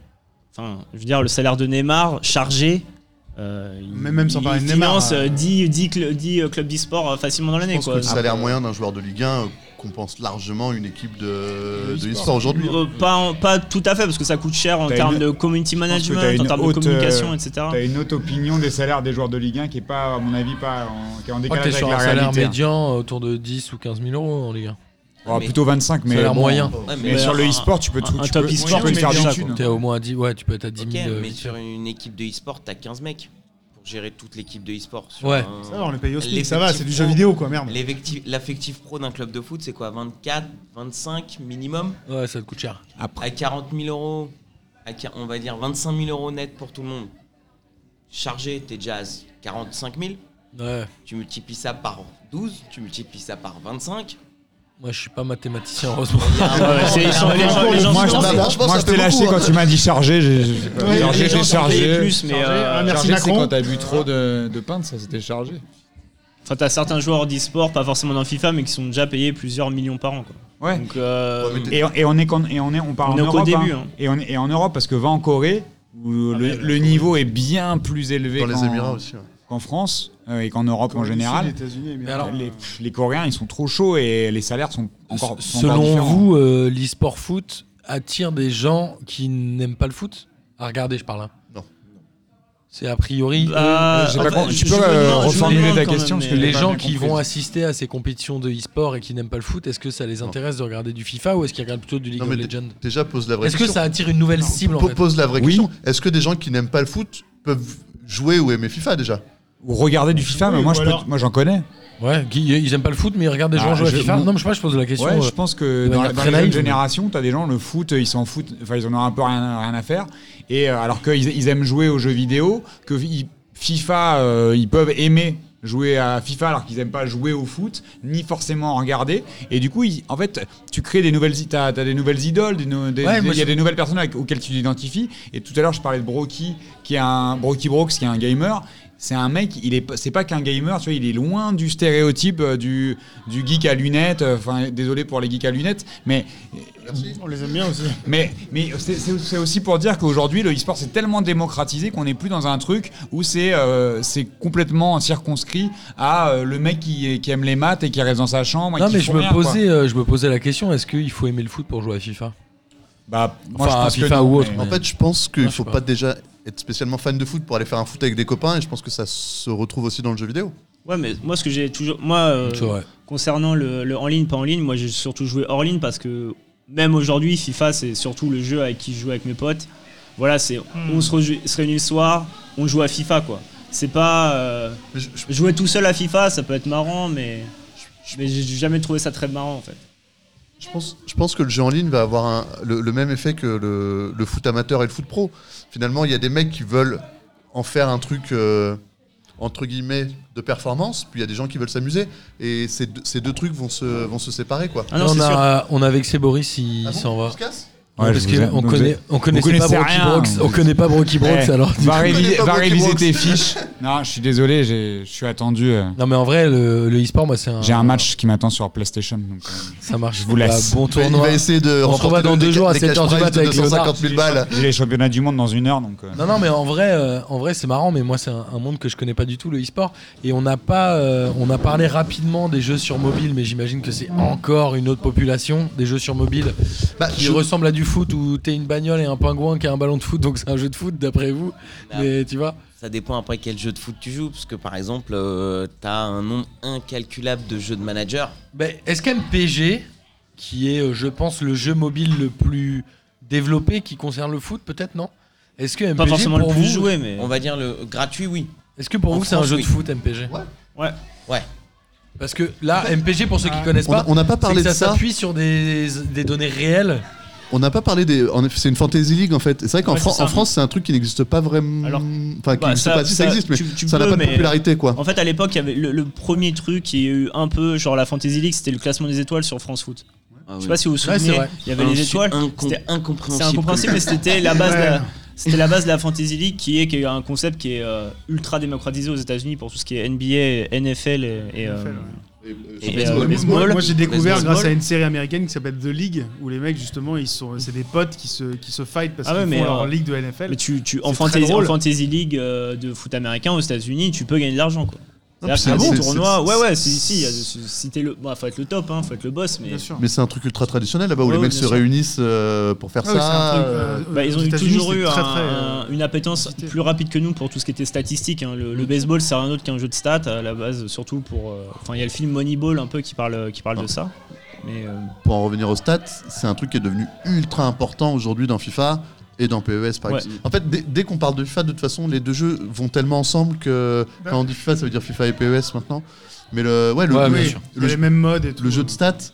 Speaker 5: Enfin, je veux dire, le salaire de Neymar, chargé. euh, il-
Speaker 7: Mais même sans
Speaker 5: il
Speaker 7: parler de Neymar,
Speaker 5: finance, euh,
Speaker 7: euh,
Speaker 5: 10, 10 cl- 10, euh, clubs d'e-sport euh, facilement dans l'année,
Speaker 7: pense
Speaker 5: quoi.
Speaker 7: que
Speaker 9: Le
Speaker 7: Ah,
Speaker 9: salaire moyen d'un joueur de Ligue 1 compense largement une équipe de, de
Speaker 6: e-sport.
Speaker 9: e-sport aujourd'hui. hein.
Speaker 5: Euh, pas, en- pas tout à fait, parce que ça coûte cher en
Speaker 6: T'as
Speaker 5: termes
Speaker 6: une-
Speaker 5: de community
Speaker 6: pense que t'as
Speaker 5: management, en
Speaker 6: une
Speaker 5: termes de
Speaker 6: haute,
Speaker 5: communication,
Speaker 6: euh,
Speaker 5: etc.
Speaker 6: T'as une haute opinion des salaires des joueurs de Ligue 1 qui est pas, à mon avis, pas en,
Speaker 5: Oh,
Speaker 6: qui est en
Speaker 4: Je crois que
Speaker 6: décalage
Speaker 4: t'es sur
Speaker 6: avec
Speaker 4: un
Speaker 6: la
Speaker 4: salaire
Speaker 6: réalité. hein.
Speaker 4: médian euh, autour de 10 ou 15 000 euros hein, en Ligue 1.
Speaker 6: Oh, plutôt 25, mais
Speaker 4: salaire
Speaker 6: bon,
Speaker 4: moyen.
Speaker 8: Ouais,
Speaker 6: Mais
Speaker 5: Ouais,
Speaker 6: sur le
Speaker 5: un-
Speaker 6: e-sport, tu peux tout,
Speaker 5: un
Speaker 6: tu
Speaker 5: top
Speaker 6: peux, tu
Speaker 5: e-sport,
Speaker 6: peux te
Speaker 5: mais
Speaker 6: faire
Speaker 5: bien
Speaker 6: des
Speaker 5: sûr.
Speaker 6: thunes.
Speaker 4: T'es au moins à 10, ouais, tu peux être à 10
Speaker 8: Ok,
Speaker 4: 000. euh,
Speaker 8: mais
Speaker 4: vite
Speaker 8: sur
Speaker 4: fait.
Speaker 8: une équipe de e-sport, t'as 15 mecs pour gérer toute l'équipe de e-sport. sur
Speaker 4: Ouais.
Speaker 8: un-
Speaker 7: Ça va, on les paye au SMIC,
Speaker 8: L'effectif
Speaker 7: ça va, c'est du jeu
Speaker 8: pro-
Speaker 7: vidéo quoi, merde.
Speaker 8: l'effectif- L'affectif pro d'un club de foot, c'est quoi 24, 25 minimum
Speaker 4: Ouais, ça te coûte cher.
Speaker 8: À 40 000 euros, à, qua- on va dire 25 000 euros net pour tout le monde. Chargé, t'es déjà à 45 000.
Speaker 4: Ouais.
Speaker 8: Tu multiplies ça par 12, tu multiplies ça par 25.
Speaker 4: Moi, je suis pas mathématicien, heureusement.
Speaker 5: Ah Ouais, c'est- ils sont- les gens- les gens
Speaker 6: Moi, je
Speaker 5: sont-
Speaker 9: Bah,
Speaker 6: t'ai-
Speaker 9: franchement,
Speaker 6: moi,
Speaker 9: ça
Speaker 6: je t'ai
Speaker 9: fait
Speaker 6: lâché
Speaker 9: beaucoup,
Speaker 6: quand
Speaker 9: hein.
Speaker 6: tu m'as dit chargé. j'ai- j'ai- Chargé,
Speaker 7: Ouais,
Speaker 5: les gens
Speaker 6: j'ai
Speaker 5: sont payés
Speaker 6: chargé.
Speaker 5: plus, mais
Speaker 7: Chargé,
Speaker 5: euh,
Speaker 7: ah, merci.
Speaker 6: Chargé, c'est
Speaker 7: Macron.
Speaker 6: quand t'as bu trop de, de pintes, ça c'était chargé.
Speaker 5: enfin, t'as certains joueurs d'e-sport, pas forcément dans FIFA, mais qui sont déjà payés plusieurs millions par an. Quoi.
Speaker 6: Ouais.
Speaker 5: Donc, euh,
Speaker 9: Ouais, mais t'es-
Speaker 6: Et, et on est, con- et on est, on part
Speaker 5: On
Speaker 6: en
Speaker 5: est au
Speaker 6: Europe.
Speaker 5: début,
Speaker 6: hein.
Speaker 5: hein.
Speaker 6: Et on est et en Europe parce que va en Corée où
Speaker 5: Ah,
Speaker 6: le,
Speaker 5: ouais,
Speaker 6: le niveau est bien plus élevé
Speaker 9: Dans les
Speaker 6: qu'en-
Speaker 9: Émirats aussi. ouais.
Speaker 6: qu'en France euh, et qu'en Europe en général.
Speaker 4: Mais alors,
Speaker 6: Les, pff, les Coréens, ils sont trop chauds et les salaires sont encore. sont encore
Speaker 4: Selon
Speaker 6: différents.
Speaker 4: vous, euh, l'e-sport foot attire des gens qui n'aiment pas le foot À regarder, je parle. hein.
Speaker 9: Non.
Speaker 4: C'est a priori
Speaker 5: bah,
Speaker 6: Euh, j'ai
Speaker 5: en
Speaker 6: pas
Speaker 5: fait,
Speaker 6: compris.
Speaker 5: je-
Speaker 6: Tu
Speaker 5: je
Speaker 6: peux,
Speaker 5: me
Speaker 6: euh,
Speaker 5: demande- je me
Speaker 6: reformuler
Speaker 5: demande
Speaker 6: ta
Speaker 5: quand même,
Speaker 6: question, parce que
Speaker 5: mais-
Speaker 4: les
Speaker 6: pas
Speaker 4: gens
Speaker 6: bien
Speaker 4: qui
Speaker 6: compris.
Speaker 4: vont assister à ces compétitions de e-sport et qui n'aiment pas le foot, est-ce que ça les intéresse de regarder du FIFA ou est-ce qu'ils regardent plutôt du League
Speaker 9: Non,
Speaker 4: of
Speaker 9: mais
Speaker 4: Legends
Speaker 9: Déjà, pose la vraie
Speaker 4: Est-ce que
Speaker 9: question.
Speaker 4: ça attire une nouvelle cible en
Speaker 9: Po-
Speaker 4: fait
Speaker 9: Pose la vraie
Speaker 6: Oui.
Speaker 9: question. Est-ce que des gens qui n'aiment pas le foot peuvent jouer ou aimer FIFA déjà
Speaker 6: Ou regarder du FIFA, mais moi,
Speaker 5: ou
Speaker 6: je peux-
Speaker 5: alors-
Speaker 6: moi j'en connais.
Speaker 4: Ouais, qui- ils aiment pas le foot mais ils regardent des gens
Speaker 6: Ah,
Speaker 4: jouer à
Speaker 6: je-
Speaker 4: FIFA.
Speaker 6: moi-
Speaker 4: Non, mais je sais pas, je pose la question.
Speaker 6: Ouais,
Speaker 4: euh,
Speaker 6: je pense que
Speaker 4: de
Speaker 6: dans,
Speaker 4: manière
Speaker 6: dans
Speaker 4: très
Speaker 6: les jeunes
Speaker 4: naïve,
Speaker 6: générations, t'as des gens, le foot, ils s'en foutent, enfin, ils en ont un peu rien, rien à faire. Et euh, alors qu'ils ils aiment jouer aux jeux vidéo, que vi- FIFA, euh, ils peuvent aimer jouer à FIFA alors qu'ils aiment pas jouer au foot, ni forcément en regarder. Et du coup, ils- en fait, tu crées des nouvelles, i- t'as, t'as des nouvelles idoles, des nou- des-
Speaker 4: Ouais,
Speaker 6: des-
Speaker 4: moi,
Speaker 6: il y a
Speaker 4: je-
Speaker 6: des nouvelles personnes avec- auxquelles tu t'identifies. Et tout à l'heure, je parlais de Broky, qui est un Broky Brooks, qui est un gamer. C'est un mec, il est, pas- c'est pas qu'un gamer, tu vois, il est loin du stéréotype euh, du, du geek à lunettes. euh, Enfin, désolé pour les geeks à lunettes, mais
Speaker 10: On les aime bien aussi.
Speaker 6: mais, mais c'est- c'est c'est aussi pour dire qu'aujourd'hui, le e-sport s'est tellement démocratisé qu'on n'est plus dans un truc où c'est euh, c'est complètement circonscrit à euh, le mec qui, qui aime les maths et qui reste dans sa chambre. et
Speaker 4: Non
Speaker 6: qui
Speaker 4: mais
Speaker 6: fout
Speaker 4: je me
Speaker 6: rien, quoi.
Speaker 4: posais, euh, je me posais la question. Est-ce qu'il faut aimer le foot pour jouer à FIFA
Speaker 6: Bah, moi,
Speaker 4: Enfin,
Speaker 6: je pense que
Speaker 4: FIFA
Speaker 6: non,
Speaker 4: ou autre,
Speaker 6: mais-
Speaker 9: En
Speaker 4: Ouais.
Speaker 9: fait, je pense qu'il
Speaker 4: Ouais,
Speaker 9: ne
Speaker 4: je
Speaker 9: faut
Speaker 4: sais
Speaker 9: pas.
Speaker 4: pas.
Speaker 9: déjà être spécialement fan de foot pour aller faire un foot avec des copains, et je pense que ça se retrouve aussi dans le jeu vidéo.
Speaker 5: Ouais, mais moi, ce que j'ai toujours. Moi, euh,
Speaker 4: C'est vrai.
Speaker 5: concernant le, le en ligne, pas en ligne, moi, j'ai surtout joué hors ligne parce que même aujourd'hui, FIFA, c'est surtout le jeu avec qui je joue avec mes potes. Voilà, c'est
Speaker 9: Hmm.
Speaker 5: on se, reju- se réunit le soir, on joue à FIFA, quoi. C'est pas. euh,
Speaker 9: Mais je- je-
Speaker 5: Jouer tout seul à FIFA, ça peut être marrant, mais. Mais j'ai jamais trouvé ça très marrant en fait.
Speaker 9: Je pense, je pense que le jeu en ligne va avoir un- le, le même effet que le, le foot amateur et le foot pro. Finalement, il y a des mecs qui veulent en faire un truc, euh, entre guillemets, de performance, puis il y a des gens qui veulent s'amuser. Et ces deux, ces deux trucs vont se, vont se séparer, quoi.
Speaker 5: Ah non,
Speaker 4: on,
Speaker 5: c'est sûr.
Speaker 4: a, on a vexé Boris, il
Speaker 9: Ah bon
Speaker 4: s'en va.
Speaker 9: On se casse
Speaker 6: Ouais,
Speaker 4: parce
Speaker 6: je vous ai-
Speaker 4: qu'on
Speaker 6: donc,
Speaker 4: connaît, on connaissait pas
Speaker 6: connaissez
Speaker 4: Brocky
Speaker 6: rien.
Speaker 4: Brooks. On connaît pas Brocky Brooks
Speaker 6: Eh,
Speaker 4: alors.
Speaker 6: va,
Speaker 9: connais
Speaker 6: réviser-
Speaker 9: pas
Speaker 6: va
Speaker 9: Brocky
Speaker 6: réviser
Speaker 9: Brooks.
Speaker 6: tes fiches. Non, je suis désolé, j'ai- je suis attendu. euh,
Speaker 4: Non mais en vrai, le, le e-sport, moi c'est un.
Speaker 6: J'ai un match qui m'attend sur PlayStation. donc, euh,
Speaker 4: Ça marche.
Speaker 6: Je vous laisse.
Speaker 4: Bah, bon
Speaker 9: Il va-
Speaker 4: tournoi.
Speaker 9: Il va essayer
Speaker 4: On
Speaker 9: de
Speaker 4: se
Speaker 9: remporter
Speaker 4: revoit dans
Speaker 9: le-
Speaker 4: deux
Speaker 9: des-
Speaker 4: jours à
Speaker 9: des
Speaker 4: 7 heures du
Speaker 9: cash
Speaker 4: mat
Speaker 9: prize de
Speaker 4: avec Léonard.
Speaker 9: 250 000 balles.
Speaker 6: J'ai les championnats du monde dans une heure, donc. euh,
Speaker 4: Non, non, mais en vrai, euh, en vrai, c'est marrant. Mais moi, c'est un, un monde que je connais pas du tout, le e-sport. Et on n'a pas, euh, on a parlé rapidement des jeux sur mobile, mais j'imagine que c'est encore une autre population des jeux sur mobile
Speaker 9: Bah,
Speaker 4: qui
Speaker 9: je-
Speaker 4: ressemblent à du foot où t'es une bagnole et un pingouin qui a un ballon de foot, donc c'est un jeu de foot d'après vous.
Speaker 5: Bah.
Speaker 8: Mais
Speaker 4: Mais tu vois,
Speaker 8: Ça dépend après quel jeu de foot tu joues, parce que par exemple, euh, t'as un nombre incalculable de jeux de manager.
Speaker 4: Ben, est-ce qu'MPG, qui est, euh, je pense, le jeu mobile le plus développé qui concerne le foot, peut-être non Est-ce que MPG
Speaker 5: Pas forcément
Speaker 4: pour
Speaker 5: le plus
Speaker 4: vous,
Speaker 5: joué, mais.
Speaker 8: On va dire le gratuit, oui.
Speaker 4: Est-ce que pour
Speaker 8: En
Speaker 4: vous c'est un
Speaker 8: France,
Speaker 4: jeu de
Speaker 8: oui.
Speaker 4: foot MPG
Speaker 5: Ouais.
Speaker 8: Ouais.
Speaker 4: Parce
Speaker 7: Bah,
Speaker 4: que là, MPG pour ceux qui connaissent
Speaker 9: On a-
Speaker 4: pas.
Speaker 9: On n'a pas
Speaker 4: c'est
Speaker 9: parlé
Speaker 4: que
Speaker 9: de
Speaker 4: ça
Speaker 9: ça.
Speaker 4: s'appuie sur des, des données réelles
Speaker 9: On n'a pas parlé des. en effet, C'est une fantasy league en fait. C'est vrai qu'en
Speaker 5: Ouais,
Speaker 9: Fran-
Speaker 5: c'est ça.
Speaker 9: en France, c'est un truc qui n'existe pas vraiment.
Speaker 5: Alors-
Speaker 9: enfin, qui
Speaker 5: Bah,
Speaker 9: n'existe
Speaker 5: ça-
Speaker 9: pas. Si ça,
Speaker 5: ça,
Speaker 9: existe, mais
Speaker 5: tu- tu
Speaker 9: ça n'a
Speaker 5: peux,
Speaker 9: pas de
Speaker 5: mais-
Speaker 9: popularité quoi.
Speaker 5: En fait, à l'époque, il y avait le, le premier truc qui est eu un peu genre la Fantasy League, c'était le classement des étoiles sur France Foot.
Speaker 8: Ah
Speaker 5: Je sais pas si vous vous
Speaker 4: Ouais, c'est
Speaker 5: souvenez,
Speaker 4: vrai.
Speaker 5: il y avait les étoiles.
Speaker 8: C'était
Speaker 5: C'était- C'est
Speaker 8: incompréhensible.
Speaker 5: incompréhensible, mais c'était la base. de la-
Speaker 7: Ouais.
Speaker 5: C'était la base de la Fantasy League qui est, qui est un concept qui est euh, ultra démocratisé aux États-Unis pour tout ce qui est NBA, NFL et, et, euh,
Speaker 7: NFL, ouais.
Speaker 5: et,
Speaker 8: Et,
Speaker 5: euh,
Speaker 8: euh,
Speaker 7: Moi,
Speaker 5: baseball.
Speaker 7: moi, j'ai découvert
Speaker 5: Baseball.
Speaker 7: grâce à une série américaine qui s'appelle The League, où les mecs, justement, ils sont, c'est des potes qui se, qui se fight parce
Speaker 5: Ah ouais,
Speaker 7: qu'ils
Speaker 5: mais,
Speaker 7: font leur
Speaker 5: euh,
Speaker 7: ligue de NFL.
Speaker 5: Mais tu, tu, en,
Speaker 7: C'est très
Speaker 5: fantasy, en
Speaker 7: drôle.
Speaker 5: fantasy league euh, de foot américain aux États-Unis, tu peux gagner de l'argent quoi.
Speaker 7: Ah,
Speaker 9: puis
Speaker 5: C'est-à-dire
Speaker 9: c'est-
Speaker 5: qu'il y a des
Speaker 9: c'est-
Speaker 5: tournois.
Speaker 9: c'est-
Speaker 5: Ouais, ouais, si, si, il y a des- si t'es le. Bah, faut être le top, hein, faut être le boss, mais.
Speaker 7: Bien sûr.
Speaker 9: Mais c'est un truc ultra traditionnel là-bas où
Speaker 5: Ouais,
Speaker 9: les
Speaker 5: ouais,
Speaker 9: mecs
Speaker 5: bien
Speaker 9: se
Speaker 5: sûr.
Speaker 9: réunissent euh, pour faire
Speaker 7: Ah ouais, c'est un
Speaker 9: ça.
Speaker 7: truc,
Speaker 9: euh,
Speaker 7: euh,
Speaker 5: Bah,
Speaker 7: aux
Speaker 5: ils ont eu-
Speaker 7: États-Unis,
Speaker 5: toujours
Speaker 7: c'est
Speaker 5: eu
Speaker 7: très,
Speaker 5: un-
Speaker 7: très, euh,
Speaker 5: une appétence
Speaker 7: visité.
Speaker 5: plus rapide que nous pour tout ce qui était statistique. hein. Le, le baseball, c'est rien d'autre qu'un jeu de stats à la base, surtout pour. euh, Enfin, il y a le film Moneyball un peu qui parle, qui
Speaker 7: Ah.
Speaker 5: parle de ça. Mais euh,
Speaker 9: Pour en revenir au stats, c'est un truc qui est devenu ultra important aujourd'hui dans FIFA et dans PES par
Speaker 5: Ouais.
Speaker 9: exemple. En fait, dès, dès qu'on parle de FIFA, de toute façon, les deux jeux vont tellement ensemble que
Speaker 7: Bah.
Speaker 9: quand on dit FIFA, ça veut dire FIFA et PES maintenant. Mais le, ouais, le,
Speaker 4: Ouais, bien
Speaker 9: le-
Speaker 7: Oui,
Speaker 4: sûr.
Speaker 7: il y a les mêmes modes et tout.
Speaker 9: le jeu de stats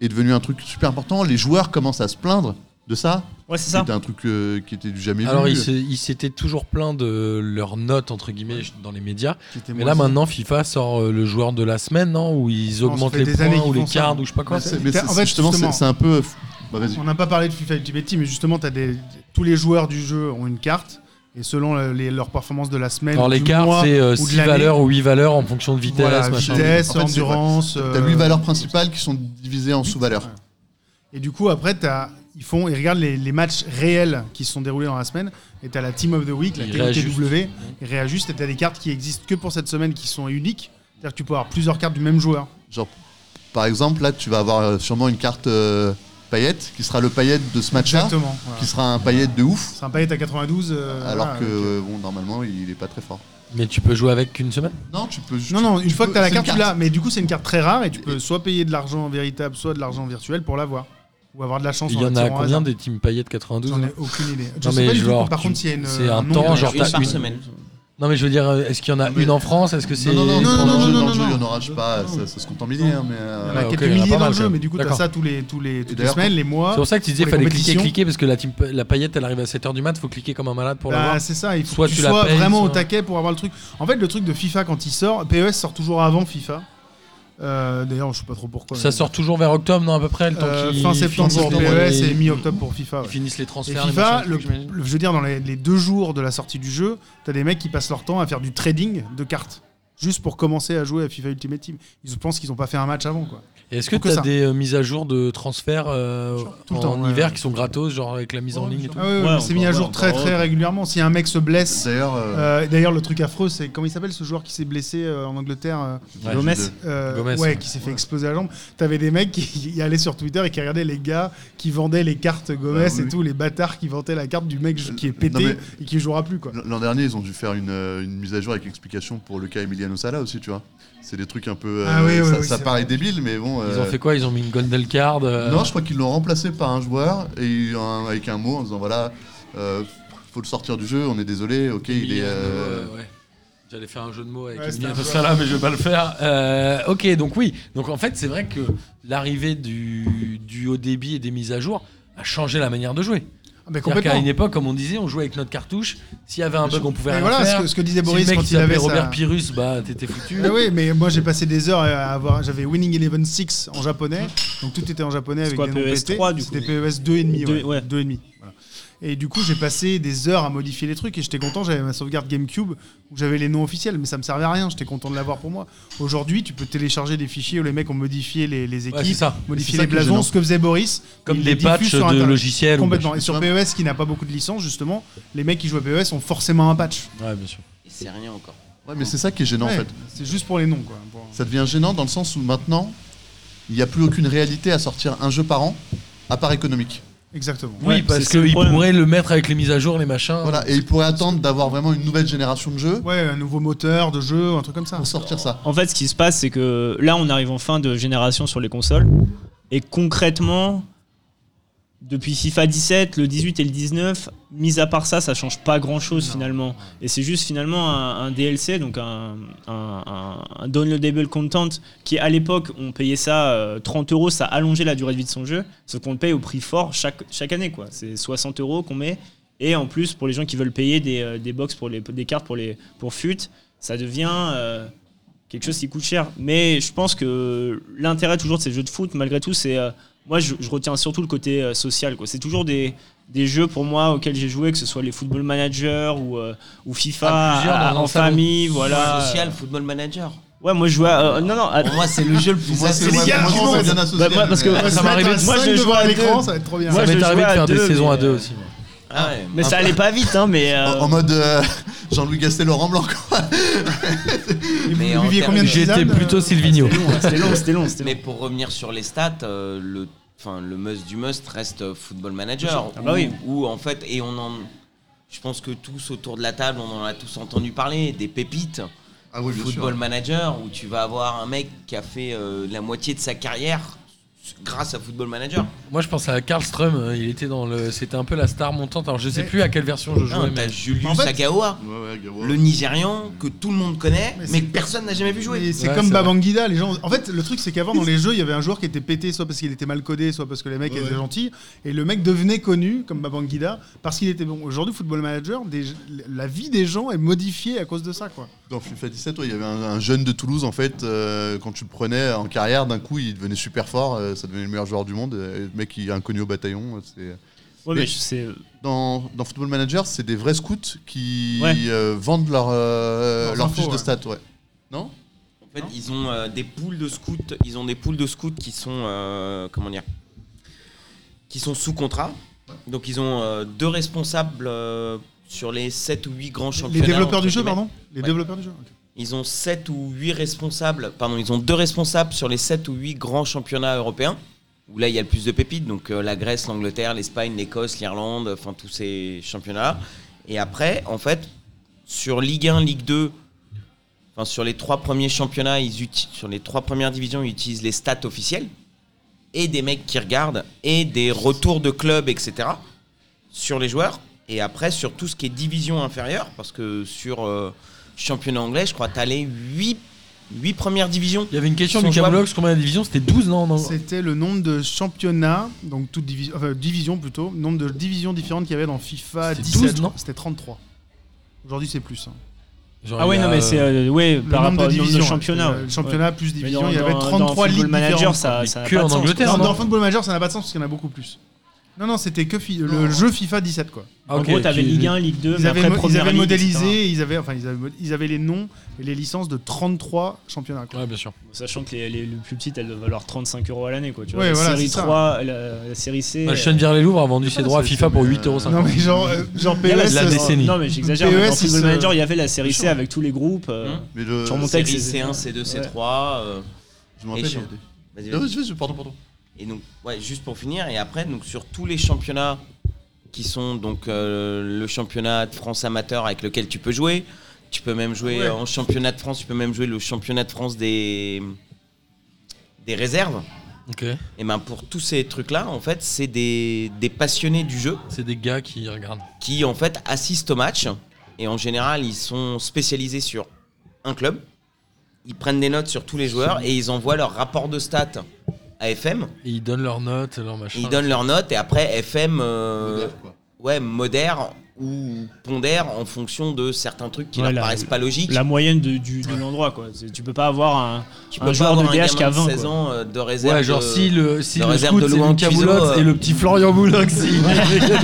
Speaker 9: est devenu un truc super important. Les joueurs commencent à se plaindre de ça.
Speaker 5: ouais, c'est ça.
Speaker 9: C'était un truc euh, qui était du jamais
Speaker 4: Alors,
Speaker 9: vu.
Speaker 4: ils se- ils s'étaient toujours plaints de leurs notes, entre guillemets, dans les médias.
Speaker 7: qui était
Speaker 4: Mais
Speaker 7: moins-
Speaker 4: là, maintenant, FIFA sort euh, le joueur de la semaine, non Où ils
Speaker 7: Non, ça
Speaker 4: augmentent
Speaker 7: fait
Speaker 4: les
Speaker 7: des
Speaker 4: points
Speaker 7: années qu'ils
Speaker 4: ou les
Speaker 7: font ça.
Speaker 4: cartes ou je sais pas quoi.
Speaker 7: Ouais, c'est-
Speaker 9: Mais c'est-
Speaker 7: en fait,
Speaker 9: justement, c'est
Speaker 7: justement-
Speaker 9: c'est un peu. Bah, vas-y.
Speaker 7: On n'a pas parlé de FIFA Ultimate Team, mais justement, as des... tous les joueurs du jeu ont une carte, et selon la- les- leur performance de la semaine,
Speaker 4: Alors,
Speaker 7: ou
Speaker 4: les
Speaker 7: du
Speaker 4: cartes,
Speaker 7: mois,
Speaker 4: c'est
Speaker 7: ou de
Speaker 4: 6
Speaker 7: l'année,
Speaker 4: valeurs ou 8 valeurs en fonction de vitesse,
Speaker 7: voilà,
Speaker 4: machin.
Speaker 7: vitesse,
Speaker 9: En fait, c'est-
Speaker 7: endurance.
Speaker 9: T'as
Speaker 7: euh,
Speaker 9: huit valeurs principales qui sont divisées en sous-valeurs.
Speaker 7: Et du coup, après, t'as- ils font, ils regardent les, les matchs réels qui se sont déroulés dans la semaine, et t'as la Team of the Week, la
Speaker 4: Ils
Speaker 7: TOTW, ils réajustent, et t'as des cartes qui existent que pour cette semaine qui sont uniques. C'est-à-dire que tu peux avoir plusieurs cartes du même joueur.
Speaker 9: Genre, par exemple, là, tu vas avoir euh, sûrement une carte euh, paillette qui sera le paillette de ce match-là,
Speaker 7: Exactement. voilà.
Speaker 9: qui sera un paillette de ouf,
Speaker 7: C'est un paillet à 92. euh,
Speaker 9: alors
Speaker 7: voilà,
Speaker 9: que,
Speaker 7: avec-
Speaker 9: euh, bon, normalement, il est pas très fort.
Speaker 4: Mais tu peux jouer avec qu'une semaine
Speaker 9: Non, tu peux.
Speaker 7: Non, non, une fois que t'as la carte, tu
Speaker 9: là
Speaker 7: l'as. Mais du coup, c'est une carte très rare, et tu peux soit payer de l'argent véritable, soit de l'argent virtuel pour l'avoir. Ou avoir de la chance
Speaker 4: Il
Speaker 7: en
Speaker 4: y en a
Speaker 7: attirant au
Speaker 4: combien
Speaker 7: hasard.
Speaker 4: des teams paillettes 92
Speaker 7: J'en
Speaker 4: là
Speaker 7: ai aucune idée. Je
Speaker 4: Non,
Speaker 7: sais
Speaker 4: mais
Speaker 7: pas du tout,
Speaker 4: genre,
Speaker 7: par
Speaker 4: tu-
Speaker 7: contre, s'il y a une. euh,
Speaker 4: c'est un
Speaker 7: nombre. Bah,
Speaker 4: temps, genre,
Speaker 8: une
Speaker 4: t'as
Speaker 8: par
Speaker 4: une-
Speaker 8: semaine.
Speaker 4: Non, mais je veux dire, euh, est-ce qu'il y en a
Speaker 9: Non, mais-
Speaker 4: une en France Est-ce que c'est.
Speaker 9: Non, non, non,
Speaker 7: Non,
Speaker 9: dans
Speaker 7: non,
Speaker 9: le jeu,
Speaker 7: non,
Speaker 9: dans le
Speaker 7: non,
Speaker 9: jeu, hein. il y en
Speaker 7: non.
Speaker 9: aura, je sais pas, ça, ça se compte en milliers, hein, mais.
Speaker 7: Il y
Speaker 9: euh,
Speaker 7: en
Speaker 4: Ouais,
Speaker 7: a
Speaker 4: Ah, ok,
Speaker 7: quelques
Speaker 4: il y en a pas
Speaker 7: milliers dans
Speaker 4: mal,
Speaker 7: le
Speaker 4: quand
Speaker 7: jeu,
Speaker 4: même.
Speaker 7: mais du coup, t'as
Speaker 4: D'accord.
Speaker 7: ça tous les, tous les, toutes les
Speaker 9: d'ailleurs,
Speaker 7: semaines, les mois.
Speaker 4: C'est pour ça que tu disais
Speaker 7: Pour les
Speaker 4: fallait cliquer,
Speaker 7: compétitions.
Speaker 4: cliquer, parce que la, team, pa- la paillette, elle arrive à 7h du mat, faut cliquer comme un malade pour
Speaker 7: Bah,
Speaker 4: l'avoir.
Speaker 7: c'est ça, il faut
Speaker 4: Soit
Speaker 7: que tu,
Speaker 4: tu la
Speaker 7: sois
Speaker 4: payes,
Speaker 7: vraiment au
Speaker 4: soit-
Speaker 7: taquet pour avoir le truc. En fait, le truc de FIFA quand il sort, PES sort toujours avant FIFA. Euh, D'ailleurs, je sais pas trop pourquoi.
Speaker 4: Ça
Speaker 7: mais-
Speaker 4: sort toujours vers octobre, non, à peu près le temps
Speaker 7: Euh,
Speaker 4: qu'ils
Speaker 7: fin septembre
Speaker 4: finissent
Speaker 7: pour
Speaker 4: les-
Speaker 7: PES et
Speaker 4: ils-
Speaker 7: mi-octobre pour FIFA. ouais.
Speaker 4: Ils finissent les
Speaker 7: Et
Speaker 4: transferts. les
Speaker 7: FIFA,
Speaker 4: machins,
Speaker 7: le-
Speaker 4: j'imagine.
Speaker 7: le- je veux dire, dans les, les deux jours de la sortie du jeu, t'as des mecs qui passent leur temps à faire du trading de cartes. Juste pour commencer à jouer à FIFA Ultimate Team. Ils pensent qu'ils ont pas fait un match avant, quoi.
Speaker 4: Et Est-ce que
Speaker 7: Faut que
Speaker 4: tu as
Speaker 7: ça.
Speaker 4: des euh, mises à jour de transferts euh,
Speaker 7: Tout le
Speaker 4: en
Speaker 7: temps, ouais,
Speaker 4: hiver
Speaker 7: ouais.
Speaker 4: qui sont gratos, genre avec la mise en ligne et tout
Speaker 7: Ah ouais, ouais,
Speaker 5: Ouais,
Speaker 7: mais c'est
Speaker 5: encore-
Speaker 7: mis à jour
Speaker 5: ouais,
Speaker 7: très
Speaker 5: encore
Speaker 7: très
Speaker 5: autre.
Speaker 7: régulièrement. Si un mec se blesse,
Speaker 9: D'ailleurs, euh,
Speaker 7: euh, d'ailleurs le truc affreux, c'est comment il s'appelle ce joueur qui s'est blessé euh, en Angleterre euh,
Speaker 9: je-
Speaker 5: Gomez.
Speaker 9: je-
Speaker 7: Euh,
Speaker 4: Gomez,
Speaker 7: ouais,
Speaker 4: ouais.
Speaker 7: qui s'est fait exploser la jambe. T'avais des mecs qui qui allaient sur Twitter et qui regardaient les gars qui vendaient les cartes Gomez
Speaker 9: Bah oui.
Speaker 7: et tout, les bâtards qui vantaient la carte du mec ju- qui est
Speaker 9: Euh,
Speaker 7: pété
Speaker 9: non,
Speaker 7: et qui jouera plus quoi.
Speaker 9: L'an dernier, ils ont dû faire une, euh, une mise à jour avec explication pour le cas Emiliano Sala aussi, tu vois. C'est des trucs un peu. euh,
Speaker 7: Ah oui, oui,
Speaker 9: ça
Speaker 7: oui,
Speaker 9: ça
Speaker 7: c'est
Speaker 9: paraît
Speaker 7: vrai.
Speaker 9: débile, mais bon.
Speaker 4: Ils
Speaker 9: euh,
Speaker 4: ont fait quoi Ils ont mis une Gondel Card euh,
Speaker 9: Non, je crois qu'ils l'ont remplacé par un joueur et un- avec un mot en disant voilà, euh, faut le sortir du jeu, on est désolé, ok, il est.
Speaker 4: Emiliano,
Speaker 9: euh,
Speaker 4: euh, ouais. J'allais faire un jeu de mots avec
Speaker 7: Ouais, c'était
Speaker 4: Emiliano
Speaker 7: un peu-
Speaker 4: Sala, mais je vais pas le faire. Euh, ok, donc oui. Donc en fait, c'est vrai que l'arrivée du, du haut débit et des mises à jour a changé la manière de jouer.
Speaker 7: Ah, mais
Speaker 4: C'est-à-dire qu'à
Speaker 7: complètement.
Speaker 4: une époque, comme on disait, on jouait avec notre cartouche. S'il y avait un bug, on pouvait
Speaker 7: Mais
Speaker 4: rien
Speaker 7: voilà ce
Speaker 4: faire.
Speaker 7: que, ce que disait
Speaker 4: Si
Speaker 7: Boris
Speaker 4: le mec
Speaker 7: quand
Speaker 4: qui
Speaker 7: il avait
Speaker 4: s'appelait Robert
Speaker 7: sa-
Speaker 4: Pyrrhus, bah t'étais foutu.
Speaker 7: Ah oui, mais moi j'ai passé des heures à avoir. J'avais Winning Eleven 6 en japonais, donc tout était en japonais avec
Speaker 5: quoi,
Speaker 7: des noms
Speaker 5: PES
Speaker 7: pétés.
Speaker 5: 3, du coup
Speaker 7: C'était E PES 2,5.
Speaker 5: Deux-
Speaker 7: Ouais,
Speaker 5: ouais.
Speaker 7: 2,5, voilà. Et du coup, j'ai passé des heures à modifier les trucs et j'étais content. J'avais ma sauvegarde GameCube où j'avais les noms officiels, mais ça me servait à rien. J'étais content de l'avoir pour moi. Aujourd'hui, tu peux télécharger des fichiers où les mecs ont modifié les, les
Speaker 4: Ouais, c'est
Speaker 7: équipes,
Speaker 4: ça.
Speaker 9: C'est
Speaker 7: modifié
Speaker 9: ça
Speaker 7: les
Speaker 9: qui est
Speaker 7: blasons,
Speaker 9: gênant.
Speaker 7: ce que faisait Boris.
Speaker 4: Comme
Speaker 7: Il
Speaker 4: des
Speaker 7: les diffuse
Speaker 4: patchs
Speaker 7: sur
Speaker 4: de
Speaker 7: Internet.
Speaker 4: logiciels. ou-
Speaker 7: Complètement. Et sur PES, qui n'a pas beaucoup de licences, justement, les mecs qui jouent à PES ont forcément un patch.
Speaker 4: Ouais, bien sûr.
Speaker 8: Et c'est rien encore.
Speaker 9: Ouais, mais c'est ça qui est gênant
Speaker 7: Ouais,
Speaker 9: en fait.
Speaker 7: C'est juste pour les noms, quoi. Pour-
Speaker 9: Ça devient gênant dans le sens où maintenant, il n'y a plus aucune réalité à sortir un jeu par an, à part économique.
Speaker 7: Exactement.
Speaker 5: Ouais,
Speaker 4: Oui, parce
Speaker 5: c'est ça le
Speaker 4: qu'ils
Speaker 5: problème.
Speaker 4: pourraient le mettre avec les mises à jour, les machins.
Speaker 9: Voilà, et ils pourraient attendre d'avoir vraiment une nouvelle génération de jeux
Speaker 7: Ouais, un nouveau moteur de jeu, un truc comme ça.
Speaker 9: pour sortir ça.
Speaker 5: En fait, ce qui se passe, c'est que là, on arrive en fin de génération sur les consoles. Et concrètement, depuis FIFA 17, le 18 et le 19, mis à part ça, ça change pas grand chose finalement. Et c'est juste finalement un, un DLC, donc un, un- un- un downloadable content, qui à l'époque, on payait ça euh, 30 euros, ça allongeait la durée de vie de son jeu, sauf qu'on le paye au prix fort chaque, chaque année, quoi. C'est 60 euros qu'on met. Et en plus, pour les gens qui veulent payer des, euh, des box pour les, des cartes pour les pour fut, ça devient euh, quelque chose qui coûte cher. Mais je pense que l'intérêt toujours de ces jeux de foot, malgré tout, c'est euh, moi je, je retiens surtout le côté euh, social. quoi. C'est toujours des, des jeux pour moi auxquels j'ai joué, que ce soit les Football Manager ou, euh, ou FIFA
Speaker 4: À Ah, plusieurs,
Speaker 5: à-
Speaker 4: dans un
Speaker 5: en
Speaker 4: salon.
Speaker 5: famille, voilà.
Speaker 8: Social, football manager.
Speaker 5: Ouais, moi je jouais. à- euh, non, non. à-
Speaker 8: Pour moi, c'est le jeu le plus
Speaker 9: Moi,
Speaker 8: associé.
Speaker 9: c'est- moi, moi,
Speaker 10: qui
Speaker 9: c'est
Speaker 10: vont-
Speaker 9: bien associé.
Speaker 5: bah, moi, parce que-
Speaker 10: On va
Speaker 5: Ça
Speaker 10: se
Speaker 5: m'est
Speaker 10: mettre
Speaker 5: arrivé-
Speaker 10: à
Speaker 5: moi, je
Speaker 10: cinq
Speaker 5: joue
Speaker 10: devant
Speaker 5: à
Speaker 10: l'écran,
Speaker 5: deux.
Speaker 10: ça va être trop bien.
Speaker 5: Moi,
Speaker 4: ça
Speaker 5: je
Speaker 4: m'est arrivé
Speaker 5: jouais
Speaker 4: de
Speaker 5: à
Speaker 4: faire des
Speaker 5: deux,
Speaker 4: saisons
Speaker 5: mais-
Speaker 4: à deux aussi.
Speaker 8: Ah ouais.
Speaker 5: mais ça allait pas vite, hein, mais. euh,
Speaker 9: En en mode euh, Jean-Louis Gasset, Laurent Blanc. quoi.
Speaker 8: Mais
Speaker 7: vous
Speaker 8: en
Speaker 7: buviez
Speaker 8: termes
Speaker 7: combien de
Speaker 8: de-
Speaker 7: Zidane,
Speaker 4: J'étais
Speaker 7: euh,
Speaker 4: plutôt Silvino.
Speaker 5: c'était long, hein, C'était long, c'était long, c'était long.
Speaker 8: Mais pour revenir sur les stats, euh, le, enfin, le must du must reste euh, football manager.
Speaker 5: Ah bah oui.
Speaker 8: Où, où, en fait, et on en. Je pense que tous autour de la table, on en a tous entendu parler, des pépites.
Speaker 9: Ah oui, bien
Speaker 8: football
Speaker 9: sûr.
Speaker 8: manager, où tu vas avoir un mec qui a fait euh, la moitié de sa carrière grâce à football manager.
Speaker 4: Moi, je pense à Karlström. euh, Il était dans le. C'était un peu la star montante. Alors, je sais plus à quelle version je jouais.
Speaker 8: Hein, T'as
Speaker 4: mais-
Speaker 8: Julius
Speaker 10: En fait,
Speaker 8: Sagawa,
Speaker 9: Ouais, ouais, Gawa.
Speaker 8: le Nigérian que tout le monde connaît,
Speaker 10: Mais
Speaker 8: mais,
Speaker 10: c'est-
Speaker 8: que personne n'a jamais vu jouer.
Speaker 10: Mais
Speaker 4: Ouais,
Speaker 10: c'est
Speaker 4: c'est
Speaker 10: comme
Speaker 4: vrai.
Speaker 10: Babangida, les gens.
Speaker 7: En fait, le truc, c'est qu'avant, dans les jeux, il y avait un joueur qui était pété, soit parce qu'il était mal codé, soit parce que les mecs
Speaker 10: Ouais,
Speaker 7: étaient
Speaker 10: ouais.
Speaker 7: gentils. Et le mec devenait connu, comme Babangida, parce qu'il était bon. Aujourd'hui, Football Manager, des- la vie des gens est modifiée à cause de ça, quoi.
Speaker 9: Dans FIFA 17, ouais, il y avait un, un jeune de Toulouse, en fait, euh, quand tu le prenais en carrière, d'un coup, il devenait super fort, euh, ça devenait le meilleur joueur du monde. euh, et le mec, il est inconnu au bataillon. euh, c'est-
Speaker 5: Ouais, mais je sais.
Speaker 9: Dans, dans Football Manager, c'est des vrais scouts qui
Speaker 5: Ouais.
Speaker 9: euh, vendent leur, euh,
Speaker 7: Leurs
Speaker 9: leur
Speaker 7: infos,
Speaker 9: fiche de
Speaker 7: ouais.
Speaker 9: stats. Ouais. Non
Speaker 8: En fait, ils ont euh, des poules de scouts. Ils ont des poules de scouts qui sont euh, comment dire, qui sont sous contrat. Donc ils ont euh, deux responsables euh, sur les 7 ou 8 grands championnats.
Speaker 7: Les développeurs du
Speaker 8: entre
Speaker 7: jeu,
Speaker 8: guillemets.
Speaker 7: pardon Les
Speaker 8: Ouais.
Speaker 7: développeurs du jeu ok.
Speaker 8: Ils ont 7 ou 8 responsables. Pardon, ils ont deux responsables sur les 7 ou 8 grands championnats européens. Où là, il y a le plus de pépites. Donc euh, la Grèce, l'Angleterre, l'Espagne, l'Écosse, l'Irlande, enfin tous ces championnats. Et après, en fait, sur Ligue 1, Ligue 2, enfin sur les trois premiers championnats, ils uti- sur les trois premières divisions, ils utilisent les stats officielles et des mecs qui regardent et des retours de clubs, etc. sur les joueurs. Et après, sur tout ce qui est division inférieure, parce que sur euh, championnat anglais, je crois, t'as les 8, premières divisions.
Speaker 4: Il y avait une question
Speaker 8: Ils sont
Speaker 4: du
Speaker 8: jouables.
Speaker 4: Camoulox. Combien de divisions C'était 12, non, non
Speaker 7: C'était le nombre de championnats, donc toute division, enfin, division plutôt, nombre de divisions différentes qu'il y avait dans FIFA
Speaker 4: C'était
Speaker 7: 17.
Speaker 4: 12, non
Speaker 7: C'était 33. Aujourd'hui, c'est plus. hein.
Speaker 4: Genre,
Speaker 5: Ah ouais,
Speaker 4: il y a,
Speaker 5: non, mais c'est.
Speaker 4: euh,
Speaker 5: euh, ouais,
Speaker 7: Le
Speaker 5: par
Speaker 7: nombre
Speaker 5: rapport au nombre
Speaker 7: de divisions.
Speaker 5: de
Speaker 7: ouais.
Speaker 5: championnats.
Speaker 7: Euh,
Speaker 5: ouais.
Speaker 7: Championnat plus
Speaker 5: Mais
Speaker 7: division,
Speaker 5: dans-
Speaker 7: il y avait
Speaker 5: dans-
Speaker 7: 33
Speaker 5: dans
Speaker 7: ligues
Speaker 5: Football manager,
Speaker 7: différentes.
Speaker 5: ça, ça a
Speaker 4: Que
Speaker 5: pas de
Speaker 4: en
Speaker 5: sens,
Speaker 4: Angleterre,
Speaker 5: quoi.
Speaker 7: Non,
Speaker 4: non
Speaker 7: dans Football Manager, ça n'a pas de sens parce qu'il y en a beaucoup plus. Non, non, c'était que fi- le jeu FIFA 17, quoi.
Speaker 4: ah,
Speaker 5: En
Speaker 4: ok,
Speaker 5: gros, t'avais
Speaker 4: ok.
Speaker 5: Ligue 1, Ligue 2,
Speaker 7: Ils
Speaker 5: mais
Speaker 7: avaient,
Speaker 5: après,
Speaker 7: mo- ils
Speaker 5: Première
Speaker 7: avaient
Speaker 5: Ligue, etc.
Speaker 7: modélisé, ils avaient, enfin, ils avaient, mo- ils avaient les noms et les licences de 33 championnats, quoi.
Speaker 4: Ouais, bien sûr.
Speaker 5: Sachant que les, les, les plus petites, elles doivent valoir 35 euros à l'année. quoi. Tu
Speaker 7: Ouais,
Speaker 5: vois,
Speaker 7: voilà,
Speaker 5: la série
Speaker 7: c'est ça.
Speaker 5: 3, la, la série C.
Speaker 4: Bah,
Speaker 5: euh,
Speaker 4: Sean Vier-les-Louvres a vendu ses droits à
Speaker 9: c'est-
Speaker 4: FIFA pour
Speaker 9: mais, euh,
Speaker 4: 8,50€.
Speaker 7: Non, mais genre, euh, genre
Speaker 5: il y a
Speaker 7: PES,
Speaker 4: la
Speaker 7: euh,
Speaker 4: décennie.
Speaker 5: Non, mais j'exagère. mais
Speaker 7: PES,
Speaker 5: dans Football
Speaker 7: c'est-
Speaker 5: Manager, il y avait la série C avec tous les groupes. euh,
Speaker 8: Hum.
Speaker 9: Mais le,
Speaker 5: Sur mon-
Speaker 8: Série hein.
Speaker 5: texte, c'est-
Speaker 8: C1, C2, C3. euh,
Speaker 9: Je me rappelle.
Speaker 8: Et je-
Speaker 9: il y avait-
Speaker 8: vas-y,
Speaker 9: Ah,
Speaker 8: vas-y.
Speaker 9: vas-y, vas-y, pardon, pardon.
Speaker 8: Et donc, ouais, juste pour finir, et après, donc sur tous les championnats qui sont donc euh, le championnat de France amateur avec lequel tu peux jouer, tu peux même jouer euh, en championnat de France, tu peux même jouer le championnat de France des des réserves.
Speaker 4: Ok.
Speaker 8: Et ben pour tous ces trucs-là, en fait, c'est des, des passionnés du jeu
Speaker 4: C'est des gars qui regardent.
Speaker 8: qui en fait assistent au match et en général ils sont spécialisés sur un club. Ils prennent des notes sur tous les joueurs et ils envoient leur rapport de stats à FM.
Speaker 4: Et ils donnent leurs notes, leurs machins.
Speaker 8: Ils donnent leurs notes et après FM euh,
Speaker 9: Moderne, quoi.
Speaker 8: ouais modère ou pondère en fonction de certains trucs qui
Speaker 5: Ouais,
Speaker 8: leur
Speaker 5: la-
Speaker 8: paraissent pas logiques.
Speaker 5: La moyenne de, du- de l'endroit, quoi. C'est- Tu peux pas avoir un,
Speaker 8: tu
Speaker 5: un joueur de
Speaker 8: avoir un
Speaker 5: DH qui a
Speaker 8: gamin
Speaker 5: 20.
Speaker 8: de 16
Speaker 5: quoi.
Speaker 8: ans euh, de réserve.
Speaker 4: Ouais, genre
Speaker 8: euh,
Speaker 4: si le, si
Speaker 8: de
Speaker 4: le
Speaker 8: réserve
Speaker 4: scout
Speaker 8: de
Speaker 4: c'est
Speaker 8: Laurent
Speaker 4: Lucas
Speaker 8: Cuiseau,
Speaker 4: Boulotte
Speaker 8: euh,
Speaker 4: et le petit Florian Boulogne,
Speaker 8: futur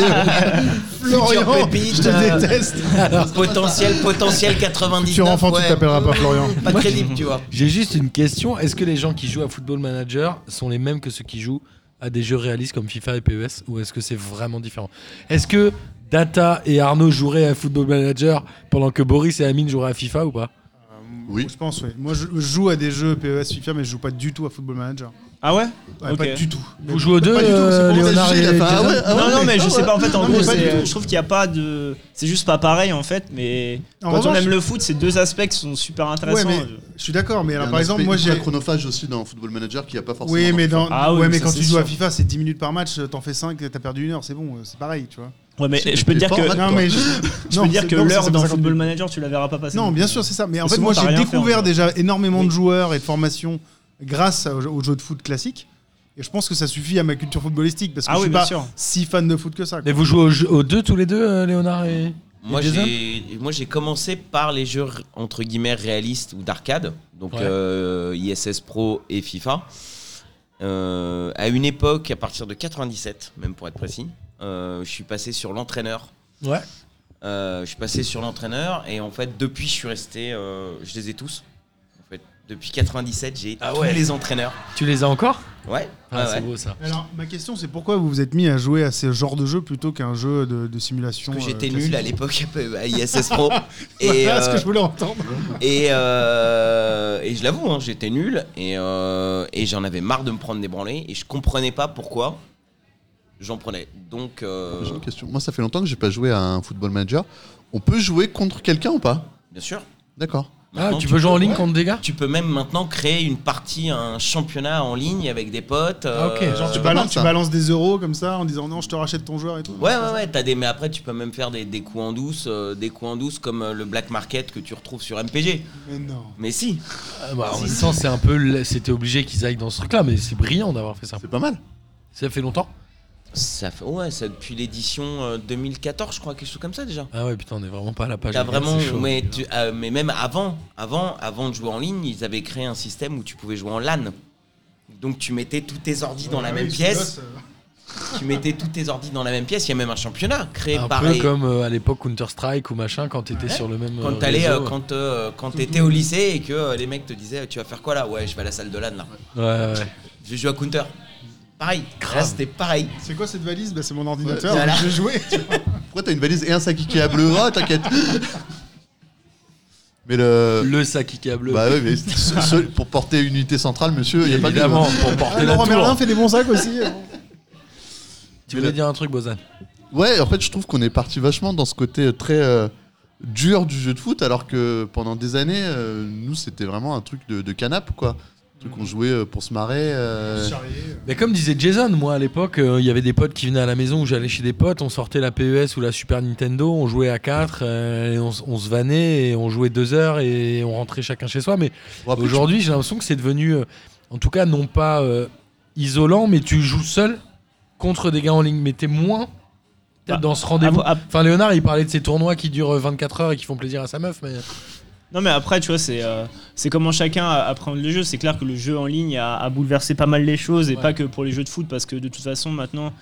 Speaker 7: Florian,
Speaker 8: pépite,
Speaker 7: je te
Speaker 8: euh,
Speaker 7: déteste.
Speaker 8: potentiel potentiel 99.
Speaker 7: Futur enfant, tu
Speaker 8: ouais,
Speaker 7: t'appelleras pas Florian.
Speaker 8: Pas crédible, tu vois.
Speaker 4: J'ai juste une question. Est-ce que les gens qui jouent à Football Manager sont les mêmes que ceux qui jouent à des jeux réalistes comme FIFA et PES ou est-ce que c'est vraiment différent Est-ce que Data et Arnaud joueraient à Football Manager pendant que Boris et Amine joueraient à FIFA ou pas
Speaker 9: Oui.
Speaker 7: E Je pense, oui. Moi, je je joue à des jeux PES, FIFA, mais je joue pas du tout à Football Manager.
Speaker 5: Ah ouais
Speaker 7: Ouais,
Speaker 5: Ok.
Speaker 7: Pas du tout.
Speaker 4: Vous jouez aux deux,
Speaker 9: Pas du tout, c'est
Speaker 4: euh,
Speaker 9: pour
Speaker 4: Léonard
Speaker 9: Gilles,
Speaker 4: et
Speaker 9: il a fait, ah
Speaker 4: Jason
Speaker 9: ouais, ah ouais,
Speaker 5: non, non, mais je
Speaker 9: ah
Speaker 5: sais
Speaker 9: ouais.
Speaker 5: pas, en fait, en
Speaker 7: Non,
Speaker 5: gros,
Speaker 7: mais pas
Speaker 5: c'est-
Speaker 7: du tout.
Speaker 5: je trouve qu'il n'y a pas de. C'est juste pas pareil, en fait, mais
Speaker 7: En
Speaker 5: quand on
Speaker 7: revanche-
Speaker 5: aime le foot, c'est deux aspects qui sont super
Speaker 7: Ouais,
Speaker 5: intéressants.
Speaker 7: mais je suis d'accord, mais
Speaker 9: Il y a
Speaker 7: alors,
Speaker 9: un
Speaker 7: par exemple,
Speaker 9: aspect
Speaker 7: moi j'ai.
Speaker 9: ultra chronophage aussi dans Football Manager qui a pas forcément.
Speaker 7: Oui, mais, dans...
Speaker 5: Ah oui,
Speaker 7: ouais,
Speaker 5: mais
Speaker 7: mais
Speaker 5: ça,
Speaker 7: quand
Speaker 5: c'est
Speaker 7: tu joues à
Speaker 5: sûr.
Speaker 7: FIFA, c'est 10 minutes par match, euh, t'en fais 5, t'as perdu une heure, c'est bon, euh, c'est pareil, tu vois.
Speaker 5: Ouais, mais
Speaker 9: C'est-
Speaker 5: je peux te
Speaker 9: t'es
Speaker 5: dire
Speaker 9: pas
Speaker 5: que,
Speaker 9: en mode,
Speaker 7: Non,
Speaker 9: toi.
Speaker 7: mais je,
Speaker 5: je peux
Speaker 7: non,
Speaker 5: te dire
Speaker 7: c'est-
Speaker 5: que
Speaker 7: non, c'est
Speaker 5: l'heure dans
Speaker 7: 50
Speaker 5: Football
Speaker 7: minutes.
Speaker 5: Manager, tu la verras pas passer.
Speaker 7: Non, bien sûr, c'est ça. Mais en
Speaker 5: Et
Speaker 7: fait,
Speaker 5: souvent,
Speaker 7: moi,
Speaker 5: t'as
Speaker 7: j'ai
Speaker 5: rien à faire,
Speaker 7: découvert
Speaker 5: en fait.
Speaker 7: déjà énormément de
Speaker 5: Oui.
Speaker 7: joueurs et de formations grâce au- au jeu de foot classique. Et je pense que ça suffit à ma culture footballistique parce que
Speaker 5: Ah
Speaker 7: je
Speaker 5: oui,
Speaker 7: suis
Speaker 5: bien
Speaker 7: pas
Speaker 5: sûr.
Speaker 7: si fan de foot que ça.
Speaker 4: Mais
Speaker 7: quoi.
Speaker 4: vous jouez aux, jeux- aux deux tous les deux, euh, Léonard et. Et
Speaker 8: Moi,
Speaker 4: Jason
Speaker 8: j'ai moi, j'ai commencé par les jeux entre guillemets réalistes ou d'arcade, donc
Speaker 4: Ouais.
Speaker 8: euh, ISS Pro et FIFA. Euh, à une époque, à partir de 97, même pour être précis, euh, je suis passé sur l'entraîneur.
Speaker 4: Ouais.
Speaker 8: Euh, je suis passé sur l'entraîneur et en fait, depuis, je suis resté. euh, je les ai tous. En fait, depuis 97, j'ai
Speaker 7: Ah
Speaker 8: tous les entraîneurs.
Speaker 4: Tu les as encore Ah,
Speaker 8: Ouais. ouais, ouais.
Speaker 4: beau ça.
Speaker 7: Alors, ma question, c'est pourquoi vous vous êtes mis à jouer à ce genre de jeu plutôt qu'un jeu de, de simulation
Speaker 8: Parce que
Speaker 7: euh,
Speaker 8: j'étais
Speaker 7: classique
Speaker 8: nul à l'époque à ISS Pro. et,
Speaker 7: Voilà ce
Speaker 8: euh,
Speaker 7: que je voulais entendre.
Speaker 8: Et, euh, et je l'avoue, hein, j'étais nul et, euh, et j'en avais marre de me prendre des branlées et je comprenais pas pourquoi j'en prenais. Donc, euh,
Speaker 9: J'ai une question. Moi, ça fait longtemps que j'ai pas joué à un Football Manager. On peut jouer contre quelqu'un ou pas
Speaker 8: bien sûr.
Speaker 9: D'accord.
Speaker 4: Ah,
Speaker 8: maintenant,
Speaker 4: tu peux jouer en ligne contre des gars
Speaker 8: Tu peux même maintenant créer une partie, un championnat en ligne avec des potes.
Speaker 4: Ah, ok,
Speaker 8: euh,
Speaker 7: Genre, tu,
Speaker 9: pas
Speaker 7: balances,
Speaker 9: mal,
Speaker 7: tu
Speaker 9: ça.
Speaker 7: balances des euros comme ça en disant non, je te rachète ton joueur et tout.
Speaker 8: Ouais, ouais, ouais. T'as des, mais après, tu peux même faire des, des coups en douce, euh, des coups en douce comme euh, le black market que tu retrouves sur MPG.
Speaker 7: Mais non.
Speaker 8: Mais si.
Speaker 4: Ah, bah, En même temps, c'est un peu. le- C'était obligé qu'ils aillent dans ce truc-là, mais c'est brillant d'avoir fait ça.
Speaker 9: C'est pas mal.
Speaker 4: Ça fait longtemps
Speaker 8: Ça fait, ouais, ça depuis l'édition euh, 2014, je crois, quelque chose comme ça déjà.
Speaker 4: Ah ouais, putain, on est vraiment pas à la page.
Speaker 8: T'as vraiment,
Speaker 4: C'est chaud.
Speaker 8: mais, tu- euh, mais même avant, avant, avant de jouer en ligne, ils avaient créé un système où tu pouvais jouer en LAN. Donc tu mettais tous tes ordis
Speaker 4: Ah
Speaker 8: dans
Speaker 7: Ah
Speaker 8: la même pièce. Tu mettais tous tes ordis dans la même pièce. Il y a même un championnat créé
Speaker 4: Un
Speaker 8: par.
Speaker 4: peu
Speaker 8: les-
Speaker 4: comme euh, à l'époque Counter-Strike ou machin, quand t'étais sur le même.
Speaker 8: Quand
Speaker 4: euh,
Speaker 8: t'allais, euh,
Speaker 4: réseau.
Speaker 8: quand euh, quand t'étais au lycée et que euh, les mecs te disaient, tu vas faire quoi là Ouais, je vais à la salle de LAN là.
Speaker 4: Ouais, ouais.
Speaker 8: Je joue à Counter. Pareil. Là, c'était pareil.
Speaker 7: C'est quoi cette valise bah, C'est mon ordinateur.
Speaker 8: Voilà.
Speaker 7: Je vais jouer.
Speaker 9: Pourquoi t'as une valise et un sac Ikea bleu Ah, t'inquiète. Mais le.
Speaker 4: Le sac Ikea bleu.
Speaker 9: Euh, Bah oui, mais ce- ce- pour porter une unité centrale, monsieur, il y a pas de.
Speaker 4: Évidemment, pour porter
Speaker 7: Ah,
Speaker 4: la
Speaker 7: Laurent Merlin
Speaker 4: tour. Euh.
Speaker 7: fait des bons sacs aussi.
Speaker 4: Tu voulais dire un truc, Bozan
Speaker 9: Ouais, en fait, je trouve qu'on est parti vachement dans ce côté très euh, dur du jeu de foot, alors que pendant des années, euh, nous, c'était vraiment un truc de, de canap, quoi. Un truc qu'on jouait euh, pour se marrer. euh,
Speaker 4: Mais comme disait Jason, moi à l'époque, euh, il y avait des potes qui venaient à la maison où j'allais chez des potes, on sortait la PES ou la Super Nintendo, on jouait à 4, et on, s- on se vannait, et on jouait 2 heures et on rentrait chacun chez soi. Mais
Speaker 9: bon, après,
Speaker 4: aujourd'hui, j'ai l'impression que c'est devenu, euh, en tout cas, non pas euh, isolant, mais tu joues seul contre des gars en ligne. Mais t'es moins peut-être
Speaker 5: Bah,
Speaker 4: dans ce rendez-vous.
Speaker 5: Ah, ah,
Speaker 4: Enfin, Léonard, il parlait de ces tournois qui durent euh, 24 heures et qui font plaisir à sa meuf, mais
Speaker 5: Non mais après tu vois c'est euh, c'est comment chacun a- apprend le jeu. C'est clair que le jeu en ligne a, a bouleversé pas mal les choses et
Speaker 4: Ouais.
Speaker 5: pas que pour les jeux de foot parce que de toute façon maintenant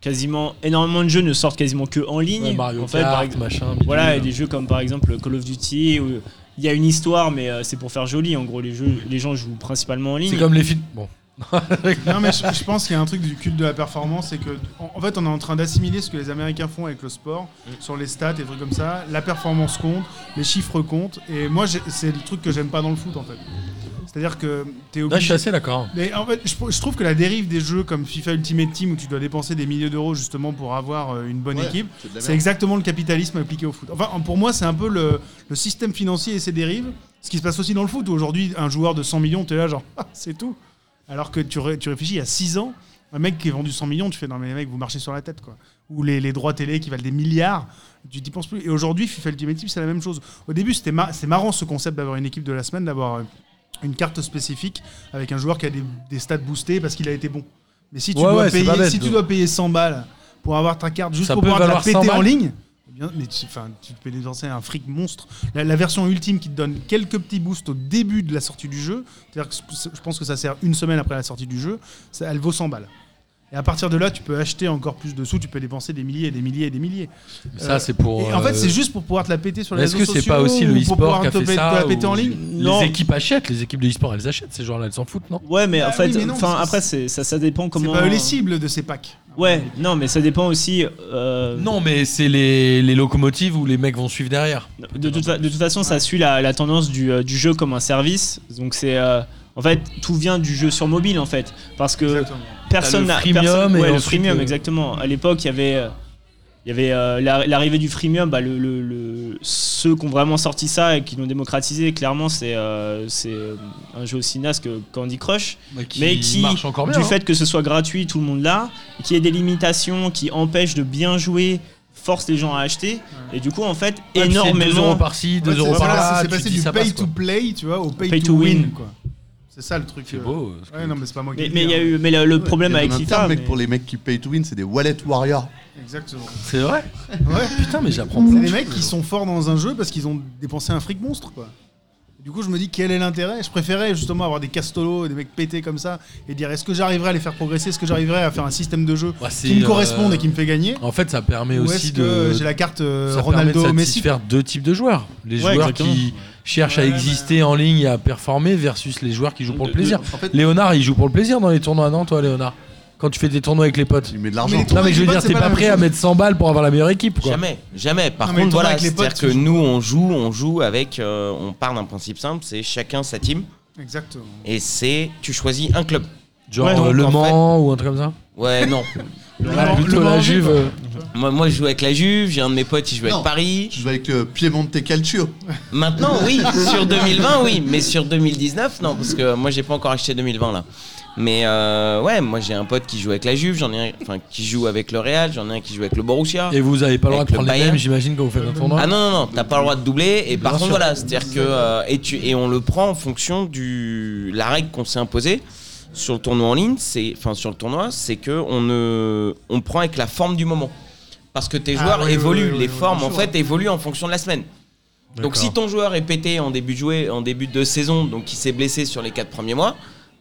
Speaker 5: quasiment énormément de jeux ne sortent quasiment que en ligne.
Speaker 4: Ouais, Mario
Speaker 5: en fait, par
Speaker 4: Kart,
Speaker 5: ex-
Speaker 4: machin. bidule.
Speaker 5: voilà et des jeux comme par exemple Call of Duty où il y a une histoire mais euh, c'est pour faire joli en gros les jeux les gens jouent principalement en ligne.
Speaker 4: C'est comme les films. Bon.
Speaker 7: Non, mais je, je pense qu'il y a un truc du culte de la performance. C'est que, en, en fait, on est en train d'assimiler ce que les Américains font avec le sport,
Speaker 4: Mm.
Speaker 7: sur les stats et des trucs comme ça. La performance compte, les chiffres comptent. Et moi, j'ai- c'est le truc que j'aime pas dans le foot, en fait. C'est-à-dire que
Speaker 4: Là, je
Speaker 7: t'es
Speaker 4: suis
Speaker 7: obligé.
Speaker 4: assez d'accord. hein.
Speaker 7: Mais en fait, je, je trouve que la dérive des jeux comme FIFA Ultimate Team, où tu dois dépenser des milliers d'euros justement pour avoir euh, une bonne
Speaker 9: Ouais,
Speaker 7: équipe,
Speaker 9: c'est de la
Speaker 7: c'est
Speaker 9: merde.
Speaker 7: exactement le capitalisme appliqué au foot. Enfin, pour moi, c'est un peu le, le système financier et ses dérives. Ce qui se passe aussi dans le foot, où aujourd'hui, un joueur de 100 millions, tu es là, genre, Ah, c'est tout. Alors que tu, ré- tu réfléchis, il y a 6 ans, un mec qui est vendu 100 millions, tu fais, non, mais les mecs, vous marchez sur la tête, quoi. Ou les, les droits télé qui valent des milliards, tu t'y penses plus. Et aujourd'hui, FIFA Ultimate Team, c'est la même chose. Au début, c'était mar- c'est marrant ce concept d'avoir une équipe de la semaine, d'avoir euh, une carte spécifique avec un joueur qui a des, des stats boostés parce qu'il a été bon. Mais si tu,
Speaker 4: Ouais,
Speaker 7: dois,
Speaker 4: ouais, c'est
Speaker 7: payer,
Speaker 4: pas bête,
Speaker 7: si tu
Speaker 4: donc.
Speaker 7: dois payer 100 balles pour avoir ta carte juste
Speaker 4: Ça
Speaker 7: pour
Speaker 4: peut
Speaker 7: pouvoir te la
Speaker 4: valoir 100
Speaker 7: péter en
Speaker 4: balles
Speaker 7: ligne, eh bien, mais tu, enfin, tu te peux dépenser un fric monstre. La, la version ultime qui te donne quelques petits boosts au début de la sortie du jeu, c'est-à-dire que c- je pense que ça sert une semaine après la sortie du jeu, ça- elle vaut 100 balles. Et à partir de là, tu peux acheter encore plus de sous, tu peux dépenser des milliers et des milliers et des milliers.
Speaker 4: Ça,
Speaker 7: Euh,
Speaker 4: c'est pour.
Speaker 7: et en fait,
Speaker 4: euh,
Speaker 7: c'est juste pour pouvoir te la péter sur les
Speaker 4: Mais Est-ce
Speaker 7: réseaux
Speaker 4: que
Speaker 7: sociaux.
Speaker 4: c'est pas aussi le
Speaker 7: ou pour pouvoir
Speaker 4: e-sport qui a
Speaker 7: te
Speaker 4: fait
Speaker 7: pé-
Speaker 4: ça
Speaker 7: te la péter en
Speaker 4: où
Speaker 7: ligne
Speaker 5: Non.
Speaker 4: Les équipes achètent, les équipes de e-sport, elles achètent. Ces joueurs-là, elles s'en foutent, non
Speaker 5: Ouais mais en
Speaker 7: Bah
Speaker 5: fait
Speaker 7: oui, mais non,
Speaker 5: enfin
Speaker 7: c'est-
Speaker 5: après c'est ça ça dépend
Speaker 7: C'est
Speaker 5: comment.
Speaker 7: pas eux les cibles de ces packs.
Speaker 5: Ouais non mais ça dépend aussi. euh,
Speaker 4: Non, mais c'est les, les locomotives où les mecs vont suivre derrière.
Speaker 5: De toute, fa- de toute façon, ça suit la, la tendance du, euh, du jeu comme un service. Donc c'est euh, en En fait, tout vient du jeu sur mobile, en fait. Parce que
Speaker 7: Exactement.
Speaker 5: personne
Speaker 4: T'as
Speaker 5: n'a.
Speaker 4: le freemium
Speaker 5: personne-
Speaker 4: et
Speaker 5: ouais, le
Speaker 4: ensuite,
Speaker 5: freemium,
Speaker 4: euh,
Speaker 5: exactement. À l'époque, il y avait. euh, Il y avait euh, la- l'arrivée du freemium, bah, le, le- le- ceux qui ont vraiment sorti ça et qui l'ont démocratisé, clairement, c'est euh, c'est, euh, un jeu aussi naze que Candy Crush mais qui,
Speaker 4: Bah, marche encore bien.
Speaker 5: du
Speaker 4: hein.
Speaker 5: fait que ce soit gratuit, tout le monde l'a, qu'il y ait des limitations qui empêchent de bien jouer, force les gens à acheter, et du coup, en fait,
Speaker 4: Ouais, puis c'est deux euros
Speaker 5: énormément.
Speaker 4: par-ci,
Speaker 7: Ouais,
Speaker 4: 2
Speaker 7: c'est-
Speaker 4: euros
Speaker 7: voilà,
Speaker 4: par-là.
Speaker 7: C'est
Speaker 4: tu te
Speaker 7: passé
Speaker 4: dis,
Speaker 7: du
Speaker 4: ça
Speaker 7: pay
Speaker 4: passe,
Speaker 7: to
Speaker 4: quoi.
Speaker 7: play, tu vois, au pay,
Speaker 5: Pay
Speaker 7: to,
Speaker 5: to
Speaker 7: win.
Speaker 5: win.
Speaker 7: quoi. C'est ça le truc.
Speaker 4: C'est
Speaker 7: euh,
Speaker 4: beau. ce que-
Speaker 7: Ouais, non, mais c'est pas moi qui.
Speaker 5: Mais,
Speaker 7: le
Speaker 5: mais il
Speaker 7: dis,
Speaker 5: y a
Speaker 7: hein.
Speaker 5: eu, mais le, le problème
Speaker 9: Il y a
Speaker 5: avec
Speaker 9: même un
Speaker 5: FIFA.
Speaker 9: terme, mec,
Speaker 5: mais-
Speaker 9: pour les mecs qui pay to win, c'est des wallet warriors.
Speaker 7: Exactement.
Speaker 4: C'est vrai
Speaker 7: Ouais.
Speaker 4: Putain, mais j'apprends plein
Speaker 7: C'est
Speaker 4: de
Speaker 7: des mecs
Speaker 4: choses.
Speaker 7: qui sont forts dans un jeu parce qu'ils ont dépensé un fric monstre, quoi. Du coup, je me dis quel est l'intérêt Je préférais justement avoir des castolos et des mecs pétés comme ça et dire est-ce que j'arriverai à les faire progresser Est-ce que j'arriverai à faire un système de jeu
Speaker 4: Bah, c'est,
Speaker 7: qui me
Speaker 4: euh,
Speaker 7: corresponde et qui me fait gagner
Speaker 4: En fait, ça permet
Speaker 7: Ou
Speaker 4: aussi
Speaker 7: est-ce que
Speaker 4: de.
Speaker 7: j'ai la carte euh,
Speaker 4: ça permet
Speaker 7: Ronaldo
Speaker 4: de
Speaker 7: Messi
Speaker 4: satisfaire deux types de joueurs. Les
Speaker 5: Ouais,
Speaker 4: joueurs
Speaker 5: exactement.
Speaker 4: qui cherchent à
Speaker 7: Ouais,
Speaker 4: exister en ligne et à performer versus les joueurs qui jouent pour le
Speaker 5: De- de-
Speaker 4: plaisir.
Speaker 9: En fait,
Speaker 4: Léonard, il joue pour le plaisir dans les tournois, non, toi, Léonard Quand tu fais des tournois avec les potes
Speaker 9: tu mets de l'argent.
Speaker 7: Mais-
Speaker 4: Non,
Speaker 7: tournois
Speaker 4: mais je veux
Speaker 7: avec
Speaker 4: dire, t'es
Speaker 7: les potes, c'est
Speaker 4: pas
Speaker 7: pas la
Speaker 4: prêt
Speaker 7: même
Speaker 4: à
Speaker 7: chose.
Speaker 4: mettre 100 balles pour avoir la meilleure équipe, quoi.
Speaker 8: Jamais, jamais. Par
Speaker 7: Non, mais
Speaker 8: contre,
Speaker 7: le tournoi
Speaker 8: voilà,
Speaker 7: avec les
Speaker 8: c'est-à-dire
Speaker 7: potes,
Speaker 8: que
Speaker 7: tu
Speaker 8: nous, on joue, on joue avec, euh, on part d'un principe simple, c'est chacun sa team,
Speaker 7: Exactement.
Speaker 8: et c'est tu choisis un club.
Speaker 4: Genre
Speaker 5: Ouais,
Speaker 4: euh,
Speaker 8: donc,
Speaker 4: Le
Speaker 8: en
Speaker 4: Mans ou un truc comme ça
Speaker 8: Ouais, non.
Speaker 4: Ah, Plutôt
Speaker 7: Le
Speaker 4: la
Speaker 7: Mans,
Speaker 4: Juve.
Speaker 7: quoi.
Speaker 4: euh,
Speaker 8: moi, moi, je joue avec la Juve, j'ai un de mes potes, il joue
Speaker 9: Non.
Speaker 8: avec Paris.
Speaker 9: Tu vas avec le Piemonte Calcio.
Speaker 8: Maintenant, oui, sur 2020, oui, mais sur 2019, non, parce que moi, j'ai pas encore acheté 2020 là. Mais euh, ouais, moi, j'ai un pote qui joue avec la Juve, j'en ai un enfin, qui joue avec le Real, j'en ai un qui joue avec le Borussia.
Speaker 4: Et vous avez pas le droit de
Speaker 8: Avec le
Speaker 4: prendre les
Speaker 8: Bayern.
Speaker 4: mêmes, j'imagine, quand vous faites un tournoi
Speaker 8: Ah non, non, non, t'as pas le droit de doubler. Et par
Speaker 4: Bien sûr.
Speaker 8: contre, voilà, c'est-à-dire que. euh, et, tu, et on le prend en fonction du la règle qu'on s'est imposée sur le tournoi en ligne, c'est. Enfin, sur le tournoi, c'est que on, ne, on prend avec la forme du moment. Parce que tes
Speaker 7: Ah,
Speaker 8: joueurs
Speaker 7: oui, oui,
Speaker 8: évoluent,
Speaker 7: oui, oui,
Speaker 8: les
Speaker 7: oui,
Speaker 8: formes
Speaker 7: bien
Speaker 8: en
Speaker 7: sûr.
Speaker 8: fait évoluent en fonction de la semaine. Donc si ton joueur est pété en début de jouer, en début de saison, donc il s'est blessé sur les quatre premiers mois,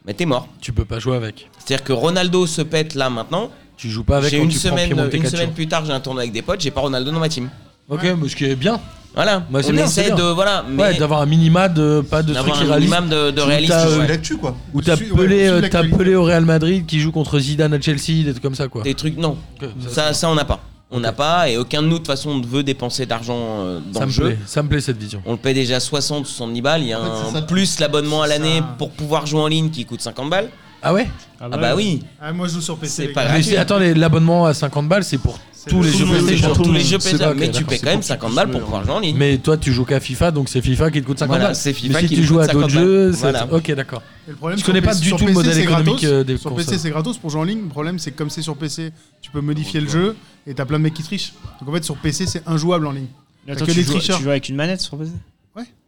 Speaker 8: bah t'es mort.
Speaker 4: tu peux pas jouer avec.
Speaker 8: C'est-à-dire que Ronaldo se pète là maintenant.
Speaker 4: Tu joues pas avec
Speaker 8: J'ai
Speaker 4: quand
Speaker 8: une
Speaker 4: Ah, tu prends
Speaker 8: semaine,
Speaker 4: Piemonte
Speaker 8: une
Speaker 4: Calcio.
Speaker 8: semaine plus tard, j'ai un tournoi avec des potes, j'ai pas Ronaldo dans ma team.
Speaker 4: Ok, mais ce qui est bien,
Speaker 8: Voilà,
Speaker 4: Bah, c'est
Speaker 8: on
Speaker 4: bien, c'est
Speaker 8: essaie
Speaker 4: bien.
Speaker 8: de voilà, mais
Speaker 4: ouais, d'avoir un minima de pas de trucs
Speaker 8: d'avoir un
Speaker 4: irréalistes.
Speaker 8: minimum de, de réalisme.
Speaker 4: t'as,
Speaker 9: Tu
Speaker 4: euh,
Speaker 9: suis
Speaker 8: ouais.
Speaker 9: l'actu, quoi.
Speaker 4: Ou t'as
Speaker 7: Au-dessus, ouais,
Speaker 4: pelé,
Speaker 7: au-dessus de
Speaker 4: euh,
Speaker 7: la
Speaker 4: t'as
Speaker 7: qualité.
Speaker 4: pelé au Real Madrid qui joue contre Zidane à Chelsea, des trucs comme ça quoi.
Speaker 8: Des trucs non,
Speaker 4: Ok, ça,
Speaker 8: ça, ça on n'a pas, on n'a pas et aucun de nous de toute façon ne veut dépenser d'argent euh,
Speaker 4: ça
Speaker 8: dans le
Speaker 4: me
Speaker 8: jeu.
Speaker 4: plaît, ça me plaît cette vision.
Speaker 8: On le paie déjà 60, 70 balles, il y a
Speaker 9: En fait, c'est
Speaker 8: un
Speaker 9: ça.
Speaker 8: plus l'abonnement à
Speaker 7: C'est
Speaker 8: l'année
Speaker 7: ça.
Speaker 8: pour pouvoir jouer en ligne qui coûte 50 balles.
Speaker 4: Ah ouais
Speaker 8: Ah bah oui,
Speaker 7: Ah, moi, je joue sur PC.
Speaker 8: C'est
Speaker 7: les
Speaker 8: pas
Speaker 7: gars.
Speaker 4: Mais c'est- attends, les- l'abonnement à 50 balles, c'est pour
Speaker 7: C'est
Speaker 4: tous
Speaker 7: le-
Speaker 4: les jeux
Speaker 5: tout le monde,
Speaker 4: PlayStation.
Speaker 8: sur
Speaker 5: tout
Speaker 8: tous
Speaker 5: le
Speaker 8: les
Speaker 5: monde.
Speaker 8: jeux
Speaker 4: C'est
Speaker 8: PlayStation,
Speaker 4: pas- ok,
Speaker 8: mais tu
Speaker 4: d'accord,
Speaker 8: paies
Speaker 4: c'est
Speaker 8: quand même
Speaker 4: pour-
Speaker 8: 50 balles pour pouvoir jouer en ligne.
Speaker 4: Mais toi, tu joues qu'à FIFA, donc c'est FIFA qui te coûte 50
Speaker 8: Voilà,
Speaker 4: balles.
Speaker 8: c'est FIFA
Speaker 4: Mais si
Speaker 8: qui
Speaker 4: tu
Speaker 8: te
Speaker 4: joues
Speaker 8: coûte
Speaker 4: à d'autres
Speaker 8: 50
Speaker 4: jeux,
Speaker 8: balles.
Speaker 4: c'est-
Speaker 8: Voilà.
Speaker 4: ok, d'accord.
Speaker 7: Et le problème,
Speaker 4: Je
Speaker 7: sur
Speaker 4: connais
Speaker 7: PC
Speaker 4: pas du
Speaker 7: sur
Speaker 4: tout le
Speaker 7: PC,
Speaker 4: modèle
Speaker 7: c'est
Speaker 4: économique,
Speaker 7: gratos.
Speaker 4: euh, des
Speaker 7: Sur
Speaker 4: consoles.
Speaker 7: PC, c'est gratos pour jouer en ligne. Le problème, c'est que comme c'est sur PC, tu peux modifier le jeu et t'as plein de mecs qui trichent. Donc en fait, sur PC, c'est injouable en ligne.
Speaker 5: Mais attends,
Speaker 7: que
Speaker 5: tu
Speaker 7: des
Speaker 5: joues,
Speaker 7: tricheurs.
Speaker 5: tu joues avec une manette sur PC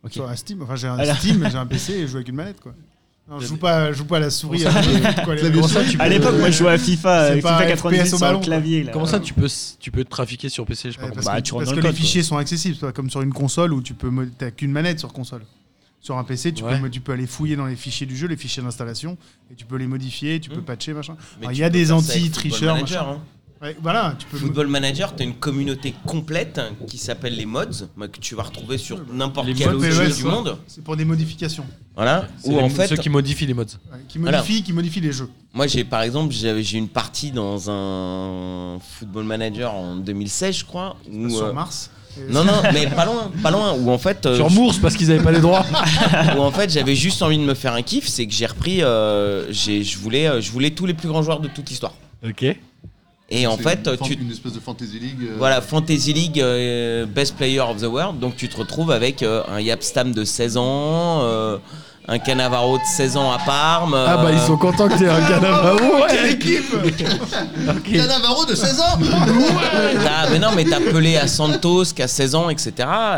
Speaker 5: Ok.
Speaker 7: Sur un Steam, enfin j'ai un
Speaker 5: Alors-
Speaker 7: Steam, j'ai un PC et je joue avec une manette quoi. Non, je joue pas, je joue pas à la souris. avec le- quoi, les-
Speaker 9: Clavier
Speaker 7: Comment
Speaker 9: souris.
Speaker 7: ça, tu
Speaker 5: À
Speaker 7: peux-
Speaker 5: l'époque, moi, je jouais à FIFA,
Speaker 7: C'est
Speaker 5: euh,
Speaker 7: pas
Speaker 5: FIFA 98
Speaker 7: FPS
Speaker 5: sur
Speaker 7: au
Speaker 5: le
Speaker 7: ballon,
Speaker 5: clavier. Là.
Speaker 4: Comment ça, tu peux, tu peux te trafiquer sur PC Je sais pas
Speaker 7: Euh, Ouais,
Speaker 4: comment.
Speaker 7: parce
Speaker 5: Bah,
Speaker 7: que,
Speaker 5: tu rentres
Speaker 7: parce
Speaker 5: dans
Speaker 7: que
Speaker 5: le
Speaker 7: les
Speaker 5: code,
Speaker 7: fichiers sont accessibles, c'est pas comme sur une console où tu peux mo- t'as qu'une manette sur console. Sur un PC, tu,
Speaker 4: Ouais.
Speaker 7: peux, mo- tu peux aller fouiller dans les fichiers du jeu, les fichiers d'installation, et tu peux les modifier, tu peux
Speaker 5: Hmm.
Speaker 7: patcher, machin.
Speaker 8: Mais
Speaker 7: Alors,
Speaker 8: tu
Speaker 7: Il y a
Speaker 8: peux
Speaker 7: des
Speaker 8: faire ça avec
Speaker 7: anti-tricheurs,
Speaker 8: Football Manager,
Speaker 7: machin.
Speaker 8: hein.
Speaker 7: Ouais, voilà, tu peux.
Speaker 8: Football Manager, t'as une communauté complète qui s'appelle les mods, moi, que tu vas retrouver sur n'importe
Speaker 4: Les
Speaker 8: quel
Speaker 4: mods
Speaker 8: autre
Speaker 7: PES,
Speaker 8: jeu du
Speaker 7: ouais.
Speaker 8: monde.
Speaker 7: C'est pour des modifications.
Speaker 8: Voilà.
Speaker 4: C'est
Speaker 8: Où
Speaker 4: les-
Speaker 8: en fait, euh,
Speaker 4: ceux qui modifient les modes.
Speaker 7: ouais, qui
Speaker 8: Voilà.
Speaker 7: modifient, qui modifient les jeux.
Speaker 8: moi j'ai par exemple, j'ai j'ai une partie dans un Football Manager en 2016, je crois. Où, euh,
Speaker 7: Sur Mars. et-
Speaker 8: non, non, mais pas loin, pas loin. Où en fait, euh,
Speaker 4: Sur Mours, parce qu'ils avaient pas les droits.
Speaker 8: où en fait j'avais juste envie de me faire un kiff, c'est que j'ai repris, euh, j'ai- je voulais, euh, je voulais tous les plus grands joueurs de toute l'histoire.
Speaker 4: ok.
Speaker 8: Et en
Speaker 9: C'est
Speaker 8: fait,
Speaker 9: une, fan-
Speaker 8: tu,
Speaker 9: une espèce de fantasy league. euh,
Speaker 8: Voilà, Fantasy League euh, Best Player of the World. Donc tu te retrouves avec euh, un Yapstam de 16 ans, euh, un Canavaro de 16 ans à Parme.
Speaker 4: Ah bah,
Speaker 8: euh,
Speaker 4: ils sont contents que t'aies un Cannavaro. Ouais, l'équipe
Speaker 9: Cannavaro de 16 ans
Speaker 8: t'as- mais non, mais t'as Pelé à Santos qui a 16 ans, etc.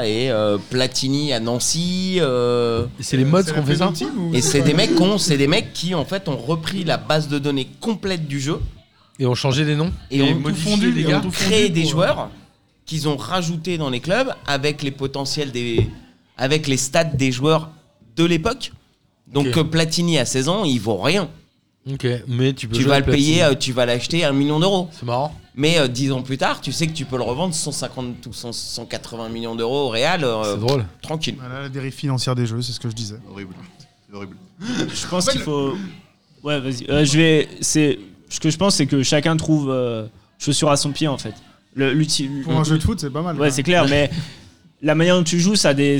Speaker 8: Et euh, Platini à Nancy. euh,
Speaker 4: C'est les mods
Speaker 7: C'est la
Speaker 4: qu'on fait ça
Speaker 7: pédotime ou-
Speaker 8: et c'est des mecs qui ont- c'est des mecs qui en fait ont repris la base de données complète du jeu
Speaker 4: Et on changeait les noms
Speaker 8: et ont tout
Speaker 4: modifié
Speaker 8: fondu,
Speaker 4: les
Speaker 8: et
Speaker 4: gars.
Speaker 8: ont tout créé des joueurs qu'ils ont rajoutés dans les clubs avec les potentiels des, avec les stats des joueurs de l'époque. Donc
Speaker 4: Ok.
Speaker 8: euh, Platini à 16 ans, il vaut rien.
Speaker 4: Ok, mais tu peux.
Speaker 8: Tu
Speaker 4: jouer
Speaker 8: vas le
Speaker 4: avec
Speaker 8: payer,
Speaker 4: Platini.
Speaker 8: euh, tu vas l'acheter un million d'euros.
Speaker 4: C'est marrant.
Speaker 8: Mais euh, 10 ans plus tard, tu sais que tu peux le revendre 150 ou 100 180 millions d'euros au Real, euh,
Speaker 4: C'est drôle.
Speaker 8: tranquille.
Speaker 7: Voilà la dérive financière des jeux, c'est ce que je disais.
Speaker 9: Horrible. C'est horrible.
Speaker 5: Je pense qu'il faut. Ouais, vas-y. Euh, je vais. C'est. Ce que je pense, c'est que chacun trouve euh, chaussure à son pied, en fait. Le, l'uti-
Speaker 7: Pour un jeu de foot, c'est pas mal.
Speaker 5: Ouais,
Speaker 7: quoi.
Speaker 5: c'est clair, mais la manière dont tu joues, ça. Des,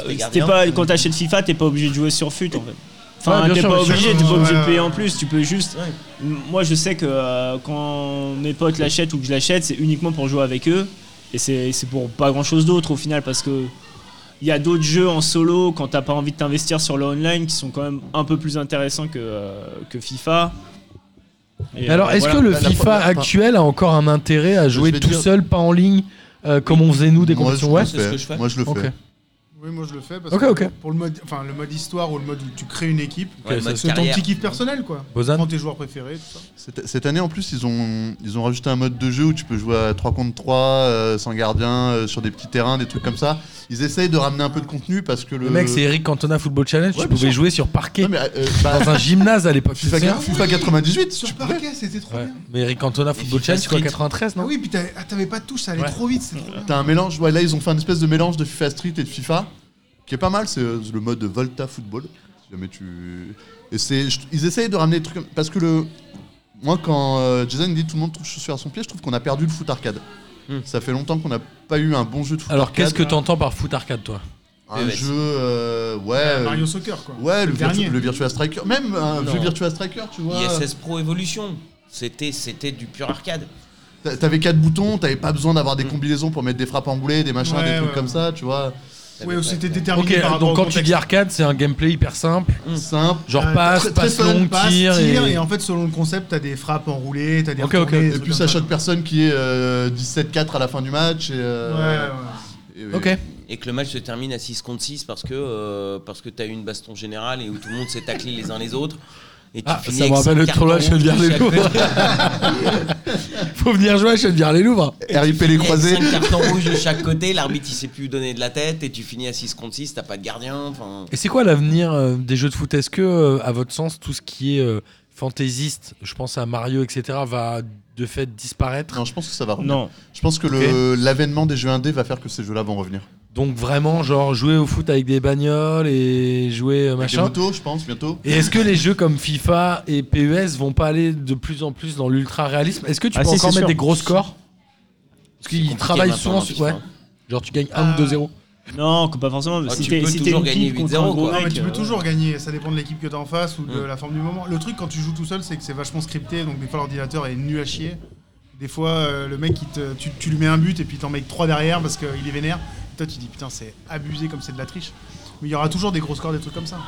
Speaker 5: ça...
Speaker 8: dépend si t'es
Speaker 5: t'es
Speaker 8: gardien.
Speaker 5: pas, quand t'achètes FIFA, t'es pas obligé de jouer sur FUT, en fait. Enfin,
Speaker 10: Ouais, bien
Speaker 5: t'es
Speaker 10: sûr,
Speaker 5: pas
Speaker 10: bien sûr.
Speaker 5: obligé, t'es pas
Speaker 7: Ouais,
Speaker 5: obligé de
Speaker 7: ouais,
Speaker 5: payer
Speaker 7: ouais.
Speaker 5: en plus. Tu peux juste. Moi, je sais que euh, quand mes potes l'achètent ou que je l'achète, c'est uniquement pour jouer avec eux. Et c'est c'est pour pas grand chose d'autre au final parce que. Il y a d'autres jeux en solo quand t'as pas envie de t'investir sur le online qui sont quand même un peu plus intéressants que, euh, que FIFA. Et,
Speaker 4: Mais alors,
Speaker 5: euh,
Speaker 4: est-ce
Speaker 5: voilà.
Speaker 4: que le
Speaker 9: la- la
Speaker 4: FIFA
Speaker 9: première-
Speaker 4: actuel a encore un intérêt à jouer
Speaker 9: vais
Speaker 4: tout
Speaker 9: dire-
Speaker 4: seul, pas en ligne, euh, comme on faisait nous des
Speaker 9: Moi, je
Speaker 4: compétitions
Speaker 9: le
Speaker 4: Ouais.
Speaker 8: C'est ce que je
Speaker 9: fais.
Speaker 8: fais.
Speaker 9: Moi, je le
Speaker 4: Ok.
Speaker 9: fais.
Speaker 7: Oui, moi je le fais parce
Speaker 4: Ok,
Speaker 7: que
Speaker 4: ok.
Speaker 7: pour le mode, enfin le mode histoire ou le mode où tu crées une équipe,
Speaker 4: Ok, ça,
Speaker 8: mode
Speaker 7: c'est ton
Speaker 8: carrière.
Speaker 7: petit kiff personnel quoi.
Speaker 4: Bozan
Speaker 7: Prends tes joueurs préférés, tout ça.
Speaker 9: Cette, cette année, en plus, ils ont, ils ont rajouté un mode de jeu où tu peux jouer à 3 contre 3, euh, sans gardien, euh, sur des petits terrains, des trucs comme ça. Ils essayent de ramener un peu de contenu parce que le.
Speaker 4: Le mec, c'est Eric Cantona Football Challenge.
Speaker 9: Ouais,
Speaker 4: tu
Speaker 9: bien
Speaker 4: pouvais jouer sur parquet
Speaker 9: Non, mais, euh, bah,
Speaker 4: dans un gymnase à l'époque. tu te
Speaker 9: FIFA,
Speaker 4: souviens
Speaker 9: FIFA 98, tu
Speaker 7: Sur
Speaker 9: pouvais.
Speaker 7: parquet, c'était trop
Speaker 4: Ouais.
Speaker 7: bien.
Speaker 4: Mais Eric Cantona Football
Speaker 8: FIFA
Speaker 4: Challenge, quoi,
Speaker 8: Street.
Speaker 4: 93,
Speaker 7: Ah
Speaker 4: non
Speaker 7: oui, puis t'avais ah, t'avais pas de touche, ça allait
Speaker 4: Ouais.
Speaker 7: trop vite, c'était trop bien.
Speaker 9: T'as un mélange, ouais, là ils ont fait un espèce de mélange de FIFA Street et de FIFA, qui est pas mal, c'est euh, le mode Volta Football. Si jamais tu. Et c'est, je- ils essayent de ramener des trucs comme- Parce que le. Moi, quand euh, Jason dit tout le monde trouve chaussure à son pied, je trouve qu'on a perdu le foot arcade.
Speaker 8: Hmm.
Speaker 9: Ça fait longtemps qu'on n'a pas eu un bon jeu de foot
Speaker 4: Alors,
Speaker 9: arcade.
Speaker 4: qu'est-ce que t'entends par foot arcade, toi
Speaker 9: Un
Speaker 8: PES.
Speaker 9: jeu. euh, ouais.
Speaker 7: eh ben,
Speaker 9: euh,
Speaker 7: Mario Soccer quoi.
Speaker 9: ouais,
Speaker 7: le
Speaker 9: le, Virtua-
Speaker 7: dernier.
Speaker 9: le Virtua Striker. Même un
Speaker 8: Non.
Speaker 9: vieux Virtua Striker, tu vois.
Speaker 8: ISS Pro Evolution. C'était, c'était du pur arcade.
Speaker 9: T'a- T'avais quatre boutons, t'avais pas besoin d'avoir des combinaisons pour mettre des frappes engoulées, des machins,
Speaker 7: Hmm. Ouais,
Speaker 9: des trucs
Speaker 7: ouais,
Speaker 9: comme
Speaker 7: ouais.
Speaker 9: ça, tu vois.
Speaker 7: Ouais, ou c'était déterminé
Speaker 4: Ok,
Speaker 7: par rapport
Speaker 4: euh, donc
Speaker 7: au
Speaker 4: quand tu
Speaker 7: contexte.
Speaker 4: dis arcade, c'est un gameplay hyper simple.
Speaker 9: Simple.
Speaker 4: Genre
Speaker 7: Euh,
Speaker 4: passe,
Speaker 9: très- très
Speaker 4: passe
Speaker 9: fun,
Speaker 4: longue,
Speaker 7: Passe,
Speaker 4: tir.
Speaker 7: tire,
Speaker 4: et-
Speaker 7: et... en fait selon le concept, t'as des frappes enroulées, t'as des
Speaker 4: Ok, ok.
Speaker 7: retournées, des
Speaker 9: Et
Speaker 7: trucs
Speaker 9: puis
Speaker 7: comme
Speaker 9: ça
Speaker 7: ça.
Speaker 9: choque personne qui est euh, 17-4 à la fin du match. Et,
Speaker 7: Ouais,
Speaker 9: euh,
Speaker 7: ouais.
Speaker 9: et-
Speaker 4: Ok.
Speaker 8: Et que le match se termine à 6 contre 6 parce que, euh, parce que t'as eu une baston générale et où tout le monde s'est taclé les uns les autres. Et tu
Speaker 4: Ah,
Speaker 8: finis
Speaker 4: ça me
Speaker 8: avec
Speaker 4: rappelle
Speaker 8: cinq
Speaker 4: le
Speaker 8: cartons
Speaker 4: tournoi à
Speaker 8: rouges
Speaker 4: Chenevière-les-Louvres.
Speaker 8: de chaque côté.
Speaker 4: Faut venir jouer à hein. Chenevière-les-Louvres.
Speaker 9: RIP
Speaker 8: Finis
Speaker 9: les
Speaker 8: avec
Speaker 9: croisés.
Speaker 8: cinq cartons rouges de chaque côté, l'arbitre il s'est plus donné de la tête et tu finis à 6 contre 6, t'as pas de gardien. enfin...
Speaker 4: Et c'est quoi l'avenir euh, des jeux de foot Est-ce que, euh, à votre sens, tout ce qui est euh, fantaisiste, je pense à Mario, etc., va de fait disparaître
Speaker 9: Non, je pense que ça va revenir.
Speaker 5: Non,
Speaker 9: Je pense que le- l'avènement des jeux indés va faire que ces jeux-là vont revenir.
Speaker 4: Donc vraiment, genre jouer au foot avec des bagnoles et jouer euh,
Speaker 9: Avec des
Speaker 4: machin.
Speaker 9: motos, je pense, bientôt.
Speaker 4: Et est-ce que les jeux comme FIFA et PES vont pas aller de plus en plus dans l'ultra réalisme Est-ce que tu
Speaker 5: Ah
Speaker 4: peux
Speaker 5: si,
Speaker 4: encore mettre
Speaker 5: c'est sûr.
Speaker 4: des gros scores Parce
Speaker 8: c'est
Speaker 4: qu'ils
Speaker 8: compliqué
Speaker 4: travaillent
Speaker 8: maintenant
Speaker 4: souvent
Speaker 8: dans
Speaker 4: sur.
Speaker 8: FIFA.
Speaker 4: Ouais. Genre tu gagnes 1 ou 2-0.
Speaker 5: non, que pas forcément.
Speaker 8: Ah,
Speaker 5: si
Speaker 8: tu
Speaker 5: t'es
Speaker 8: peux
Speaker 5: si t'es
Speaker 8: toujours
Speaker 5: une
Speaker 8: gagner
Speaker 5: pipe contre un
Speaker 8: 8-0,
Speaker 5: gros
Speaker 8: quoi.
Speaker 7: Non, mais
Speaker 5: mec,
Speaker 7: tu
Speaker 5: euh,
Speaker 7: peux toujours gagner, ça dépend de l'équipe que t'as en face ou de
Speaker 5: Hmm.
Speaker 8: Mm.
Speaker 7: la forme du moment. Le truc quand tu joues tout seul, c'est que c'est vachement scripté, donc des fois l'ordinateur est nul à chier. Des fois, euh, le mec, il te, tu, tu lui mets un but et puis t'en mets que trois derrière parce qu'il est vénère. Et toi, tu dis putain, c'est abusé comme c'est de la triche. Mais il y aura toujours des gros scores, des trucs comme ça.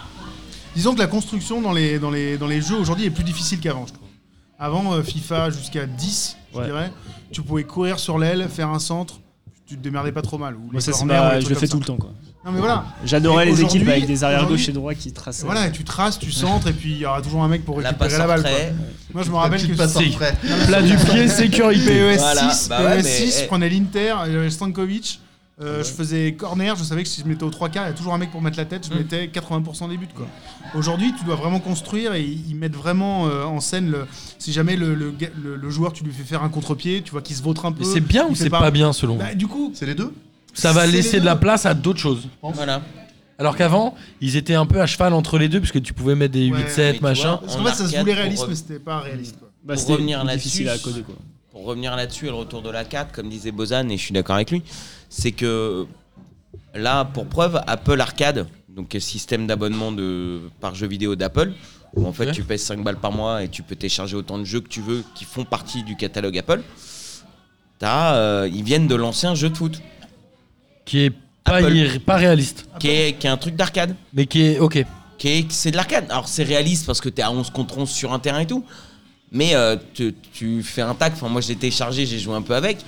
Speaker 7: Disons que la construction dans les, dans les, dans les jeux aujourd'hui est plus difficile qu'avant, je trouve. Avant, euh, FIFA jusqu'à 10,
Speaker 5: Ouais.
Speaker 7: je dirais, tu pouvais courir sur l'aile, faire un centre, tu te démerdais pas trop mal. Ou
Speaker 5: Moi,
Speaker 7: les
Speaker 5: ça, c'est
Speaker 7: corners, ou
Speaker 5: pas-
Speaker 7: les
Speaker 5: je le
Speaker 7: trucs
Speaker 5: fais tout
Speaker 7: comme
Speaker 5: le temps. quoi.
Speaker 7: ça. Non, mais voilà.
Speaker 5: J'adorais
Speaker 7: Et
Speaker 5: les équipes
Speaker 7: aujourd'hui-
Speaker 5: avec des arrières gauche et
Speaker 7: aujourd'hui-
Speaker 5: droit qui tracent.
Speaker 7: Et voilà, et tu traces, tu centres, et puis il y aura toujours un mec pour
Speaker 8: La passe
Speaker 7: récupérer la
Speaker 8: en
Speaker 7: balle. quoi.
Speaker 8: retrait.
Speaker 7: Moi, je me rappelle que
Speaker 9: Petite passe en
Speaker 4: si.
Speaker 9: frais.
Speaker 4: Plat du pied, sécurité.
Speaker 7: PES6,
Speaker 8: Voilà, bah ouais,
Speaker 7: PES6,
Speaker 8: mais, eh.
Speaker 7: je prenais l'Inter, j'avais Stankovic, euh, je faisais corner, je savais que si je mettais au 3 quarts, il y a toujours un mec pour mettre la
Speaker 8: Mm.
Speaker 7: tête, je mettais 80% des buts. quoi. Aujourd'hui, tu dois vraiment construire et ils mettent vraiment euh, en scène, le, si jamais le, le ga- le- le joueur, tu lui fais faire un contre-pied, tu vois qu'il se vautre un peu.
Speaker 4: Mais c'est bien
Speaker 7: euh, il
Speaker 4: ou
Speaker 7: fait
Speaker 4: c'est pas bien selon vous
Speaker 7: Bah, Du coup,
Speaker 9: C'est les deux
Speaker 4: Ça va
Speaker 7: c'est
Speaker 4: laisser
Speaker 7: les
Speaker 4: de la
Speaker 7: deux.
Speaker 4: place à d'autres choses.
Speaker 8: Voilà.
Speaker 4: Alors qu'avant, ils étaient un peu à cheval entre les deux, parce que tu pouvais mettre des
Speaker 7: Ouais.
Speaker 8: Mais
Speaker 4: 8-7,
Speaker 8: tu
Speaker 4: machin.
Speaker 8: vois,
Speaker 7: parce
Speaker 8: en
Speaker 7: qu'en fait, ça se
Speaker 8: arcade,
Speaker 7: voulait
Speaker 8: pour
Speaker 7: réaliste,
Speaker 8: re-
Speaker 7: mais c'était pas réaliste. quoi.
Speaker 5: Bah,
Speaker 8: Pour
Speaker 5: c'était
Speaker 8: revenir
Speaker 5: plus
Speaker 8: là-dessus,
Speaker 5: difficile à coder quoi.
Speaker 8: pour revenir là-dessus et le retour de la 4, comme disait Bozan, et je suis d'accord avec lui, c'est que là, pour preuve, Apple Arcade, donc système d'abonnement de, par jeu vidéo d'Apple, où en fait
Speaker 4: Ouais.
Speaker 8: tu pèses 5 balles par mois et tu peux télécharger autant de jeux que tu veux qui font partie du catalogue Apple, t'as, euh, ils viennent de lancer un jeu de foot,
Speaker 4: Qui est pas,
Speaker 8: Apple.
Speaker 4: ir- pas réaliste.
Speaker 8: qui est, qui est un truc d'arcade.
Speaker 4: Mais qui est. Ok.
Speaker 8: qui est- c'est de l'arcade. Alors c'est réaliste parce que t'es à 11 contre 11 sur un terrain et tout. Mais euh, tu, tu fais un tac, enfin moi je l'ai téléchargé, j'ai joué un peu avec.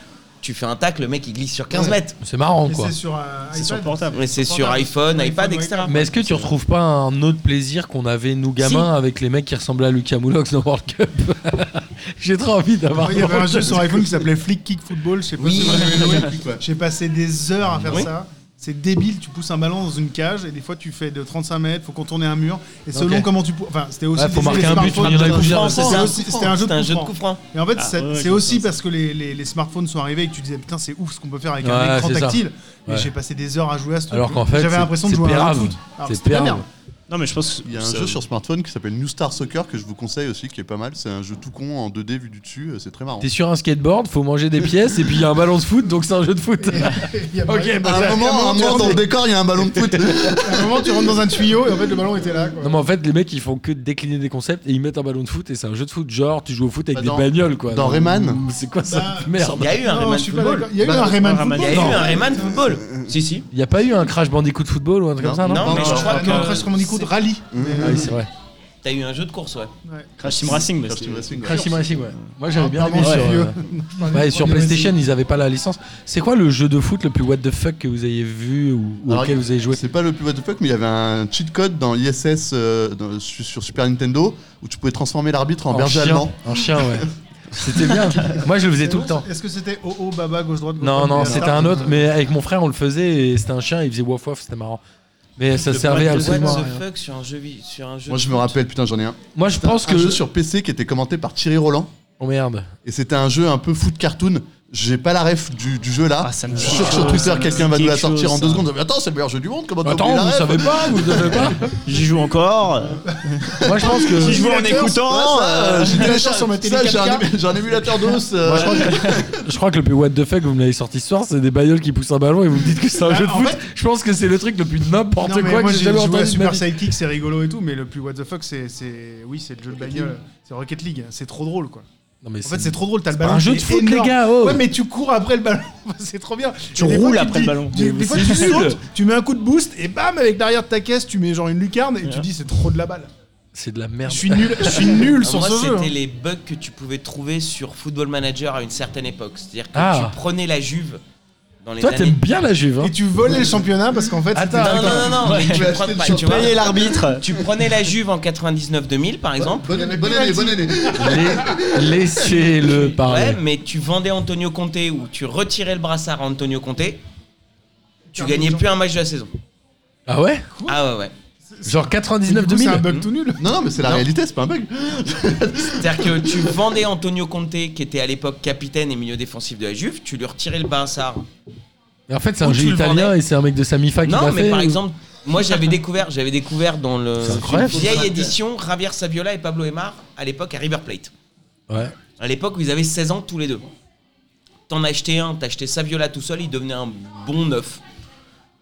Speaker 8: Tu fais un tac, le mec il glisse sur 15 mètres.
Speaker 4: C'est marrant,
Speaker 7: Et
Speaker 4: quoi.
Speaker 7: c'est sur, euh,
Speaker 5: C'est sur
Speaker 7: iPad.
Speaker 5: portable.
Speaker 8: Mais c'est sur iPhone, iPad,
Speaker 7: iPhone,
Speaker 8: etc.
Speaker 4: Mais est-ce que tu retrouves pas un autre plaisir qu'on avait nous gamins avec les mecs qui ressemblaient à Lucas Moulox dans World Cup J'ai trop envie d'avoir.
Speaker 7: Il y avait un
Speaker 4: World
Speaker 7: jeu
Speaker 4: Cup.
Speaker 7: sur iPhone qui s'appelait Flick Kick Football. Je sais pas
Speaker 8: Oui.
Speaker 7: si vous l'avez joué.
Speaker 9: Ouais.
Speaker 7: J'ai passé des heures à faire
Speaker 8: Oui.
Speaker 7: ça. C'est débile, tu pousses un ballon dans une cage et des fois tu fais de 35 mètres, faut contourner un mur. Et selon
Speaker 4: Ok.
Speaker 7: comment tu. pou- Enfin, c'était aussi.
Speaker 4: Ouais, faut
Speaker 7: des-
Speaker 4: marquer
Speaker 7: des
Speaker 4: un but,
Speaker 7: smartphones.
Speaker 4: il y en a plusieurs.
Speaker 7: C'était
Speaker 8: C'était un
Speaker 7: aussi-
Speaker 8: coup
Speaker 7: C'était un jeu
Speaker 8: C'est un jeu de
Speaker 7: de
Speaker 8: coup
Speaker 7: coups francs.
Speaker 8: franc.
Speaker 7: Et en fait,
Speaker 5: Ah,
Speaker 7: ça-
Speaker 5: ouais, ouais,
Speaker 7: c'est
Speaker 5: je
Speaker 7: aussi
Speaker 5: pense.
Speaker 7: parce que les, les- les smartphones sont arrivés et que tu disais putain, c'est ouf ce qu'on peut faire avec
Speaker 4: Ouais,
Speaker 7: un écran
Speaker 4: c'est ça.
Speaker 7: tactile. Et
Speaker 4: Ouais.
Speaker 7: j'ai passé des heures à jouer à ce truc.
Speaker 4: Alors qu'en fait,
Speaker 7: j'avais
Speaker 4: c'est-
Speaker 7: l'impression de
Speaker 4: c'est
Speaker 7: jouer à un
Speaker 4: pérave.
Speaker 7: foot. Alors que
Speaker 4: C'est
Speaker 7: c'était de la
Speaker 4: pérave.
Speaker 7: merde.
Speaker 5: Non, mais je pense que
Speaker 9: Il y a un
Speaker 5: ça-
Speaker 9: jeu sur smartphone qui s'appelle New Star Soccer que je vous conseille aussi, qui est pas mal. C'est un jeu tout con en 2D vu du dessus, euh, c'est très marrant.
Speaker 4: T'es sur un skateboard, faut manger des pièces, et puis il y a un ballon de foot, donc c'est un jeu de foot.
Speaker 7: euh,
Speaker 10: Il y a moyen-
Speaker 8: bah
Speaker 9: À un moment, à un moment, dans le décor, il y a un ballon de foot.
Speaker 10: à un moment, tu rentres dans un tuyau et en fait, le ballon était là. Quoi.
Speaker 4: Non mais en fait les mecs ils font que décliner des concepts et ils mettent un ballon de foot et c'est un jeu de foot genre tu joues au foot avec
Speaker 9: Bah,
Speaker 4: des
Speaker 9: dans-
Speaker 4: bagnoles quoi.
Speaker 9: dans
Speaker 4: Donc,
Speaker 9: Rayman
Speaker 4: C'est quoi
Speaker 7: Bah,
Speaker 4: ça
Speaker 8: Il y
Speaker 4: Merde.
Speaker 8: a eu un
Speaker 10: Non,
Speaker 8: Ah, Rayman
Speaker 10: je suis pas
Speaker 8: Football.
Speaker 10: d'accord. Il y a eu
Speaker 9: Bah,
Speaker 10: un Rayman
Speaker 5: un
Speaker 10: Football.
Speaker 5: Rayman.
Speaker 8: Il y a eu
Speaker 4: Non.
Speaker 8: un Rayman Football. Si, si.
Speaker 4: Il y a pas eu un Crash Bandicoot Football ou un truc
Speaker 9: Non.
Speaker 4: comme ça non,
Speaker 8: Non, mais je
Speaker 9: non,
Speaker 8: crois
Speaker 10: Non, Crash
Speaker 8: que
Speaker 10: Bandicoot Rally.
Speaker 4: Ah oui, c'est vrai.
Speaker 8: t'as eu un jeu de course, ouais.
Speaker 5: Crash Team Racing, bah,
Speaker 9: Crash
Speaker 5: c'est-
Speaker 9: Team Racing, ouais.
Speaker 4: Crash Team Racing ouais. Moi j'avais bien aimé
Speaker 10: pardon,
Speaker 4: sur,
Speaker 10: je suis
Speaker 4: euh,
Speaker 10: Je parlais
Speaker 4: ouais,
Speaker 10: du
Speaker 4: sur
Speaker 10: premier
Speaker 4: PlayStation ils avaient pas la licence. C'est quoi le jeu de foot le plus what the fuck que vous ayez vu ou, ou
Speaker 9: Alors,
Speaker 4: auquel vous avez joué
Speaker 9: C'est pas le plus what the fuck, mais il y avait un cheat code dans l'ISS euh, dans- sur sur Super Nintendo où tu pouvais transformer l'arbitre en, berger
Speaker 4: Oh, chien.
Speaker 9: allemand.
Speaker 4: En chien ouais. C'était bien. Moi je le faisais tout le temps.
Speaker 7: Est-ce que c'était oh oh baba gauche droite gauche
Speaker 4: Non,
Speaker 7: droite,
Speaker 4: non,
Speaker 7: mais
Speaker 4: c'était
Speaker 7: alors-
Speaker 4: un autre, mais avec mon frère, on le faisait et c'était un chien, il faisait waf waf, c'était marrant. Mais ça servait
Speaker 5: what the-
Speaker 4: absolument à
Speaker 8: What the
Speaker 4: rien.
Speaker 8: fuck sur un jeu. vi- Sur un jeu
Speaker 9: Moi,
Speaker 8: de
Speaker 9: je me
Speaker 8: foot.
Speaker 9: rappelle, putain, j'en ai un.
Speaker 4: Moi, je pense que.
Speaker 9: Un jeu sur PC qui était commenté par Thierry Roland.
Speaker 4: Oh merde.
Speaker 9: Et c'était un jeu un peu foot cartoon. J'ai pas la ref du, du jeu là.
Speaker 5: Ah, ça me
Speaker 9: je
Speaker 5: dit
Speaker 9: suis sûr que
Speaker 5: quelque
Speaker 9: sur
Speaker 5: chose,
Speaker 9: Twitter,
Speaker 5: ça me
Speaker 9: quelqu'un
Speaker 5: dit
Speaker 9: va nous la
Speaker 5: quelque
Speaker 9: sortir
Speaker 5: chose,
Speaker 9: en deux
Speaker 5: ça.
Speaker 9: secondes. Mais attends, c'est le meilleur jeu du monde. Comment t'as
Speaker 4: Attends,
Speaker 9: oublié la
Speaker 4: vous
Speaker 9: ref
Speaker 4: savez pas, vous savez pas
Speaker 5: J'y joue encore.
Speaker 4: Moi, je pense
Speaker 5: J'y
Speaker 4: que.
Speaker 5: joue en
Speaker 9: Ouais,
Speaker 5: écoutant.
Speaker 9: ça, euh, j'ai
Speaker 10: Télécharge
Speaker 9: déjà-
Speaker 10: sur ma télé
Speaker 9: ça, j'ai
Speaker 10: 4K.
Speaker 9: un- j'ai un émulateur d'os. euh,
Speaker 4: Moi, je crois, que, je crois que le plus what the fuck que vous me l'avez sorti ce soir, c'est des bagnoles qui poussent un ballon et vous me dites que c'est un jeu de
Speaker 7: en
Speaker 4: foot. Je pense que c'est le truc le plus n'importe
Speaker 7: Non, mais
Speaker 4: quoi
Speaker 7: moi
Speaker 4: que j'ai
Speaker 7: j'ai
Speaker 4: jamais
Speaker 7: joué à
Speaker 4: entendu. de ma
Speaker 7: Super
Speaker 4: vie.
Speaker 7: Sidekick, c'est rigolo et tout, mais le plus what the fuck, c'est, c'est... oui, c'est le jeu de bagnole, c'est Rocket League, hein, c'est trop drôle quoi.
Speaker 4: Non, mais
Speaker 7: En fait, c'est trop drôle, t'as le
Speaker 4: pas
Speaker 7: ballon.
Speaker 4: un jeu de
Speaker 7: qui est
Speaker 4: foot, les
Speaker 7: énorme.
Speaker 4: gars, oh.
Speaker 7: Ouais, mais tu cours après le ballon, c'est trop bien.
Speaker 5: Tu
Speaker 7: Et des
Speaker 5: roules
Speaker 7: fois,
Speaker 5: après
Speaker 7: te dis-
Speaker 5: le ballon.
Speaker 7: Des, des
Speaker 4: Mais
Speaker 7: fois,
Speaker 4: c'est
Speaker 7: tu
Speaker 4: nul.
Speaker 7: sautes, tu mets un coup de boost et bam, avec l'arrière de ta caisse, tu mets genre une lucarne et tu
Speaker 5: Ouais.
Speaker 7: dis c'est trop de la
Speaker 4: Ah,
Speaker 7: balle.
Speaker 4: C'est de la merde.
Speaker 7: Je suis nul, je suis nul
Speaker 8: Ah,
Speaker 7: sur
Speaker 8: Moi,
Speaker 7: ce jeu.
Speaker 8: c'était
Speaker 7: hein.
Speaker 8: les bugs que tu pouvais trouver sur Football Manager à une certaine époque. C'est-à-dire que
Speaker 4: Ah.
Speaker 8: tu prenais la Juve dans les
Speaker 4: Toi,
Speaker 8: années.
Speaker 4: t'aimes bien la juve, hein
Speaker 10: Et tu volais le championnat parce qu'en fait.
Speaker 4: Attends,
Speaker 8: Non, non, non, non, mais tu, prends pas, tu, vois.
Speaker 5: Payer l'arbitre.
Speaker 8: Tu prenais la Juve en 99-2000 par exemple.
Speaker 9: Bonne année, bonne année, bonne année.
Speaker 4: La- Laissez-le
Speaker 8: Ouais,
Speaker 4: parler.
Speaker 8: mais tu vendais Antonio Conte ou tu retirais le brassard à Antonio Conte. Tu gagnais plus un match de la saison.
Speaker 4: Ah ouais
Speaker 8: Ah ouais, ouais.
Speaker 4: Genre
Speaker 10: Du coup, C'est un
Speaker 4: 99-2000
Speaker 10: bug tout nul.
Speaker 9: Non, non, mais c'est la réalité, c'est pas un bug.
Speaker 8: C'est-à-dire que tu vendais Antonio Conte, qui était à l'époque capitaine et milieu défensif de la Juve, tu lui retirais le brassard.
Speaker 4: Mais En fait, c'est un
Speaker 8: Ou tu
Speaker 4: jeu
Speaker 8: le
Speaker 4: italien
Speaker 8: vendais.
Speaker 4: et c'est un mec de Samifa qui l'a
Speaker 8: Non, mais
Speaker 4: fait,
Speaker 8: par
Speaker 4: ou-
Speaker 8: exemple, moi j'avais découvert, j'avais découvert dans le
Speaker 4: C'est
Speaker 8: une
Speaker 4: incroyable.
Speaker 8: vieille édition Javier Saviola et Pablo Emar à l'époque à River Plate.
Speaker 4: Ouais.
Speaker 8: À l'époque où ils avaient 16 ans tous les deux. T'en achetais un, t'achetais Saviola tout seul, il devenait un bon 9.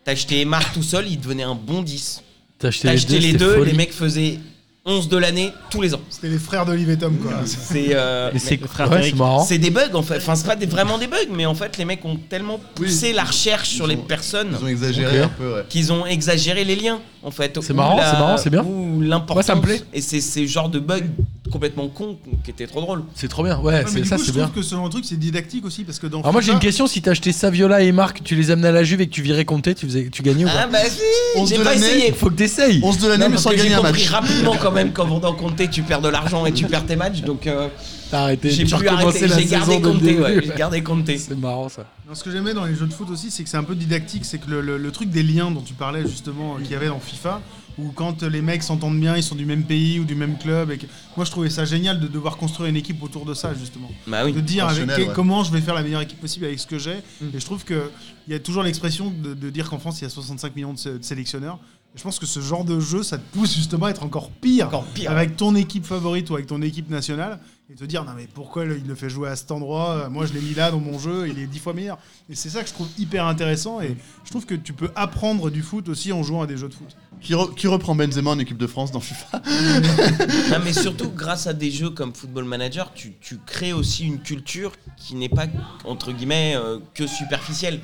Speaker 8: T'achetais Emar tout seul, il devenait un bon 10.
Speaker 4: T'as acheté,
Speaker 8: T'achetais les
Speaker 4: c'était
Speaker 8: deux, les
Speaker 4: folie.
Speaker 8: mecs faisaient 11 de l'année tous les ans.
Speaker 10: C'était les frères d'Olive et Tom, quoi.
Speaker 8: C'est euh,
Speaker 4: Mais c'est
Speaker 8: mais-
Speaker 4: ouais, c'est
Speaker 5: Eric,
Speaker 4: marrant.
Speaker 8: c'est des bugs en fait, enfin c'est pas des- vraiment des bugs, mais en fait les mecs ont tellement poussé la recherche sur
Speaker 9: Ils
Speaker 8: les
Speaker 9: ont-
Speaker 8: personnes.
Speaker 9: Ils ont exagéré
Speaker 4: Ok.
Speaker 9: un peu, ouais.
Speaker 8: qu'ils ont exagéré les liens en fait.
Speaker 4: C'est
Speaker 8: Ou
Speaker 4: marrant,
Speaker 8: la-
Speaker 4: c'est marrant, c'est bien.
Speaker 8: ou l'importance.
Speaker 4: Moi, ça me plaît.
Speaker 8: Et c'est ce genre de bug complètement con qui était trop drôle.
Speaker 4: C'est trop bien, ouais,
Speaker 7: Ouais, mais
Speaker 4: c'est
Speaker 7: du
Speaker 4: ça,
Speaker 7: coup, je
Speaker 4: c'est
Speaker 7: trouve
Speaker 4: bien.
Speaker 7: que ce genre de truc, c'est didactique aussi parce que dans.
Speaker 4: Alors moi j'ai
Speaker 7: FIFA,
Speaker 4: une question, si t'achetais Saviola et Marc, tu les amenais à la Juve et que tu virais compter, tu, faisais, tu gagnais ou pas
Speaker 8: Ah bah si,
Speaker 9: Onze
Speaker 8: j'ai
Speaker 9: de
Speaker 8: pas
Speaker 9: l'année.
Speaker 8: essayé.
Speaker 4: 11 t'essayes
Speaker 9: de
Speaker 8: Non,
Speaker 9: l'année, mais
Speaker 8: parce
Speaker 9: sans
Speaker 8: que
Speaker 9: gagner
Speaker 8: j'ai
Speaker 9: un
Speaker 8: compris
Speaker 9: match.
Speaker 8: rapidement quand même qu'en vendant Comté tu perds de l'argent et tu perds tes matchs donc euh,
Speaker 4: T'as arrêté,
Speaker 8: j'ai
Speaker 4: tu
Speaker 8: pu
Speaker 4: recommençais
Speaker 8: arrêter
Speaker 4: la
Speaker 8: j'ai gardé
Speaker 4: saison dès le
Speaker 8: Comté
Speaker 4: début.
Speaker 8: ouais, j'ai gardé Comté
Speaker 4: C'est marrant ça.
Speaker 7: Non, ce que j'aimais dans les jeux de foot aussi, c'est que c'est un peu didactique, c'est que le, le- le truc des liens dont tu parlais justement, euh, qu'il y avait dans FIFA, où quand euh, les mecs s'entendent bien, ils sont du même pays ou du même club, et que... moi je trouvais ça génial de devoir construire une équipe autour de ça justement,
Speaker 8: bah
Speaker 7: de
Speaker 8: oui Mm.
Speaker 7: dire avec
Speaker 9: Fonctionnel,
Speaker 7: que-
Speaker 9: ouais.
Speaker 7: comment je vais faire la meilleure équipe possible avec ce que j'ai, et je trouve que il y a toujours l'expression de, de dire qu'en France il y a 65 millions de, sé- de sélectionneurs. Et je pense que ce genre de jeu, ça te pousse justement à être encore pire,
Speaker 8: Encore pire.
Speaker 7: avec ton équipe favorite ou avec ton équipe nationale et te dire non mais pourquoi le- il le fait jouer à cet endroit Moi je l'ai mis là dans mon jeu, il est dix fois meilleur. Et c'est ça que je trouve hyper intéressant et je trouve que tu peux apprendre du foot aussi en jouant à des jeux de foot.
Speaker 9: Qui, re- qui reprend Benzema en équipe de France dans FIFA
Speaker 8: non, mais surtout grâce à des jeux comme Football Manager tu, tu crées aussi une culture qui n'est pas entre guillemets euh, que superficielle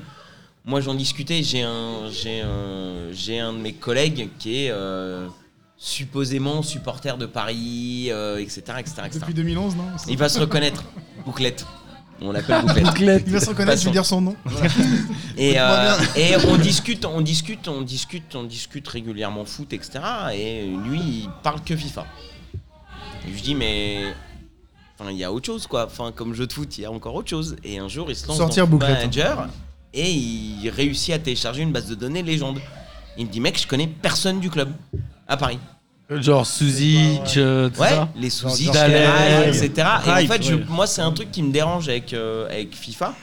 Speaker 8: moi j'en discutais, j'ai un, j'ai un, j'ai un de mes collègues qui est euh, supposément supporter de Paris, euh, etc., etc., etc.
Speaker 10: Depuis 2011, non
Speaker 8: Il va se reconnaître, Bouclette. On l'appelle Bouclette.
Speaker 4: Bouclette.
Speaker 10: Il va se reconnaître, je vais
Speaker 8: Passons.
Speaker 10: dire son nom.
Speaker 8: Et, euh, et on discute, on discute, on discute, on discute régulièrement foot, etc. Et lui, il parle que FIFA. Et je lui dis, mais. Enfin, il y a autre chose, quoi. Enfin, comme jeu de foot, il y a encore autre chose. Et un jour, il se lance
Speaker 10: Sortir
Speaker 8: dans Football
Speaker 10: bouclette, hein.
Speaker 8: Manager et il réussit à télécharger une base de données légende. Il me dit, mec, je connais personne du club à Paris.
Speaker 4: Genre Suzic, euh, tout
Speaker 8: Ouais,
Speaker 4: ça.
Speaker 8: les soucis,
Speaker 4: Genre Dalai,
Speaker 8: etc. Et en
Speaker 5: Hype,
Speaker 8: fait, je-
Speaker 5: ouais.
Speaker 8: moi, c'est un truc qui me dérange avec, euh, avec FIFA.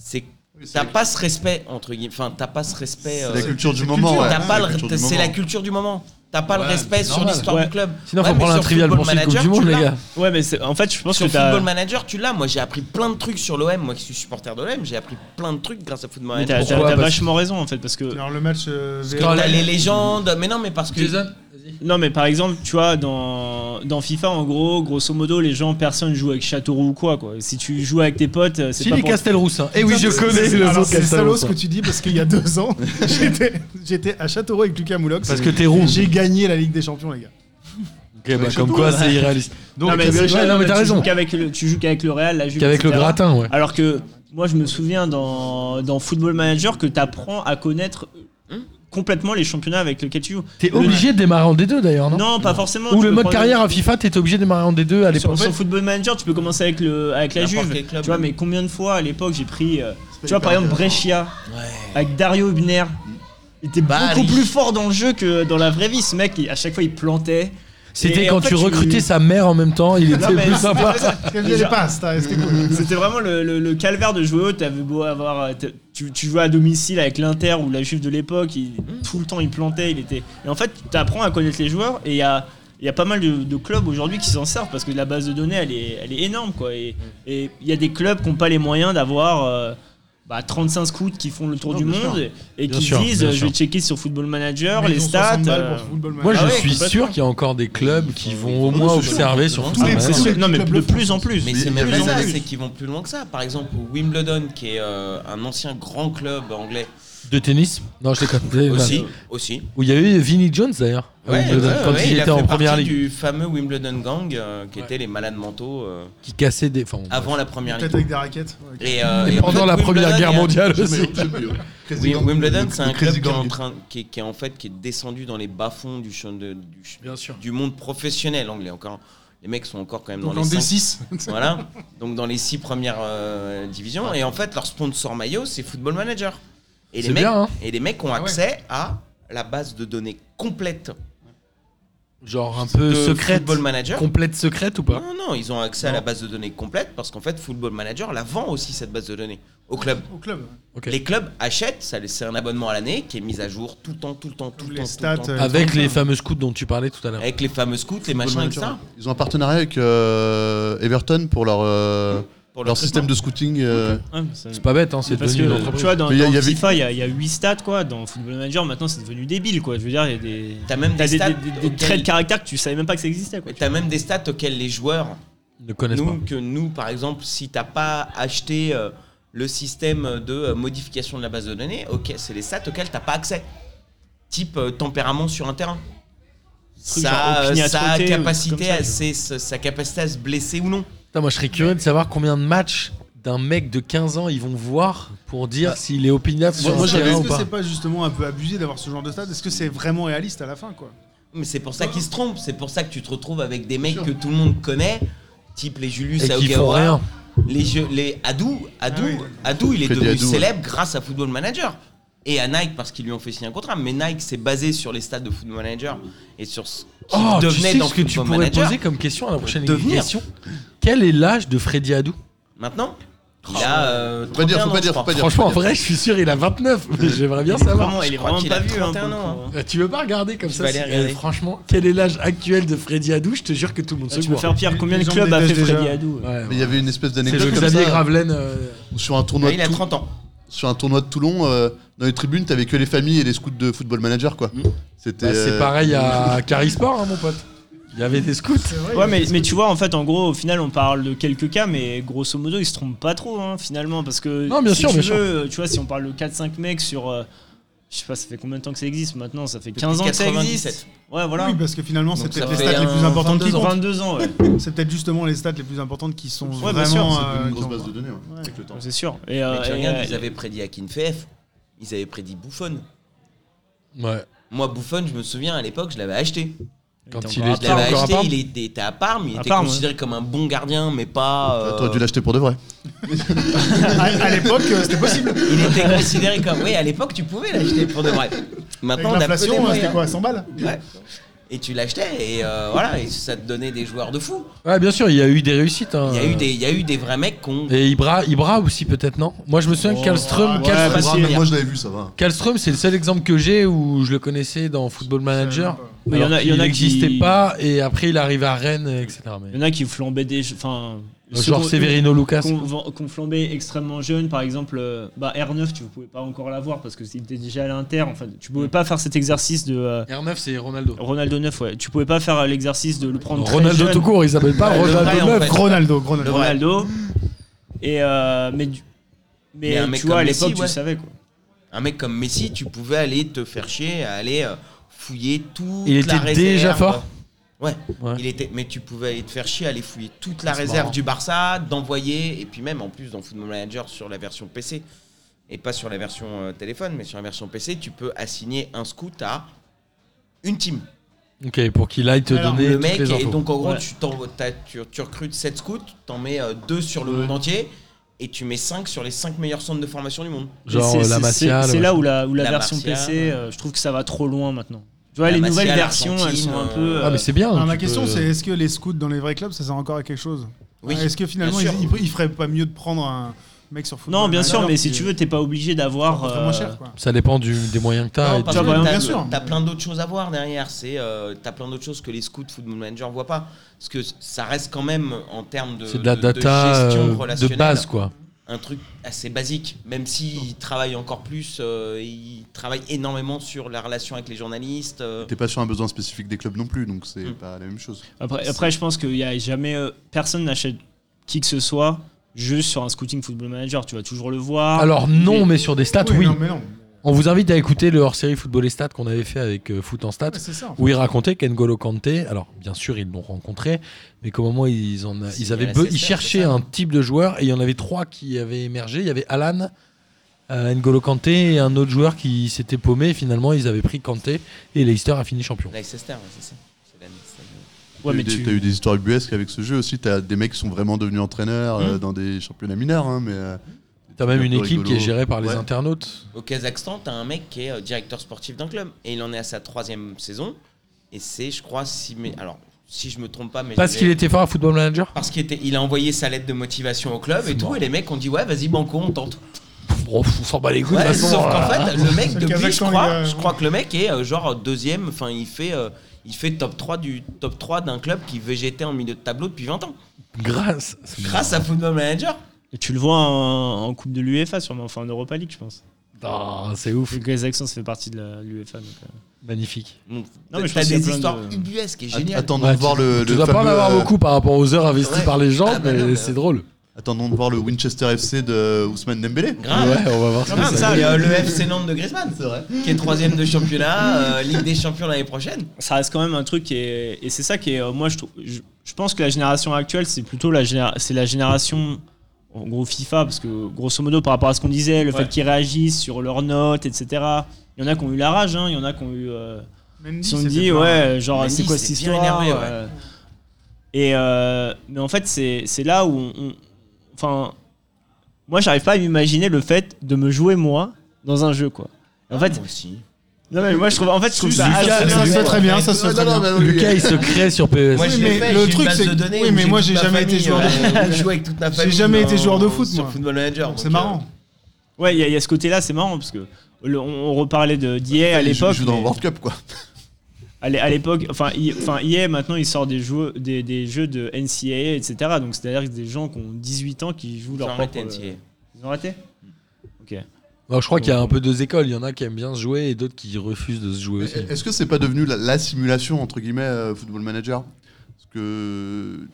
Speaker 8: C'est que
Speaker 9: c'est
Speaker 8: t'as
Speaker 9: la-
Speaker 8: pas ce respect, entre guillemets. Enfin, t'as pas ce respect.
Speaker 9: C'est
Speaker 8: euh,
Speaker 9: la culture du
Speaker 10: c'est
Speaker 9: moment,
Speaker 10: culture,
Speaker 9: ouais.
Speaker 8: t'as pas le-
Speaker 9: culture du
Speaker 8: C'est la
Speaker 9: moment.
Speaker 8: culture du moment. T'as pas le
Speaker 4: Ouais,
Speaker 8: respect
Speaker 4: c'est
Speaker 8: sur
Speaker 4: normal.
Speaker 8: l'histoire
Speaker 5: Ouais.
Speaker 8: du club.
Speaker 4: Sinon,
Speaker 8: Ouais,
Speaker 4: faut
Speaker 8: mais
Speaker 4: prendre un
Speaker 8: sur
Speaker 4: trivial
Speaker 8: Football
Speaker 4: poursuite Coupe du
Speaker 8: Manager,
Speaker 4: Monde,
Speaker 8: tu
Speaker 4: les
Speaker 8: l'as.
Speaker 4: gars.
Speaker 5: Ouais, mais c'est- en fait, je pense
Speaker 8: Sur
Speaker 5: que t'as-
Speaker 8: Football Manager, tu l'as. Moi, j'ai appris plein de trucs sur l'OM. Moi qui suis supporter de l'OM, j'ai appris plein de trucs grâce à Football
Speaker 5: mais t'as
Speaker 8: Manager.
Speaker 5: t'as-
Speaker 4: Pourquoi
Speaker 5: t'as
Speaker 4: Parce-
Speaker 5: vachement raison en fait parce que
Speaker 7: Alors le match. euh,
Speaker 4: Parce
Speaker 7: Véro-
Speaker 4: que
Speaker 8: T'as
Speaker 4: là,
Speaker 8: les légendes. Mais non, mais parce que.
Speaker 5: Non, mais par exemple, tu vois, dans, dans FIFA, en gros, grosso modo, les gens, personne joue avec Châteauroux ou quoi. quoi. Si tu joues avec tes potes, euh, c'est
Speaker 4: S'il
Speaker 5: pas
Speaker 4: est
Speaker 5: pour...
Speaker 4: Castelroussin. Eh oui, je connais
Speaker 10: C'est-
Speaker 4: le
Speaker 10: alors,
Speaker 4: mot
Speaker 10: C'est salaud ce
Speaker 4: Castelroussin.
Speaker 10: que tu dis parce qu'il y a deux ans, j'étais- j'étais à Châteauroux avec Lucas Moulox.
Speaker 4: Parce que t'es roux.
Speaker 10: J'ai gagné la Ligue des Champions, les gars.
Speaker 4: Ok, bah, comme quoi, c'est irréaliste.
Speaker 5: non, mais,
Speaker 4: t'as-
Speaker 5: c'est vrai,
Speaker 4: ouais, non, mais
Speaker 5: tu
Speaker 4: t'as raison.
Speaker 5: Joues qu'avec le, tu joues qu'avec le Real, la Juve,
Speaker 4: Qu'avec le
Speaker 5: etc..
Speaker 4: gratin, ouais.
Speaker 5: Alors que moi, je me souviens dans, dans Football Manager que t'apprends à connaître euh, complètement les championnats avec lesquels tu joues.
Speaker 4: T'es
Speaker 5: Le-
Speaker 4: obligé de démarrer en D2 d'ailleurs, non
Speaker 5: Non, pas forcément.
Speaker 4: Ou
Speaker 5: tu
Speaker 4: le
Speaker 5: peux
Speaker 4: mode
Speaker 5: prendre-
Speaker 4: carrière à FIFA, t'es obligé de démarrer en D2 à
Speaker 5: Sur,
Speaker 4: l'époque.
Speaker 5: sur Football Manager, tu peux commencer avec, le, avec la
Speaker 8: N'importe
Speaker 5: Juve.
Speaker 8: quel club.
Speaker 5: Tu vois, mais combien de fois à l'époque j'ai pris. euh,
Speaker 10: pas
Speaker 5: tu vois, par
Speaker 10: hyper
Speaker 5: exemple, Brescia, avec Dario Hübner. Il était beaucoup
Speaker 8: Bari.
Speaker 5: plus fort dans le jeu que dans la vraie vie. Ce mec, il- à chaque fois, il plantait.
Speaker 4: C'était
Speaker 5: Et
Speaker 4: quand
Speaker 5: en fait,
Speaker 4: tu recrutais sa mère en même temps, il était
Speaker 5: mais
Speaker 4: plus
Speaker 5: c'est
Speaker 4: sympa.
Speaker 10: Quelle vieille
Speaker 5: Genre-
Speaker 10: passe, t'as- c'était cool.
Speaker 5: C'était vraiment le, le- le calvaire de jouer haut. T'avais beau avoir. euh, t- Tu, tu jouais à domicile avec l'Inter ou la Juve de l'époque. il-
Speaker 10: Mhm.
Speaker 5: Tout le temps, il plantait. Il était... Et en fait, tu apprends à connaître les joueurs. Et il y a, il y a pas mal de, de clubs aujourd'hui qui s'en servent parce que la base de données, elle est, elle est énorme. Quoi. Et
Speaker 10: Mhm.
Speaker 5: et il y a des clubs qui n'ont pas les moyens d'avoir. euh, bah, 35 scouts qui font le tour
Speaker 10: Non,
Speaker 5: du
Speaker 10: bien
Speaker 5: monde
Speaker 10: sûr.
Speaker 5: et
Speaker 4: Bien
Speaker 5: qui
Speaker 4: sûr,
Speaker 5: disent
Speaker 4: bien
Speaker 5: euh, je
Speaker 4: sûr.
Speaker 5: vais checker sur Football Manager
Speaker 10: Ils
Speaker 5: les
Speaker 10: ont 60
Speaker 5: stats
Speaker 10: balles
Speaker 5: euh,
Speaker 10: pour Football Manager.
Speaker 4: Moi, je
Speaker 5: ouais,
Speaker 4: suis
Speaker 5: complètement.
Speaker 4: sûr qu'il y a encore des clubs qui vont au moins observer sur tous
Speaker 10: tous les
Speaker 4: les
Speaker 10: petits
Speaker 4: matchs.
Speaker 10: trucs.
Speaker 5: non mais
Speaker 10: clubs
Speaker 5: de
Speaker 10: de
Speaker 5: plus en plus
Speaker 8: Mais
Speaker 5: de
Speaker 8: c'est
Speaker 5: plus
Speaker 8: même
Speaker 5: en
Speaker 8: pas ça,
Speaker 5: plus.
Speaker 8: c'est qu'ils vont plus loin que ça. Par exemple, Wimbledon, qui est euh, un ancien grand club anglais,
Speaker 4: De tennis Non, je déconne.
Speaker 8: aussi, aussi.
Speaker 4: Où il y a eu Vinnie Jones d'ailleurs.
Speaker 8: Ouais,
Speaker 4: Wimbledon,
Speaker 8: ouais,
Speaker 4: quand
Speaker 8: ouais,
Speaker 4: il
Speaker 8: a
Speaker 4: était
Speaker 8: fait
Speaker 4: en première
Speaker 8: partie
Speaker 4: ligue.
Speaker 8: du fameux Wimbledon gang euh, qui étaient les malades mentaux euh,
Speaker 4: Qui cassait des. Enfin,
Speaker 8: avant la première ligue.
Speaker 10: Peut-être avec des raquettes. ouais.
Speaker 8: Et, euh,
Speaker 4: et
Speaker 8: et en
Speaker 4: pendant
Speaker 8: fait,
Speaker 4: la première
Speaker 8: Wimbledon
Speaker 4: guerre
Speaker 8: est un-
Speaker 4: mondiale
Speaker 9: Je sais
Speaker 4: aussi.
Speaker 9: mieux, je sais mieux.
Speaker 8: Oui,
Speaker 9: Président-
Speaker 8: Wimbledon,
Speaker 9: le-
Speaker 8: c'est
Speaker 9: le
Speaker 8: un club qui est,
Speaker 9: président
Speaker 8: en
Speaker 9: du-
Speaker 8: train, qui, est, qui est en fait qui est descendu dans les bas-fonds du, ch- de- du ch-
Speaker 4: Bien sûr.
Speaker 8: du monde professionnel anglais. Encore, les mecs sont encore quand même
Speaker 10: Donc
Speaker 8: dans
Speaker 10: en
Speaker 8: les cinq-
Speaker 10: D6.
Speaker 8: voilà, donc dans les six premières euh, divisions. Et en fait, leur sponsor maillot, c'est Football Manager. Et
Speaker 4: C'est
Speaker 8: les, mecs,
Speaker 4: bien, hein.
Speaker 8: et les mecs ont accès à la base de données complète
Speaker 4: Genre un peu
Speaker 8: de
Speaker 4: secrète.
Speaker 8: Football Manager.
Speaker 4: Complète secrète ou pas
Speaker 8: non, non, ils ont accès à la base de données complète parce qu'en fait, Football Manager la vend aussi, cette base de données, au club.
Speaker 10: Au club.
Speaker 4: Ok.
Speaker 8: Les clubs achètent, ça, c'est un abonnement à l'année qui est mis à jour tout le temps, tout le temps, tout le
Speaker 10: les
Speaker 8: temps.
Speaker 10: stats,
Speaker 8: tout le temps.
Speaker 10: euh,
Speaker 4: Avec les fameux scouts dont tu parlais tout à l'heure.
Speaker 8: Avec les fameux scouts, les machins, etc.
Speaker 10: Manager.
Speaker 9: Ils ont un partenariat avec euh, Everton pour leur, euh,
Speaker 8: Pour
Speaker 9: leur
Speaker 8: traitement.
Speaker 9: système de scouting. euh,
Speaker 5: Ouais, mais ça-
Speaker 4: C'est pas bête, hein, c'est
Speaker 5: Parce
Speaker 4: devenu une
Speaker 5: que tu
Speaker 4: entreprise.
Speaker 5: vois, dans,
Speaker 9: Mais il y a-
Speaker 5: dans
Speaker 9: il y avait-
Speaker 5: FIFA, il y, a- il y a 8 stats quoi. Dans Football Manager, maintenant c'est devenu débile quoi. Je veux dire, il y a des.
Speaker 8: T'as même
Speaker 5: t'as
Speaker 8: des stats
Speaker 5: des- des
Speaker 8: auxquels-
Speaker 5: traits de caractère que tu savais même pas que ça existait quoi.
Speaker 8: Mais T'as même des stats auxquelles les joueurs,
Speaker 4: Ne connaissent pas.
Speaker 8: nous, que nous, par exemple, si t'as pas acheté euh, le système de euh, modification de la base de données, ok, c'est les stats auxquelles t'as pas accès. Type euh, tempérament sur un terrain. euh,
Speaker 5: Truc genre
Speaker 8: Sa,
Speaker 5: opiniâtreté
Speaker 8: sa
Speaker 5: ou des trucs comme
Speaker 8: capacité
Speaker 5: ça,
Speaker 8: à,
Speaker 5: je-
Speaker 8: c'est- sa- sa capacité à se blesser ou non.
Speaker 4: Putain, moi je serais curieux de savoir combien de matchs d'un mec de 15 ans ils vont voir pour dire s'il est opiniâtre sur
Speaker 7: Moi,
Speaker 4: un
Speaker 7: moi,
Speaker 4: terrain
Speaker 7: Est-ce
Speaker 4: ou
Speaker 7: que
Speaker 4: pas.
Speaker 7: c'est pas justement un peu abusé d'avoir ce genre de stade Est-ce que c'est vraiment réaliste à la fin quoi
Speaker 8: Mais c'est pour ça qu'ils se trompent. C'est pour ça que tu te retrouves avec des mecs que tout le monde connaît, type les Julius
Speaker 4: Et qui font
Speaker 8: Aokawa,
Speaker 4: rien.
Speaker 8: les jeux, les Adou,
Speaker 9: Ah
Speaker 8: Adou,
Speaker 7: oui, d'accord.
Speaker 8: Adou, il est
Speaker 9: Freddy
Speaker 8: devenu
Speaker 9: Adou, ouais.
Speaker 8: célèbre grâce à Football Manager et à Nike parce qu'ils lui ont fait signer un contrat. Mais Nike s'est basé sur les stats de Football Manager et sur ce qu'il
Speaker 4: Oh, tu
Speaker 8: devenait
Speaker 4: sais
Speaker 8: dans
Speaker 4: ce que tu
Speaker 8: Football
Speaker 4: pourrais
Speaker 8: Manager.
Speaker 4: poser comme question à la prochaine
Speaker 8: Devenir.
Speaker 4: question Quel est l'âge de Freddy Adou
Speaker 8: Maintenant, il a euh,
Speaker 9: Oh. Faut pas dire,
Speaker 8: 31
Speaker 9: faut pas
Speaker 8: ans,
Speaker 9: dire,
Speaker 8: je
Speaker 9: faut
Speaker 8: crois.
Speaker 9: pas dire.
Speaker 4: Franchement, en
Speaker 9: faut pas
Speaker 4: vrai, je suis sûr, il a 29. mais J'aimerais bien savoir.
Speaker 5: Vraiment, il est
Speaker 8: je crois
Speaker 5: vraiment
Speaker 8: qu'il
Speaker 5: pas
Speaker 8: a
Speaker 5: vieux. hein,
Speaker 8: 31
Speaker 5: pour
Speaker 8: ans,
Speaker 5: le coup, hein.
Speaker 4: Euh, Tu veux pas regarder comme
Speaker 8: Je
Speaker 4: ça
Speaker 8: vais aller
Speaker 4: c'est-
Speaker 8: regarder.
Speaker 4: eh, Franchement, quel est l'âge actuel de Freddy Adou Je te jure que tout le monde
Speaker 5: Ah,
Speaker 4: se
Speaker 5: Tu veux
Speaker 4: gourre.
Speaker 5: faire pire, combien
Speaker 7: les
Speaker 5: de
Speaker 7: gens
Speaker 5: clubs a fait
Speaker 7: détestent
Speaker 5: Freddy
Speaker 7: déjà.
Speaker 5: Adou
Speaker 4: Ouais,
Speaker 9: Mais il y avait une espèce
Speaker 4: C'est le
Speaker 9: d'anecdote comme
Speaker 4: Xavier
Speaker 9: ça,
Speaker 4: Gravelaine. euh,
Speaker 9: sur un tournoi
Speaker 8: Mais
Speaker 9: de
Speaker 8: il a
Speaker 9: Toulon-
Speaker 8: 30 ans.
Speaker 9: sur un tournoi de Toulon, euh, dans les tribunes, t'avais que les familles et les scouts de football manager, quoi. C'était.
Speaker 4: bah,
Speaker 9: euh,
Speaker 4: C'est pareil à Carisport, hein, mon pote. Il y avait des scouts.
Speaker 5: Ouais, mais, mais tu vois, en fait, en gros, au final, on parle de quelques cas, mais grosso modo, ils se trompent pas trop, hein, finalement. Parce que.
Speaker 4: Non, bien
Speaker 5: si
Speaker 4: sûr,
Speaker 5: tu
Speaker 4: bien sûr.
Speaker 5: veux, Tu vois, si on parle de 4-5 mecs sur. euh, je sais pas, ça fait combien de temps que ça existe maintenant Ça fait 15 ans que ça
Speaker 8: 97.
Speaker 5: existe. Ouais, voilà.
Speaker 7: Oui, parce que finalement, c'est
Speaker 8: Donc,
Speaker 7: peut-être
Speaker 8: ça
Speaker 7: les
Speaker 8: fait
Speaker 7: stats les
Speaker 8: un
Speaker 7: plus importantes qui
Speaker 5: 22 ans.
Speaker 7: comptent.
Speaker 5: 22 ans, ouais.
Speaker 7: C'est peut-être justement les stats les plus importantes qui sont
Speaker 5: Ouais, bien sûr,
Speaker 7: vraiment.
Speaker 9: c'est devenu
Speaker 7: euh,
Speaker 9: une
Speaker 7: qui
Speaker 9: grosse
Speaker 7: ont-
Speaker 9: base de données. ouais, avec le temps.
Speaker 5: C'est sûr. Et, euh,
Speaker 8: Mais tu
Speaker 5: et,
Speaker 8: regardes,
Speaker 5: euh,
Speaker 8: ils avaient prédit Akinfeev, ils avaient prédit Bouffon.
Speaker 4: Ouais.
Speaker 8: Moi, Bouffon, je me souviens à l'époque, je l'avais acheté.
Speaker 4: Quand
Speaker 5: était
Speaker 4: il
Speaker 5: encore
Speaker 8: Je
Speaker 4: était
Speaker 8: l'avais
Speaker 4: encore à
Speaker 8: acheté,
Speaker 4: Parme.
Speaker 8: il était- était à Parme, il
Speaker 5: À
Speaker 8: était
Speaker 5: Parme,
Speaker 8: considéré comme un bon gardien, mais pas. euh,
Speaker 9: T'aurais dû l'acheter pour de vrai.
Speaker 10: À, à l'époque, euh, c'était possible.
Speaker 8: Il était considéré comme. Oui, à l'époque, tu pouvais l'acheter pour de vrai. Maintenant,
Speaker 10: Avec
Speaker 8: on a peu des
Speaker 10: l'inflation, euh, c'était
Speaker 8: moyens.
Speaker 10: quoi 100 balles
Speaker 8: Ouais. Et tu l'achetais, et euh, voilà, et ça te donnait des joueurs de fou.
Speaker 4: Ouais, bien sûr, il y a eu des réussites. hein.
Speaker 8: Il y a eu des, il y a eu des vrais mecs qui ont.
Speaker 4: Et Ibra, Ibra aussi, peut-être, non Moi, je me souviens que Kalstrom,
Speaker 5: ouais,
Speaker 4: Kal-
Speaker 5: bah,
Speaker 9: Ah,
Speaker 5: c'est-
Speaker 9: mais moi, je l'avais vu, ça va.
Speaker 4: Karlström, c'est le seul exemple que j'ai où je le connaissais dans Football
Speaker 10: Je savais
Speaker 4: Manager.
Speaker 10: même pas.
Speaker 5: Mais il y en a- il y en a qui-
Speaker 4: n'existait pas, et après il arrive à Rennes, etc. Mais-
Speaker 5: Il y en a qui flambaient des. Enfin. le
Speaker 4: Genre
Speaker 5: second-
Speaker 4: Severino Lucas.
Speaker 5: qu'on vend- qu'on flambait extrêmement jeune, par exemple, euh, bah, R9, tu ne pouvais pas encore l'avoir parce que c'était déjà à l'Inter. Enfin, tu
Speaker 4: Mm.
Speaker 5: pouvais pas faire cet exercice de euh,
Speaker 4: R9, c'est Ronaldo.
Speaker 5: Ronaldo 9, ouais. Tu pouvais pas faire euh, l'exercice de le prendre très
Speaker 4: Ronaldo
Speaker 5: jeune,
Speaker 4: tout court, il s'appelle pas
Speaker 8: Ouais, le
Speaker 4: Ronaldo
Speaker 8: vrai, en
Speaker 4: neuf.
Speaker 8: fait.
Speaker 10: Ronaldo, Ronaldo.
Speaker 8: Le vrai.
Speaker 5: Ronaldo. Et euh, mais du-
Speaker 8: Mais un
Speaker 5: mais,
Speaker 8: mec
Speaker 5: tu vois, à
Speaker 8: comme Messi,
Speaker 5: l'époque, tu
Speaker 8: ouais.
Speaker 5: savais quoi.
Speaker 8: Un mec comme Messi, tu pouvais aller te faire chier, à aller euh, fouiller tout.
Speaker 4: Il était déjà fort
Speaker 8: Ouais.
Speaker 4: Ouais.
Speaker 8: Il était, mais tu pouvais aller te faire chier, aller fouiller toute la
Speaker 4: C'est
Speaker 8: réserve
Speaker 4: marrant.
Speaker 8: du Barça, d'envoyer, et puis même en plus dans Football Manager sur la version PC, et pas sur la version euh, téléphone, mais sur la version PC, tu peux assigner un scout à une team.
Speaker 4: Ok, pour qu'il aille te
Speaker 7: Alors,
Speaker 4: donner
Speaker 8: le
Speaker 4: toutes
Speaker 8: mec,
Speaker 4: les
Speaker 8: et
Speaker 4: infos.
Speaker 8: donc en gros,
Speaker 5: Ouais.
Speaker 8: tu, t'en- t'as- tu- tu recrutes 7 scouts, t'en mets 2 sur le monde entier, et tu mets 5 sur les 5 meilleurs centres de formation du monde.
Speaker 4: Genre
Speaker 5: Et
Speaker 4: euh,
Speaker 5: c'est-
Speaker 4: la
Speaker 5: c'est-
Speaker 4: Masia.
Speaker 5: C'est
Speaker 4: le-
Speaker 5: là où la, où la,
Speaker 8: La
Speaker 5: version
Speaker 8: Martial,
Speaker 5: PC, euh, je trouve que ça va trop loin maintenant. Tu vois,
Speaker 8: La
Speaker 5: les
Speaker 8: Martial,
Speaker 5: nouvelles versions, elles
Speaker 8: l'Argentine,
Speaker 5: sont un
Speaker 8: euh,
Speaker 5: peu. euh,
Speaker 4: Ah, mais c'est bien.
Speaker 10: Alors, ma
Speaker 4: tu
Speaker 10: question,
Speaker 4: peux-
Speaker 10: c'est est-ce que les scouts dans les vrais clubs, ça sert encore à quelque chose
Speaker 8: Oui.
Speaker 10: Est-ce que finalement,
Speaker 8: bien
Speaker 10: ils,
Speaker 8: sûr.
Speaker 10: ils- ils feraient pas mieux de prendre un mec sur football
Speaker 5: non, bien sûr,
Speaker 10: Manager
Speaker 5: mais si
Speaker 10: hein, qui-
Speaker 5: tu veux, t'es pas obligé
Speaker 10: qui
Speaker 5: d'avoir.
Speaker 10: coûterait moins
Speaker 5: euh,
Speaker 10: cher, quoi.
Speaker 4: Ça dépend du, des moyens que t'as.
Speaker 8: Non,
Speaker 4: et
Speaker 8: parce
Speaker 4: tu-
Speaker 5: Ah, bah,
Speaker 8: que
Speaker 5: bien
Speaker 8: t'as-
Speaker 10: sûr.
Speaker 8: T'as plein d'autres choses à voir derrière. C'est, euh, t'as plein d'autres choses que les scouts Football Manager voient pas. Parce que ça reste quand même en termes de,
Speaker 4: C'est de la
Speaker 8: de- de
Speaker 4: data
Speaker 8: gestion
Speaker 4: euh, de
Speaker 8: relationnelle,
Speaker 4: base, quoi.
Speaker 8: Un truc assez basique. Même s'ils travaillent encore plus, euh, ils travaillent énormément sur la relation avec les journalistes. euh.
Speaker 9: T'es pas sur un besoin spécifique des clubs non plus, donc c'est
Speaker 8: Hmm.
Speaker 9: pas la même chose.
Speaker 5: Après, après, je pense qu'il y a jamais. euh, personne n'achète qui que ce soit juste sur un scouting football manager. Tu vas toujours le voir.
Speaker 4: Alors non, mais sur des stats,
Speaker 10: Oui,
Speaker 4: oui.
Speaker 10: non, mais non.
Speaker 4: On vous invite à écouter le hors-série Football et Stats qu'on avait fait avec euh, Foot en Stats,
Speaker 10: Ouais, c'est ça.
Speaker 4: où il racontait qu'Engolo Kanté, alors bien sûr ils l'ont rencontré, mais qu'au moment ils, en, a-
Speaker 8: Si,
Speaker 4: ils, avaient
Speaker 8: à la
Speaker 4: be-
Speaker 8: CSR,
Speaker 4: ils
Speaker 8: c'est
Speaker 4: cherchaient
Speaker 8: ça.
Speaker 4: un type de joueur et il y en avait trois qui avaient émergé. Il y avait Alan, euh, N'Golo Kanté et un autre joueur qui s'était paumé. Finalement ils avaient pris Kanté et Leicester a fini champion.
Speaker 8: Leicester, ouais, c'est ça. C'est la- c'est
Speaker 5: Ouais,
Speaker 9: T'as
Speaker 5: mais
Speaker 9: eu des-
Speaker 5: tu-
Speaker 9: T'as eu des histoires ubuesques avec ce jeu aussi. T'as des mecs qui sont vraiment devenus entraîneurs euh, dans des championnats mineurs, hein, mais. euh,
Speaker 4: T'as même
Speaker 9: un
Speaker 4: une
Speaker 9: peu
Speaker 4: équipe
Speaker 9: rigolo.
Speaker 4: qui est gérée par les
Speaker 9: Ouais.
Speaker 4: internautes.
Speaker 8: la- Au Kazakhstan, t'as un mec qui est euh, directeur sportif d'un club. Et il en est à sa troisième saison. Et c'est, je crois, si. Mais, alors, si je me trompe pas, mais.
Speaker 4: Parce
Speaker 8: je
Speaker 4: qu'il
Speaker 8: vais-
Speaker 4: était fort à Football Manager
Speaker 8: Parce qu'il était, il a envoyé sa lettre de motivation au club et tout, et les mecs ont dit ouais vas-y banco on tente.
Speaker 4: Pff, On s'en bat les couilles de
Speaker 8: Ouais,
Speaker 4: toute façon,
Speaker 8: sauf qu'en
Speaker 4: euh,
Speaker 8: fait le mec
Speaker 10: le
Speaker 8: depuis je
Speaker 10: Kazakhstan, il
Speaker 8: crois,
Speaker 10: a-
Speaker 8: je crois que le mec est euh, genre deuxième, enfin il fait euh, il fait top 3 du top 3 d'un club qui végétait en milieu de tableau depuis 20 ans.
Speaker 4: Grâce.
Speaker 8: Grâce à Football Manager.
Speaker 5: Et tu le vois en, en Coupe de l'UEFA, sûrement, enfin en Europa League, je pense.
Speaker 4: Ah, c'est ouf.
Speaker 5: Vu que les actions, ça fait partie de l'UEFA. euh.
Speaker 4: Magnifique.
Speaker 8: Non,
Speaker 5: mais je
Speaker 8: T'as
Speaker 5: pense qu'il y a
Speaker 8: des
Speaker 5: plein
Speaker 8: histoires
Speaker 5: de-
Speaker 8: ubuesques et
Speaker 9: Att-
Speaker 8: géniales.
Speaker 9: Attendons
Speaker 4: Ouais,
Speaker 9: de voir le.
Speaker 4: Tu
Speaker 9: le
Speaker 4: dois pas en
Speaker 9: fameux,
Speaker 4: avoir
Speaker 9: euh,
Speaker 4: beaucoup par rapport aux heures investies
Speaker 8: ouais.
Speaker 4: par les gens,
Speaker 8: Ah bah
Speaker 4: mais
Speaker 8: non, mais-
Speaker 4: c'est drôle.
Speaker 9: Attendons de voir le Winchester FC de Ousmane Dembélé.
Speaker 8: Grave.
Speaker 4: Ouais, on va voir ce que
Speaker 8: Grave,
Speaker 4: ça
Speaker 8: ça, et, euh, le FC Nantes de Griezmann, c'est vrai. Qui est troisième de championnat, euh, Ligue des Champions l'année prochaine.
Speaker 5: Ça reste quand même un truc, qui est- et c'est ça qui est. euh, moi, je, trouve- je, je pense que la génération actuelle, c'est plutôt la, généra- c'est la génération, en gros, FIFA, parce que grosso modo, par rapport à ce qu'on disait, le
Speaker 8: Ouais.
Speaker 5: fait qu'ils réagissent sur leurs notes, etc. Il y en a qui ont eu la rage, hein, il y en a qui ont eu. euh,
Speaker 10: Mendy,
Speaker 5: Ils se sont
Speaker 10: c'était
Speaker 5: dit,
Speaker 10: pas-
Speaker 5: ouais, genre,
Speaker 8: Mendy,
Speaker 5: c'est quoi
Speaker 8: c'est
Speaker 5: cette
Speaker 8: bien
Speaker 5: histoire
Speaker 8: énervé, ouais.
Speaker 5: euh, Et euh, mais en fait, c'est c'est là où. on- on- Enfin, moi, j'arrive pas à imaginer le fait de me jouer moi dans un jeu, quoi. En fait,
Speaker 8: Ah, Moi aussi.
Speaker 5: non, mais moi, je trouve, en fait, je trouve ça.
Speaker 10: Ah,
Speaker 5: assez-
Speaker 10: ça, ça se fait très bien, ça se fait très bien.
Speaker 4: Lucas, il se crée sur E PES.
Speaker 8: Moi,
Speaker 10: Oui,
Speaker 8: je l'ai
Speaker 10: mais
Speaker 8: fait,
Speaker 10: le
Speaker 8: j'ai une
Speaker 10: truc,
Speaker 8: base
Speaker 10: c'est
Speaker 8: de
Speaker 10: que-
Speaker 8: données
Speaker 10: oui,
Speaker 8: où
Speaker 10: mais
Speaker 8: j'ai
Speaker 10: moi,
Speaker 8: toute
Speaker 10: j'ai
Speaker 8: ma
Speaker 10: jamais été
Speaker 8: famille,
Speaker 10: joueur de-
Speaker 8: euh, où je joue avec toute ma
Speaker 10: J'ai
Speaker 8: famille.
Speaker 10: jamais été
Speaker 8: dans-
Speaker 10: joueur de foot,
Speaker 8: sur
Speaker 10: moi.
Speaker 8: Football Manager.
Speaker 10: Donc,
Speaker 8: donc, euh,
Speaker 10: C'est marrant.
Speaker 5: Ouais, il y, a- il y a ce côté-là, c'est marrant, parce que le- on, on reparlait de d'IA à l'époque.
Speaker 9: Je joue dans le
Speaker 5: mais-
Speaker 9: World Cup, quoi.
Speaker 5: À l'é- à l'époque, enfin, I- enfin, EA maintenant il sort des jeux, des, des jeux de NCAA, etc. Donc c'est-à-dire que des gens qui ont 18 ans qui jouent
Speaker 8: euh,
Speaker 5: leur
Speaker 8: sur
Speaker 5: propre.
Speaker 8: NTA.
Speaker 5: euh, Ils ont raté
Speaker 4: Alors, je crois qu'il y a un peu deux écoles. Il y en a qui aiment bien se jouer et d'autres qui refusent de se jouer aussi.
Speaker 9: Est-ce que c'est pas devenu la, la simulation entre guillemets euh, Football Manager Parce que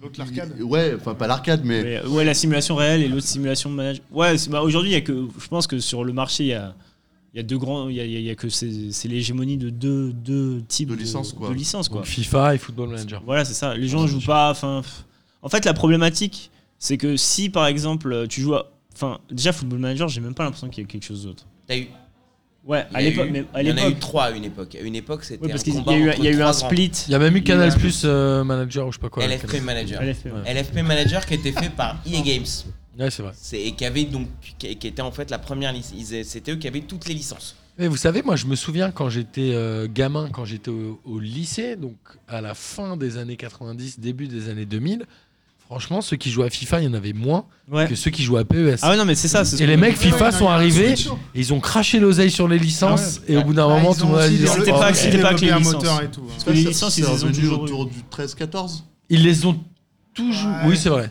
Speaker 10: L'autre, l'arcade.
Speaker 9: ouais, enfin pas l'arcade, mais,
Speaker 5: Mais, euh, ouais, la simulation réelle et l'autre simulation de management. Ouais, c'est- bah, aujourd'hui, il y a que, je pense que sur le marché, il y a, il y a deux grands, il y a, il y a- il y a que c'est c'est l'hégémonie de deux, deux types
Speaker 9: De licences, quoi.
Speaker 5: de licences, quoi.
Speaker 4: Donc, FIFA et Football Manager.
Speaker 5: Voilà, c'est ça. Les gens jouent pas. Enfin, pff. en fait, la problématique, c'est que si par exemple tu joues, à- enfin, déjà Football Manager, j'ai même pas l'impression qu'il y a quelque chose d'autre.
Speaker 8: T'as eu.
Speaker 5: Ouais,
Speaker 8: il y
Speaker 5: à
Speaker 8: a
Speaker 5: l'époque,
Speaker 8: eu-
Speaker 5: mais à
Speaker 8: Il y en a eu
Speaker 5: l'époque,
Speaker 8: trois à une époque. À une époque, c'était.
Speaker 5: ouais, parce
Speaker 8: un
Speaker 5: qu'il y
Speaker 8: combat
Speaker 5: a eu,
Speaker 8: entre
Speaker 5: il y a eu
Speaker 8: trois
Speaker 5: un
Speaker 8: grands.
Speaker 5: split.
Speaker 4: Il y a même eu
Speaker 5: Il y a-
Speaker 4: Canal Plus euh, Manager ou je sais pas quoi.
Speaker 8: LFP
Speaker 4: Canal+.
Speaker 8: Manager.
Speaker 5: LFP, ouais.
Speaker 8: LFP Manager qui était fait par EA Games.
Speaker 4: Ouais, c'est vrai.
Speaker 8: C'est- Et qui avait donc. qui qui était en fait la première licence. C'était eux qui avaient toutes les licences.
Speaker 4: Mais vous savez, moi, je me souviens quand j'étais euh, gamin, quand j'étais au, au lycée, donc à la fin des années 90, début des années 2000, Franchement, ceux qui jouent à FIFA, il y en avait moins
Speaker 5: Ouais.
Speaker 4: que ceux qui jouent à PES.
Speaker 5: Ah ouais, non, mais c'est ça. c'est ce
Speaker 4: et
Speaker 5: que-
Speaker 4: les mecs
Speaker 7: Ouais, ouais,
Speaker 4: FIFA
Speaker 7: non, il y
Speaker 4: sont
Speaker 7: a un
Speaker 4: arrivés,
Speaker 7: switch.
Speaker 4: et ils ont craché l'oseille sur les licences, et au bout d'un
Speaker 5: Bah,
Speaker 7: Ah,
Speaker 4: moment,
Speaker 7: ils
Speaker 4: tout le
Speaker 7: ont
Speaker 4: monde a
Speaker 7: aussi
Speaker 4: dit
Speaker 7: développé-
Speaker 5: C'était pas-
Speaker 7: ils ont
Speaker 5: c'était pas que les
Speaker 7: développé un
Speaker 5: licences.
Speaker 7: moteur et tout, hein.
Speaker 5: que les licences,
Speaker 9: c'est
Speaker 5: ils les ont
Speaker 9: revenu
Speaker 5: toujours
Speaker 9: autour du 13-14.
Speaker 4: Ils les ont toujours.
Speaker 7: Ouais.
Speaker 4: Oui, c'est vrai.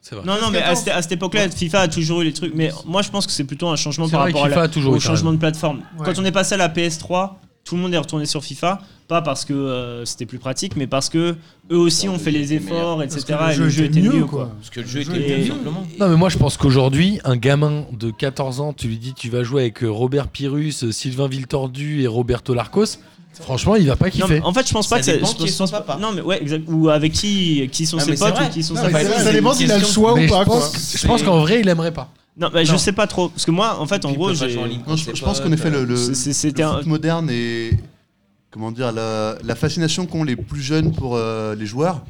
Speaker 4: C'est vrai.
Speaker 5: Non, non, mais à, cette- à cette époque-là, FIFA a toujours eu les trucs. Mais moi, je pense que c'est plutôt un changement
Speaker 4: C'est
Speaker 5: par
Speaker 4: vrai que
Speaker 5: rapport à la-
Speaker 4: FIFA a toujours
Speaker 5: au
Speaker 4: eu, t'as
Speaker 5: changement
Speaker 4: raison.
Speaker 5: de plateforme.
Speaker 7: Ouais.
Speaker 5: Quand on est passé à la PS3, tout le monde est retourné sur FIFA, pas parce que euh, c'était plus pratique, mais parce que eux aussi
Speaker 8: Non,
Speaker 5: ont
Speaker 8: le
Speaker 5: fait
Speaker 8: jeu
Speaker 5: les
Speaker 8: était meilleur.
Speaker 5: efforts,
Speaker 7: Parce
Speaker 5: etc.
Speaker 7: que le
Speaker 5: et le jeu était mieux, quoi.
Speaker 8: Parce que le jeu
Speaker 7: Le jeu
Speaker 8: était
Speaker 5: était
Speaker 8: mieux,
Speaker 5: mieux.
Speaker 8: simplement.
Speaker 4: Non, mais moi, je pense qu'aujourd'hui, un gamin de 14 ans, tu lui dis, tu vas jouer avec euh, Robert Pyrrhus, euh, Sylvain Viltordu et Roberto Larcos, franchement, il va pas
Speaker 5: Non,
Speaker 4: kiffer.
Speaker 5: mais en fait, je pense
Speaker 8: Ça
Speaker 5: pas que c'est-
Speaker 8: dépend
Speaker 5: je
Speaker 8: qui
Speaker 5: pense
Speaker 8: est son
Speaker 5: pas-
Speaker 8: papa.
Speaker 5: Non, mais ouais, exact. Ou avec qui, qui sont
Speaker 8: Ah,
Speaker 5: ses
Speaker 8: mais c'est
Speaker 5: potes
Speaker 8: vrai.
Speaker 5: ou qui sont
Speaker 8: Non,
Speaker 5: sa
Speaker 8: mais
Speaker 5: famille.
Speaker 8: c'est
Speaker 10: Ça dépend s'il a le choix
Speaker 4: Mais
Speaker 10: ou
Speaker 4: je
Speaker 10: pas. quoi.
Speaker 4: pense, que- je pense qu'en vrai, il aimerait pas.
Speaker 5: Non, mais je
Speaker 4: Non.
Speaker 5: sais pas trop. Parce que moi, en fait, en
Speaker 8: Puis il
Speaker 5: gros,
Speaker 8: peut pas
Speaker 5: j'ai.
Speaker 8: jouer en ligne
Speaker 9: Non,
Speaker 8: contre
Speaker 9: je,
Speaker 8: ses
Speaker 9: je pense qu'en
Speaker 8: potes,
Speaker 9: effet, le, le,
Speaker 5: c'est- c'est- c'était
Speaker 9: le
Speaker 5: un-
Speaker 9: foot moderne et comment dire la, la fascination qu'ont les plus jeunes pour euh, les joueurs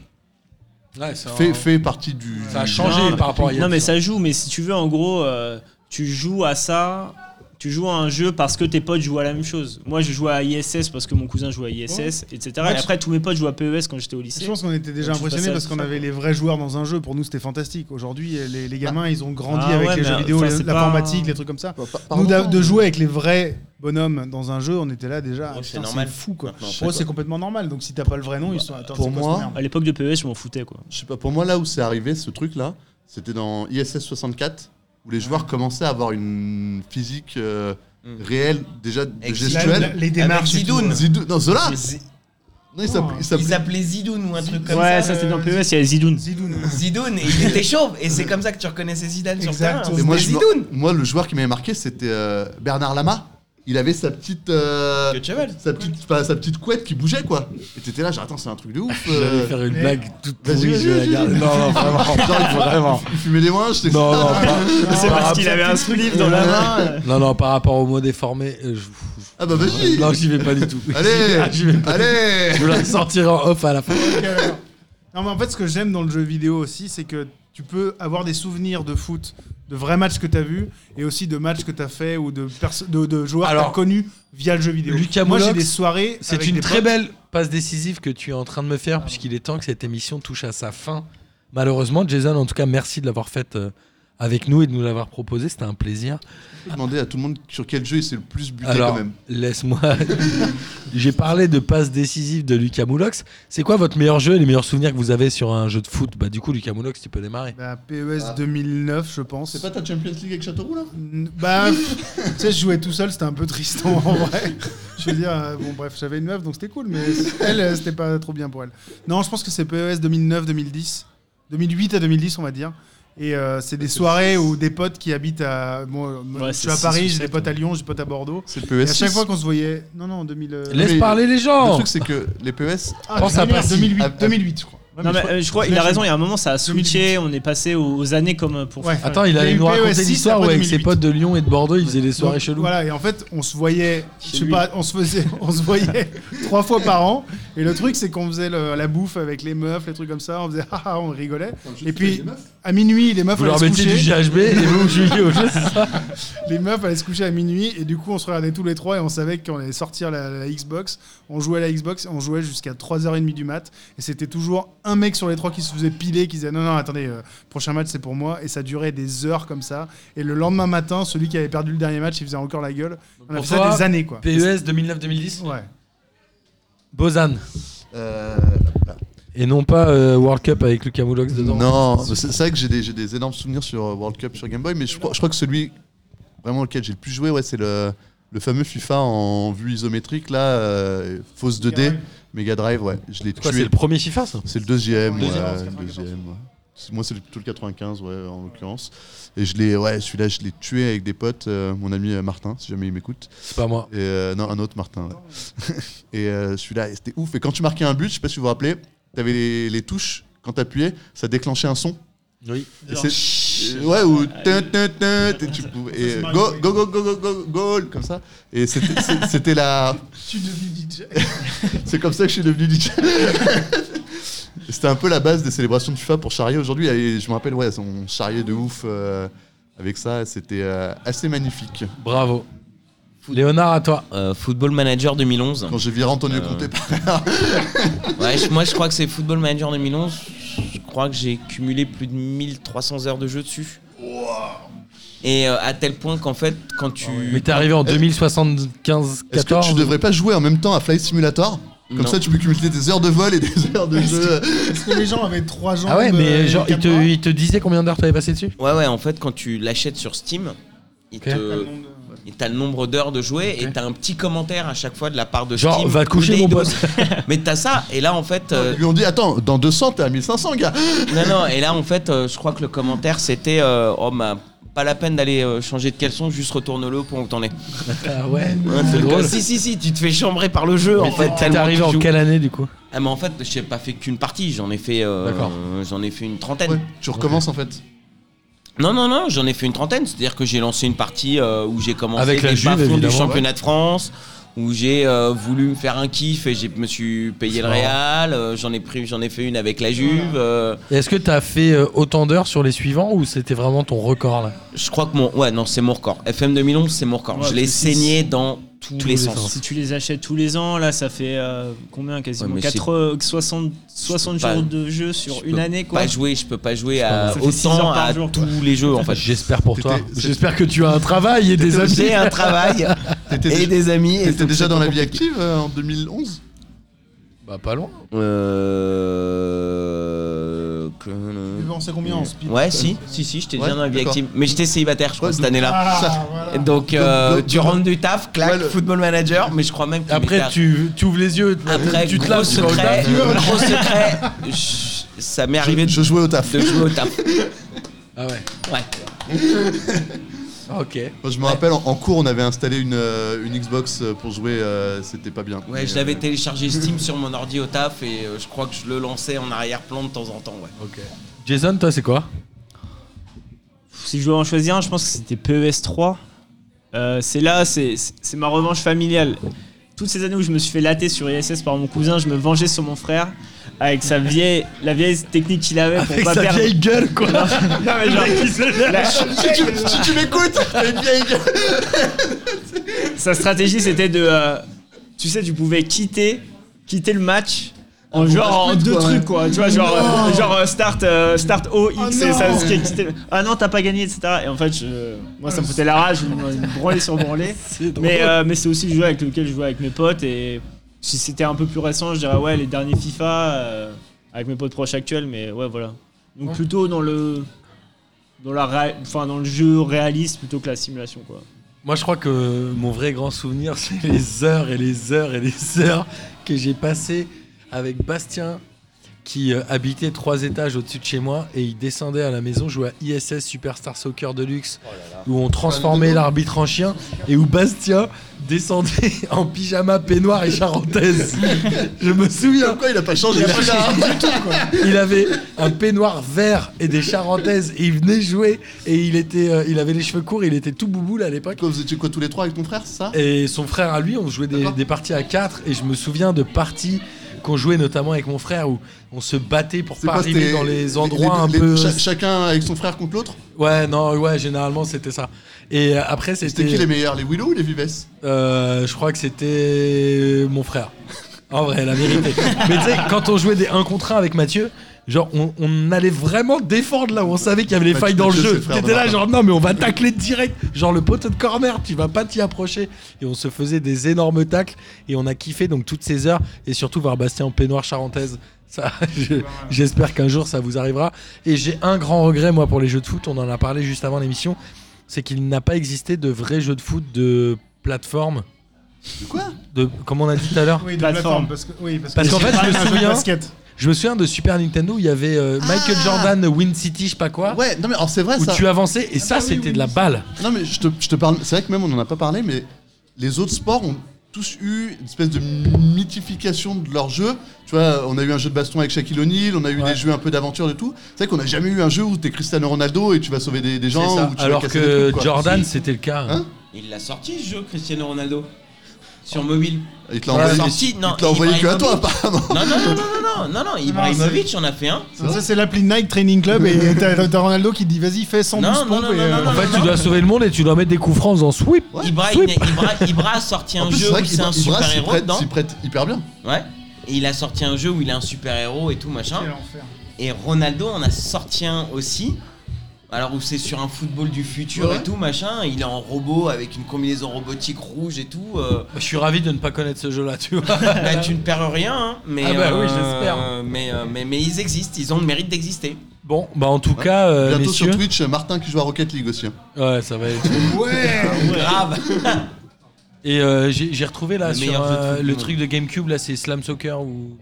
Speaker 5: Ah.
Speaker 9: fait, fait partie du.
Speaker 4: Ça a
Speaker 9: du-
Speaker 4: changé
Speaker 5: Non, mais-
Speaker 4: par rapport à il y a
Speaker 5: Non, mais
Speaker 4: 10 ans.
Speaker 5: ça joue, mais si tu veux, en gros, euh, tu joues à ça. Tu joues à un jeu parce que tes potes jouent à la même chose. Moi, je jouais à ISS parce que mon cousin jouait à ISS, etc.
Speaker 7: Ouais,
Speaker 5: et
Speaker 7: tu-
Speaker 5: après, tous mes potes jouaient à PES quand j'étais au lycée.
Speaker 7: Je pense qu'on était
Speaker 5: Tu
Speaker 7: déjà
Speaker 5: passais
Speaker 7: impressionnés
Speaker 5: à
Speaker 7: parce qu'on
Speaker 5: FIFA.
Speaker 7: avait les vrais joueurs dans un jeu. Pour nous, c'était fantastique. Aujourd'hui, les, les gamins, ils ont grandi
Speaker 5: Ah
Speaker 7: avec
Speaker 5: ouais,
Speaker 7: les
Speaker 5: mais
Speaker 7: jeux vidéo,
Speaker 5: enfin, c'est pas-
Speaker 7: l'informatique, les trucs comme ça.
Speaker 9: Par- par-
Speaker 7: Nous, d'a-
Speaker 9: pardon.
Speaker 7: de jouer avec les vrais bonhommes dans un jeu, on était là déjà.
Speaker 8: Moi,
Speaker 7: ah,
Speaker 8: c'est
Speaker 7: putain,
Speaker 8: normal.
Speaker 7: fou, quoi.
Speaker 8: Maintenant,
Speaker 7: Pour eux, c'est complètement normal. Donc, si t'as pas le vrai nom, ils sont. Attends,
Speaker 9: Pour
Speaker 7: c'est quoi
Speaker 9: moi,
Speaker 7: cette merde
Speaker 5: À l'époque de PES, je m'en foutais, quoi.
Speaker 9: Je sais pas, pour moi, là où c'est arrivé, ce truc-là, c'était dans ISS 64, où les
Speaker 8: Ah.
Speaker 9: joueurs commençaient à avoir une physique euh,
Speaker 8: Mm.
Speaker 9: réelle, déjà
Speaker 8: Avec
Speaker 7: La- la-
Speaker 9: gestuelle.
Speaker 7: les démarches. et tout,
Speaker 8: Zidoun.
Speaker 7: ouais.
Speaker 5: euh.
Speaker 9: Zidou, non, Zola Non,
Speaker 8: Oh,
Speaker 9: il s'appelait- il
Speaker 8: Ils
Speaker 9: s'appelait.
Speaker 8: appelaient Zidoun ou un truc comme
Speaker 5: Ouais, ça,
Speaker 8: ça.
Speaker 5: c'était dans
Speaker 7: euh,
Speaker 5: PES, il y a Zidoun.
Speaker 7: Zidoun.
Speaker 8: Zidoun, et il était chauve. Et c'est comme ça que tu reconnaissais Zidane sur le
Speaker 7: Exact.
Speaker 8: terrain.
Speaker 7: Et
Speaker 9: Et
Speaker 8: C'était
Speaker 9: moi, je me-
Speaker 8: Zidoun.
Speaker 9: moi, le joueur qui m'avait marqué, c'était euh, Bernard Lama. Il avait sa petite. euh,
Speaker 8: Que de cheval.
Speaker 9: sa petite, enfin, sa petite couette qui bougeait quoi. Et t'étais là, genre attends c'est un truc de ouf. euh,
Speaker 4: J'allais faire une
Speaker 7: mais-
Speaker 4: blague toute
Speaker 9: Vas-y,
Speaker 4: pourrie,
Speaker 9: vas-y,
Speaker 4: je vais la
Speaker 9: vas-y,
Speaker 4: garder.
Speaker 9: vas-y.
Speaker 4: Non, non, vraiment.
Speaker 9: Genre, il,
Speaker 4: Vraiment.
Speaker 9: il fumait des moins, j'étais
Speaker 4: Non, non, pas-
Speaker 5: C'est parce qu'il avait un slip dans la main.
Speaker 4: non, non, par rapport aux mots déformés, euh, je-
Speaker 9: Ah bah vas-y
Speaker 4: non, j'y vais pas du tout.
Speaker 9: Allez
Speaker 4: Ah, j'y vais pas.
Speaker 9: Allez
Speaker 4: Je vous la sortirai en off à la fin.
Speaker 7: Ok, d'accord. hein. non, mais en fait, ce que j'aime dans le jeu vidéo aussi, c'est que tu peux avoir des souvenirs de foot, de vrais matchs que tu as vus, et aussi de matchs que tu as fait ou de, perso- de, de joueurs que
Speaker 4: Alors,
Speaker 7: t'as connus via le jeu vidéo.
Speaker 4: Lucas
Speaker 7: Moi, j'ai
Speaker 4: Moulox,
Speaker 7: des soirées.
Speaker 4: C'est
Speaker 7: avec
Speaker 4: une
Speaker 7: des
Speaker 4: très
Speaker 7: potes.
Speaker 4: belle passe décisive que tu es en train de me faire, puisqu'il est temps que cette émission touche à sa fin. Malheureusement, Jason, en tout cas, merci de l'avoir faite euh, avec nous et de nous l'avoir proposé. C'était un plaisir.
Speaker 9: Je vais demander à tout le monde sur quel jeu il s'est le plus buté quand
Speaker 4: Alors,
Speaker 9: même.
Speaker 4: laisse-moi. J'ai parlé de passe décisive de Lucas Moulox. C'est quoi votre meilleur jeu et les meilleurs souvenirs que vous avez sur un jeu de foot Bah, du coup, Lucas Moulox, tu peux démarrer.
Speaker 7: Bah, PES 2009, je pense.
Speaker 9: Ah. C'est pas ta Champions League avec Châteauroux là
Speaker 7: Mm, Bah, tu sais, je jouais tout seul, c'était un peu triste en vrai. Je veux dire, euh, bon, bref, j'avais une meuf, donc c'était cool, mais elle, euh, c'était pas trop bien pour elle. Non, je pense que c'est E PES 2009-2010, 2008 à 2010, on va dire. Et euh, c'est des soirées où des potes qui habitent à. Bon, euh, moi,
Speaker 5: Ouais,
Speaker 7: je
Speaker 5: c'est
Speaker 7: suis à
Speaker 5: six
Speaker 7: Paris,
Speaker 5: ou
Speaker 7: j'ai des
Speaker 5: sept,
Speaker 7: potes à Lyon, j'ai des potes à Bordeaux.
Speaker 9: C'est le
Speaker 7: Et
Speaker 9: PES.
Speaker 7: à chaque fois qu'on se voyait. Non, non, 2000. euh,
Speaker 4: Laisse
Speaker 9: mais-
Speaker 4: parler les
Speaker 9: Le
Speaker 4: gens
Speaker 9: truc c'est que les E PES,
Speaker 7: Ah,
Speaker 4: pense à
Speaker 7: 2009,
Speaker 4: Passy.
Speaker 7: 2008,
Speaker 9: À- à-
Speaker 7: 2008, je crois. Ouais,
Speaker 5: Non, mais
Speaker 7: mais je crois-
Speaker 5: euh, je crois, il a raison, il y a un moment, ça a switché, on est passé aux aux années comme euh, pour.
Speaker 7: Ouais.
Speaker 4: Attends, il
Speaker 7: Il y a
Speaker 4: allait
Speaker 7: eu
Speaker 4: nous
Speaker 7: PES
Speaker 4: raconter
Speaker 7: 6
Speaker 4: l'histoire où,
Speaker 7: après
Speaker 4: avec ses
Speaker 7: 2008.
Speaker 4: potes de Lyon et de Bordeaux, ils faisaient des soirées
Speaker 7: Donc,
Speaker 4: cheloues.
Speaker 7: Voilà, et en fait, on se voyait, je sais
Speaker 5: lui.
Speaker 7: pas, on se faisait, on se voyait trois fois par an. Et le truc, c'est qu'on faisait le- la bouffe avec les meufs, les trucs comme ça. On faisait, ah, ah, on rigolait. Et puis, à minuit, les meufs
Speaker 4: Vous
Speaker 7: allaient
Speaker 4: leur
Speaker 7: se
Speaker 4: mettez du
Speaker 7: coucher.
Speaker 4: GHB et vous vous jouiez au jeu.
Speaker 7: Les meufs allaient se coucher à minuit. Et du coup, on se regardait tous les trois et on savait qu'on allait sortir la, la Xbox. On jouait à la Xbox, on jouait jusqu'à 3h30 du mat. Et c'était toujours un mec sur les trois qui se faisait piler, qui disait, non, non, attendez, euh, prochain match, c'est pour moi. Et ça durait des heures comme ça. Et le lendemain matin, celui qui avait perdu le dernier match, il faisait encore la gueule. On a
Speaker 4: pour
Speaker 7: fait ça
Speaker 4: toi,
Speaker 7: des années, quoi.
Speaker 8: E
Speaker 4: PES 2009-2010
Speaker 7: Ouais.
Speaker 4: Bozan.
Speaker 9: euh,
Speaker 4: Et non pas euh, World Cup avec Lucas Moulox dedans.
Speaker 9: non, c'est c'est vrai que j'ai des, j'ai des énormes souvenirs sur euh, World Cup sur Game Boy, mais je crois, je crois que celui vraiment lequel j'ai le plus joué, ouais, c'est le, le fameux FIFA en vue isométrique là, euh, fausse 2D, Mega Drive, ouais, je l'ai
Speaker 4: Quoi, c'est
Speaker 9: tué.
Speaker 4: le premier FIFA ça
Speaker 9: C'est le deuxième.
Speaker 7: Deuxième,
Speaker 9: ouais,
Speaker 7: c'est
Speaker 9: le
Speaker 7: 94.
Speaker 9: deuxième, ouais. C'est- Moi, c'est le- plutôt le 95, ouais, en l'occurrence. Et je l'ai, ouais, celui-là, je l'ai tué avec des potes. euh, mon ami euh, Martin, si jamais il m'écoute.
Speaker 4: C'est pas moi.
Speaker 9: Et, euh, non, un autre Martin. ouais. et euh, celui-là, et c'était ouf. Et quand tu marquais un but, je sais pas si vous vous rappelez, t'avais les, les touches. Quand t'appuyais, ça déclenchait un son.
Speaker 4: Oui.
Speaker 9: Et c'est- euh, ouais, ou tin, tin, tin, tin, tu pouvais- et, euh, go, go, go, go, go, go, goal, comme ça. Et c'était- c'est- c'était la,
Speaker 7: Tu devenu DJ.
Speaker 9: c'est comme ça que je suis devenu DJ. C'était un peu la base des célébrations de FIFA pour charrier aujourd'hui. Et je me rappelle, ouais, on charriait de ouf euh, avec ça. C'était euh, assez magnifique.
Speaker 4: Bravo. Léonard à toi.
Speaker 8: Euh, Football Manager 2011.
Speaker 9: Quand j'ai viré Antonio
Speaker 8: Euh.
Speaker 9: Conte, par-
Speaker 8: Ouais, je- moi je crois que c'est Football Manager 2011. Je crois que j'ai cumulé plus de 1300 heures de jeu dessus. Et euh, à tel point qu'en fait, quand tu.
Speaker 4: Mais t'es arrivé en 2075
Speaker 9: Est-ce que
Speaker 4: 14
Speaker 9: tu devrais pas jouer en même temps à Flight Simulator Comme
Speaker 8: Non.
Speaker 9: ça, tu peux cumuler des heures de vol et des heures de jeu.
Speaker 10: Parce que les gens avaient trois jambes.
Speaker 4: Ah ouais,
Speaker 10: euh,
Speaker 4: mais
Speaker 10: et
Speaker 4: genre, il
Speaker 10: quatre
Speaker 4: te,
Speaker 10: bras.
Speaker 4: il te disait combien d'heures t'avais passé dessus
Speaker 8: Ouais, ouais, en fait, quand tu l'achètes sur Steam, il te. et T'as le nombre d'heures de jouer et
Speaker 4: Ok.
Speaker 8: t'as un petit commentaire à chaque fois de la part de
Speaker 4: Genre,
Speaker 8: Steam.
Speaker 4: va te coucher, mon
Speaker 8: Windows.
Speaker 4: pote.
Speaker 8: Mais t'as ça, et là en fait. euh,
Speaker 9: Ils lui ont dit Attends, dans 200, t'es à 1500, gars.
Speaker 8: non, non, et là en fait, euh, je crois que le commentaire c'était euh, Oh, bah, pas la peine d'aller euh, changer de caleçon, juste retourne-le au point où t'en es.
Speaker 4: Ah ouais,
Speaker 8: Parce
Speaker 4: c'est
Speaker 8: que
Speaker 4: drôle.
Speaker 8: Si, si, si, tu te fais chambrer par le jeu en
Speaker 4: Mais
Speaker 8: fait.
Speaker 4: t'es- t'es
Speaker 8: tellement
Speaker 4: arrivé
Speaker 8: tu
Speaker 4: en
Speaker 8: joues.
Speaker 4: quelle année du coup
Speaker 8: Ah, mais en fait, j'ai pas fait qu'une partie, j'en ai fait. euh,
Speaker 4: D'accord.
Speaker 8: j'en ai fait une trentaine.
Speaker 9: Ouais, tu recommences en fait.
Speaker 8: Non, non, non, j'en ai fait une trentaine. C'est-à-dire que j'ai lancé une partie euh, où j'ai commencé
Speaker 4: Avec la
Speaker 8: les
Speaker 4: Juve,
Speaker 8: bas-fonds du
Speaker 4: évidemment,
Speaker 8: championnat de France, où j'ai euh, voulu me faire un kiff et je me suis payé le
Speaker 4: C'est
Speaker 8: Real. euh, j'en ai pris, j'en ai fait une avec la Juve. euh,
Speaker 4: Et Est-ce que t'as fait euh, autant d'heures sur les suivants ou c'était vraiment ton record là
Speaker 8: je crois que mon, ouais, non, c'est mon record. FM 2011, c'est mon record.
Speaker 5: Ouais,
Speaker 8: je l'ai
Speaker 5: parce que si-
Speaker 8: saigné dans tous,
Speaker 4: Tous
Speaker 8: les
Speaker 4: les
Speaker 8: sens.
Speaker 4: sens.
Speaker 5: Si tu les achètes tous les ans, là, ça fait euh, combien quasiment euh,
Speaker 8: Ouais, mais
Speaker 5: 80, 60, 60
Speaker 8: pas-
Speaker 5: jours de jeu sur
Speaker 8: je
Speaker 5: une
Speaker 8: peux
Speaker 5: année, quoi.
Speaker 8: Pas jouer, je peux pas jouer
Speaker 5: Ça
Speaker 8: à
Speaker 5: fait six
Speaker 8: autant
Speaker 5: heures par
Speaker 8: à
Speaker 5: jour,
Speaker 8: tous
Speaker 5: quoi.
Speaker 8: les jeux en fait.
Speaker 4: J'espère pour toi.
Speaker 9: T'étais- c'est-
Speaker 4: J'espère que tu as un travail et des amis.
Speaker 8: J'ai un hein, travail
Speaker 9: T'étais
Speaker 8: et
Speaker 9: déjà,
Speaker 8: des amis. et
Speaker 9: t'étais
Speaker 8: donc,
Speaker 9: déjà
Speaker 8: c'est
Speaker 9: dans
Speaker 8: pas
Speaker 9: la vie
Speaker 8: compliqué.
Speaker 9: active euh, en 2011
Speaker 4: Bah pas loin.
Speaker 8: Euh...
Speaker 10: Tu
Speaker 8: que-
Speaker 10: pensais combien en speed
Speaker 8: Ouais, si, si, si, j'étais
Speaker 9: Ouais,
Speaker 8: bien dans la vie
Speaker 9: d'accord.
Speaker 8: active. Mais j'étais célibataire, je crois,
Speaker 9: Ouais,
Speaker 8: cette
Speaker 9: donc-
Speaker 8: année-là.
Speaker 10: Ah, voilà.
Speaker 8: Et Donc, euh,
Speaker 9: donc-
Speaker 8: tu rentres du taf, claque,
Speaker 9: Ouais, le-
Speaker 8: football manager, mais je crois même que.
Speaker 4: Après tu, tu ouvres les yeux,
Speaker 8: Après,
Speaker 4: tu te
Speaker 8: gros
Speaker 4: laves, tu vas au
Speaker 8: secret,
Speaker 4: taf.
Speaker 8: gros secret, je- ça m'est arrivé
Speaker 9: je, je jouais au taf.
Speaker 8: de jouer au taf.
Speaker 4: Ah ouais.
Speaker 8: Ouais.
Speaker 4: Ok.
Speaker 9: Moi, je me rappelle, en, en cours, on avait installé une, euh, une Xbox euh, pour jouer, euh, c'était pas bien.
Speaker 8: Ouais,
Speaker 9: Mais,
Speaker 8: je l'avais
Speaker 9: euh,
Speaker 8: téléchargé Steam sur mon ordi au taf et euh, je crois que je le lançais en arrière-plan de temps en temps, ouais.
Speaker 4: Jason, toi c'est quoi
Speaker 5: Si je dois en choisir un, je pense que c'était PES 3. Euh, c'est là, c'est c'est ma revanche familiale. Toutes ces années où je me suis fait latter sur ISS par mon cousin, je me vengeais sur mon frère avec sa vieille, la vieille technique qu'il avait pour pas perdre.
Speaker 4: gueule quoi.
Speaker 5: Non, mais genre, la-
Speaker 9: Si tu, si tu m'écoutes, t'as une vieille gueule.
Speaker 5: sa stratégie c'était de, euh, tu sais, tu pouvais quitter, quitter le match. En genre en deux trucs quoi, tu vois, genre, euh, genre euh, start, euh, start O, X et ça, ce qui est quitté. Ah non, t'as pas gagné, etc. Et en fait, je- moi ça me foutait la rage, je me branlais sur branlais. Mais, euh, mais c'est aussi le jeu avec lequel je jouais avec mes potes. Et si c'était un peu plus récent, je dirais ouais, les derniers FIFA euh, avec mes potes proches actuels. Mais ouais, voilà. Donc plutôt dans le. Dans, la réa- enfin, dans le jeu réaliste plutôt que la simulation quoi.
Speaker 4: Moi, je crois que mon vrai grand souvenir, c'est les heures et les heures et les heures que j'ai passées avec Bastien, qui euh, habitait trois étages au-dessus de chez moi, et il descendait à la maison jouer à ISS Superstar Soccer Deluxe, où on transformait l'arbitre en chien, et où Bastien descendait en pyjama peignoir et charentaise. je me souviens,
Speaker 9: Pourquoi il a pas changé
Speaker 4: Il a pas
Speaker 9: celui-là, hein
Speaker 4: il avait un peignoir vert et des charentaises, et il venait jouer, et il, était, euh, il avait les cheveux courts, il était tout bouboule à l'époque.
Speaker 9: Quoi, Vous étiez quoi tous les trois avec ton frère, c'est ça
Speaker 4: Et son frère à lui, on jouait des,
Speaker 9: D'accord.
Speaker 4: des parties à 4 et je me souviens de parties qu'on jouait notamment avec mon frère où on se battait pour
Speaker 9: C'est
Speaker 4: pas
Speaker 9: quoi,
Speaker 4: arriver
Speaker 9: c'était
Speaker 4: dans les endroits
Speaker 9: les-
Speaker 4: un peu.
Speaker 9: cha- chacun avec son frère contre l'autre
Speaker 4: Ouais, non, ouais, généralement c'était ça. Et euh, après
Speaker 9: C'était qui
Speaker 4: c'était,
Speaker 9: les meilleurs, les Willow ou les Vives
Speaker 4: euh, je crois que c'était mon frère. En vrai, la vérité. Mais tu sais, quand on jouait des 1 contre 1 avec Mathieu. Genre, on, on allait vraiment défendre là où on savait qu'il y avait les
Speaker 9: Mathieu-
Speaker 4: failles dans
Speaker 9: Mathieu,
Speaker 4: le
Speaker 9: c'est
Speaker 4: jeu.
Speaker 9: le frère de
Speaker 4: T'étais là,
Speaker 9: Martin.
Speaker 4: genre, non, mais on va tacler direct. Genre, le poteau de corner, tu vas pas t'y approcher. Et on se faisait des énormes tacles. Et on a kiffé donc toutes ces heures. Et surtout voir Bastien en peignoir charentaise. Ça, je- j'espère qu'un jour ça vous arrivera. Et j'ai un grand regret, moi, pour les jeux de foot. On en a parlé juste avant l'émission. C'est qu'il n'a pas existé de vrai jeu de foot de plateforme. De
Speaker 9: quoi
Speaker 4: de, Comme on a dit tout à l'heure.
Speaker 10: Oui, de plateforme.
Speaker 5: Plateforme.
Speaker 10: Parce que, oui, parce,
Speaker 4: Parce
Speaker 10: que
Speaker 4: qu'en fait, je me
Speaker 10: un jeu de
Speaker 4: souviens-
Speaker 10: basket.
Speaker 4: Je me souviens de Super Nintendo où il y avait euh, Michael
Speaker 9: Ah
Speaker 4: Jordan, Win City, je sais pas quoi.
Speaker 9: Ouais, non mais alors c'est vrai
Speaker 4: Où
Speaker 9: ça.
Speaker 4: tu avançais et ça,
Speaker 10: bah oui,
Speaker 4: c'était
Speaker 10: oui,
Speaker 4: de la
Speaker 10: oui.
Speaker 4: balle.
Speaker 9: Non mais je te, je te parle, c'est vrai que même on en a pas parlé, mais les autres sports ont tous eu une espèce de mythification de leur jeu. Tu vois, on a eu un jeu de baston avec Shaquille O'Neal, on a eu
Speaker 4: Ouais.
Speaker 9: des jeux un peu d'aventure et tout. C'est vrai qu'on n'a jamais eu un jeu où t'es Cristiano Ronaldo et tu vas sauver des, des gens.
Speaker 8: C'est ça.
Speaker 9: Ou tu vas
Speaker 4: Alors
Speaker 9: casser
Speaker 4: que
Speaker 9: des trucs, quoi.
Speaker 4: Jordan,
Speaker 9: Si.
Speaker 4: c'était le cas.
Speaker 9: Hein
Speaker 8: Il l'a sorti ce jeu, Cristiano Ronaldo Sur mobile.
Speaker 9: il te l'a
Speaker 8: Ouais,
Speaker 9: envoyé,
Speaker 8: sorti,
Speaker 9: il
Speaker 8: non,
Speaker 9: te l'a envoyé que à toi
Speaker 8: Ibrahimovic.
Speaker 9: apparemment.
Speaker 8: Non, non, non, non, non, non, non, non, Ibrahimovic en a fait un.
Speaker 10: Non, Ça, c'est l'appli Nike Training Club et t'as t'as Ronaldo qui dit vas-y, fais 112
Speaker 8: Non, non,
Speaker 10: pompes.
Speaker 8: non,
Speaker 10: et,
Speaker 8: non,
Speaker 10: euh,
Speaker 8: non,
Speaker 4: En
Speaker 8: non,
Speaker 4: fait, tu
Speaker 8: non.
Speaker 4: dois sauver le monde et tu dois mettre des coups francs en sweep.
Speaker 9: Ouais.
Speaker 8: Ibra, il- Ibra, Ibra a sorti un
Speaker 9: En plus,
Speaker 8: jeu
Speaker 9: c'est vrai
Speaker 8: où c'est un
Speaker 9: qu'Ibra- Ibra s'y
Speaker 8: super-héros
Speaker 9: prête-
Speaker 8: dedans.
Speaker 9: s'y prête hyper bien.
Speaker 8: Ouais. Et il a sorti un jeu où il est un super-héros et tout, machin.
Speaker 10: Quel enfer.
Speaker 8: Et Ronaldo en a sorti un aussi. Alors où c'est sur un football du futur
Speaker 9: Ouais.
Speaker 8: et tout, machin. Il est en robot avec une combinaison robotique rouge et tout. euh,
Speaker 4: Je suis ravi de ne pas connaître ce jeu-là, tu vois.
Speaker 8: bah, tu ne perds rien, hein, mais,
Speaker 4: Ah bah oui,
Speaker 8: euh,
Speaker 4: j'espère.
Speaker 8: mais, euh, mais, mais ils existent, ils ont le mérite d'exister.
Speaker 4: Bon, bah en tout
Speaker 9: Ouais.
Speaker 4: cas, euh,
Speaker 9: Bientôt
Speaker 4: messieurs.
Speaker 9: sur Twitch, Martin qui joue à Rocket League aussi. hein.
Speaker 4: Ouais, ça va être.
Speaker 8: Grave.
Speaker 4: Et euh, j'ai j'ai retrouvé là
Speaker 8: Le
Speaker 4: sur
Speaker 8: meilleur jeu
Speaker 4: euh,
Speaker 8: de foot du
Speaker 4: le
Speaker 8: monde.
Speaker 4: truc de GameCube là, c'est Slam Soccer ou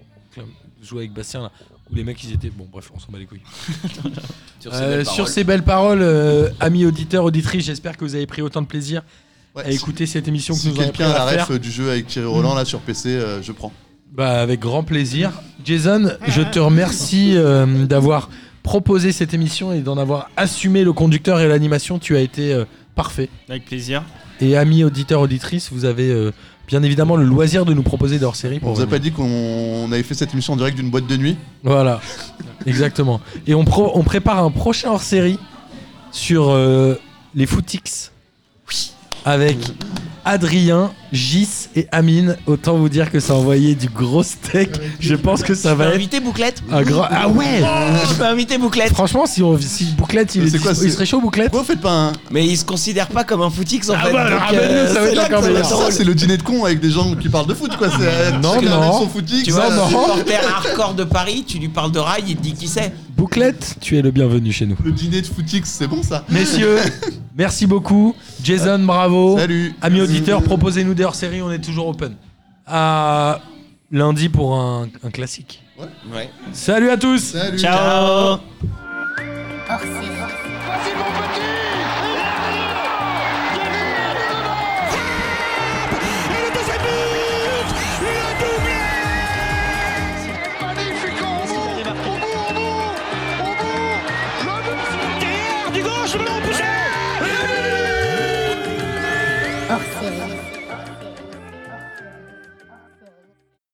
Speaker 4: jouer avec Bastien là, où les mecs ils étaient. Bon, bref, on s'en bat les couilles.
Speaker 8: Sur
Speaker 4: Euh,
Speaker 8: belles
Speaker 4: sur
Speaker 8: paroles.
Speaker 4: ces belles paroles, euh, amis auditeurs, auditrices, j'espère que vous avez pris autant de plaisir
Speaker 9: Ouais,
Speaker 4: à
Speaker 9: si-
Speaker 4: écouter cette émission que
Speaker 9: si
Speaker 4: nous avons
Speaker 9: quelqu'un a la
Speaker 4: faire.
Speaker 9: ref du jeu avec Thierry Roland là sur PC, euh, je prends.
Speaker 4: Bah, avec grand plaisir. Jason, je te remercie euh, d'avoir proposé cette émission et d'en avoir assumé le conducteur et l'animation. Tu as été euh, parfait.
Speaker 5: Avec plaisir.
Speaker 4: Et amis auditeurs, auditrices, vous avez euh, bien évidemment le loisir de nous proposer d'hors série.
Speaker 9: On
Speaker 4: Pour
Speaker 9: vous a
Speaker 4: revenir.
Speaker 9: pas dit qu'on avait fait cette émission en direct d'une boîte de nuit
Speaker 4: Voilà, exactement. Et on, pro- on prépare un prochain hors série sur euh, les footix avec Adrien, Gis et Amine. Autant vous dire que ça a envoyé du gros steak. Je pense que ça
Speaker 8: Je peux
Speaker 4: va être
Speaker 8: inviter Bouclette
Speaker 4: un grand. Ah ouais!
Speaker 8: Je peux inviter Bouclette
Speaker 4: Franchement, si, on, si Bouclette, il, est
Speaker 9: C'est quoi,
Speaker 4: dispo- il
Speaker 9: c'est-
Speaker 4: serait chaud, Bouclette
Speaker 9: Pourquoi vous faites pas un.
Speaker 4: Oh,
Speaker 8: Mais il se considère pas comme un footix en fait.
Speaker 4: bah,
Speaker 8: donc, euh,
Speaker 4: ramène-le, ça va
Speaker 8: c'est
Speaker 4: être
Speaker 8: là
Speaker 4: encore
Speaker 8: que ça va
Speaker 4: meilleur.
Speaker 8: être drôle.
Speaker 9: Ça, Oh, c'est le dîner de con avec des gens qui parlent de foot quoi. C'est
Speaker 4: Non,
Speaker 9: chacun
Speaker 4: non.
Speaker 9: avec son footique.
Speaker 8: Tu
Speaker 4: Non,
Speaker 8: vois,
Speaker 4: non.
Speaker 8: un supporter hardcore de Paris, tu lui parles de rail, il te dit qui c'est.
Speaker 4: Bouclette, tu es le bienvenu chez nous.
Speaker 9: Le dîner de footix, c'est bon ça.
Speaker 4: Messieurs, merci beaucoup. Jason, bravo.
Speaker 9: Salut.
Speaker 4: Amis auditeurs, proposez-nous des hors-séries, on est toujours open. À lundi pour un, un classique.
Speaker 8: Ouais.
Speaker 4: Salut à tous
Speaker 9: Salut.
Speaker 5: Ciao.
Speaker 1: hors série.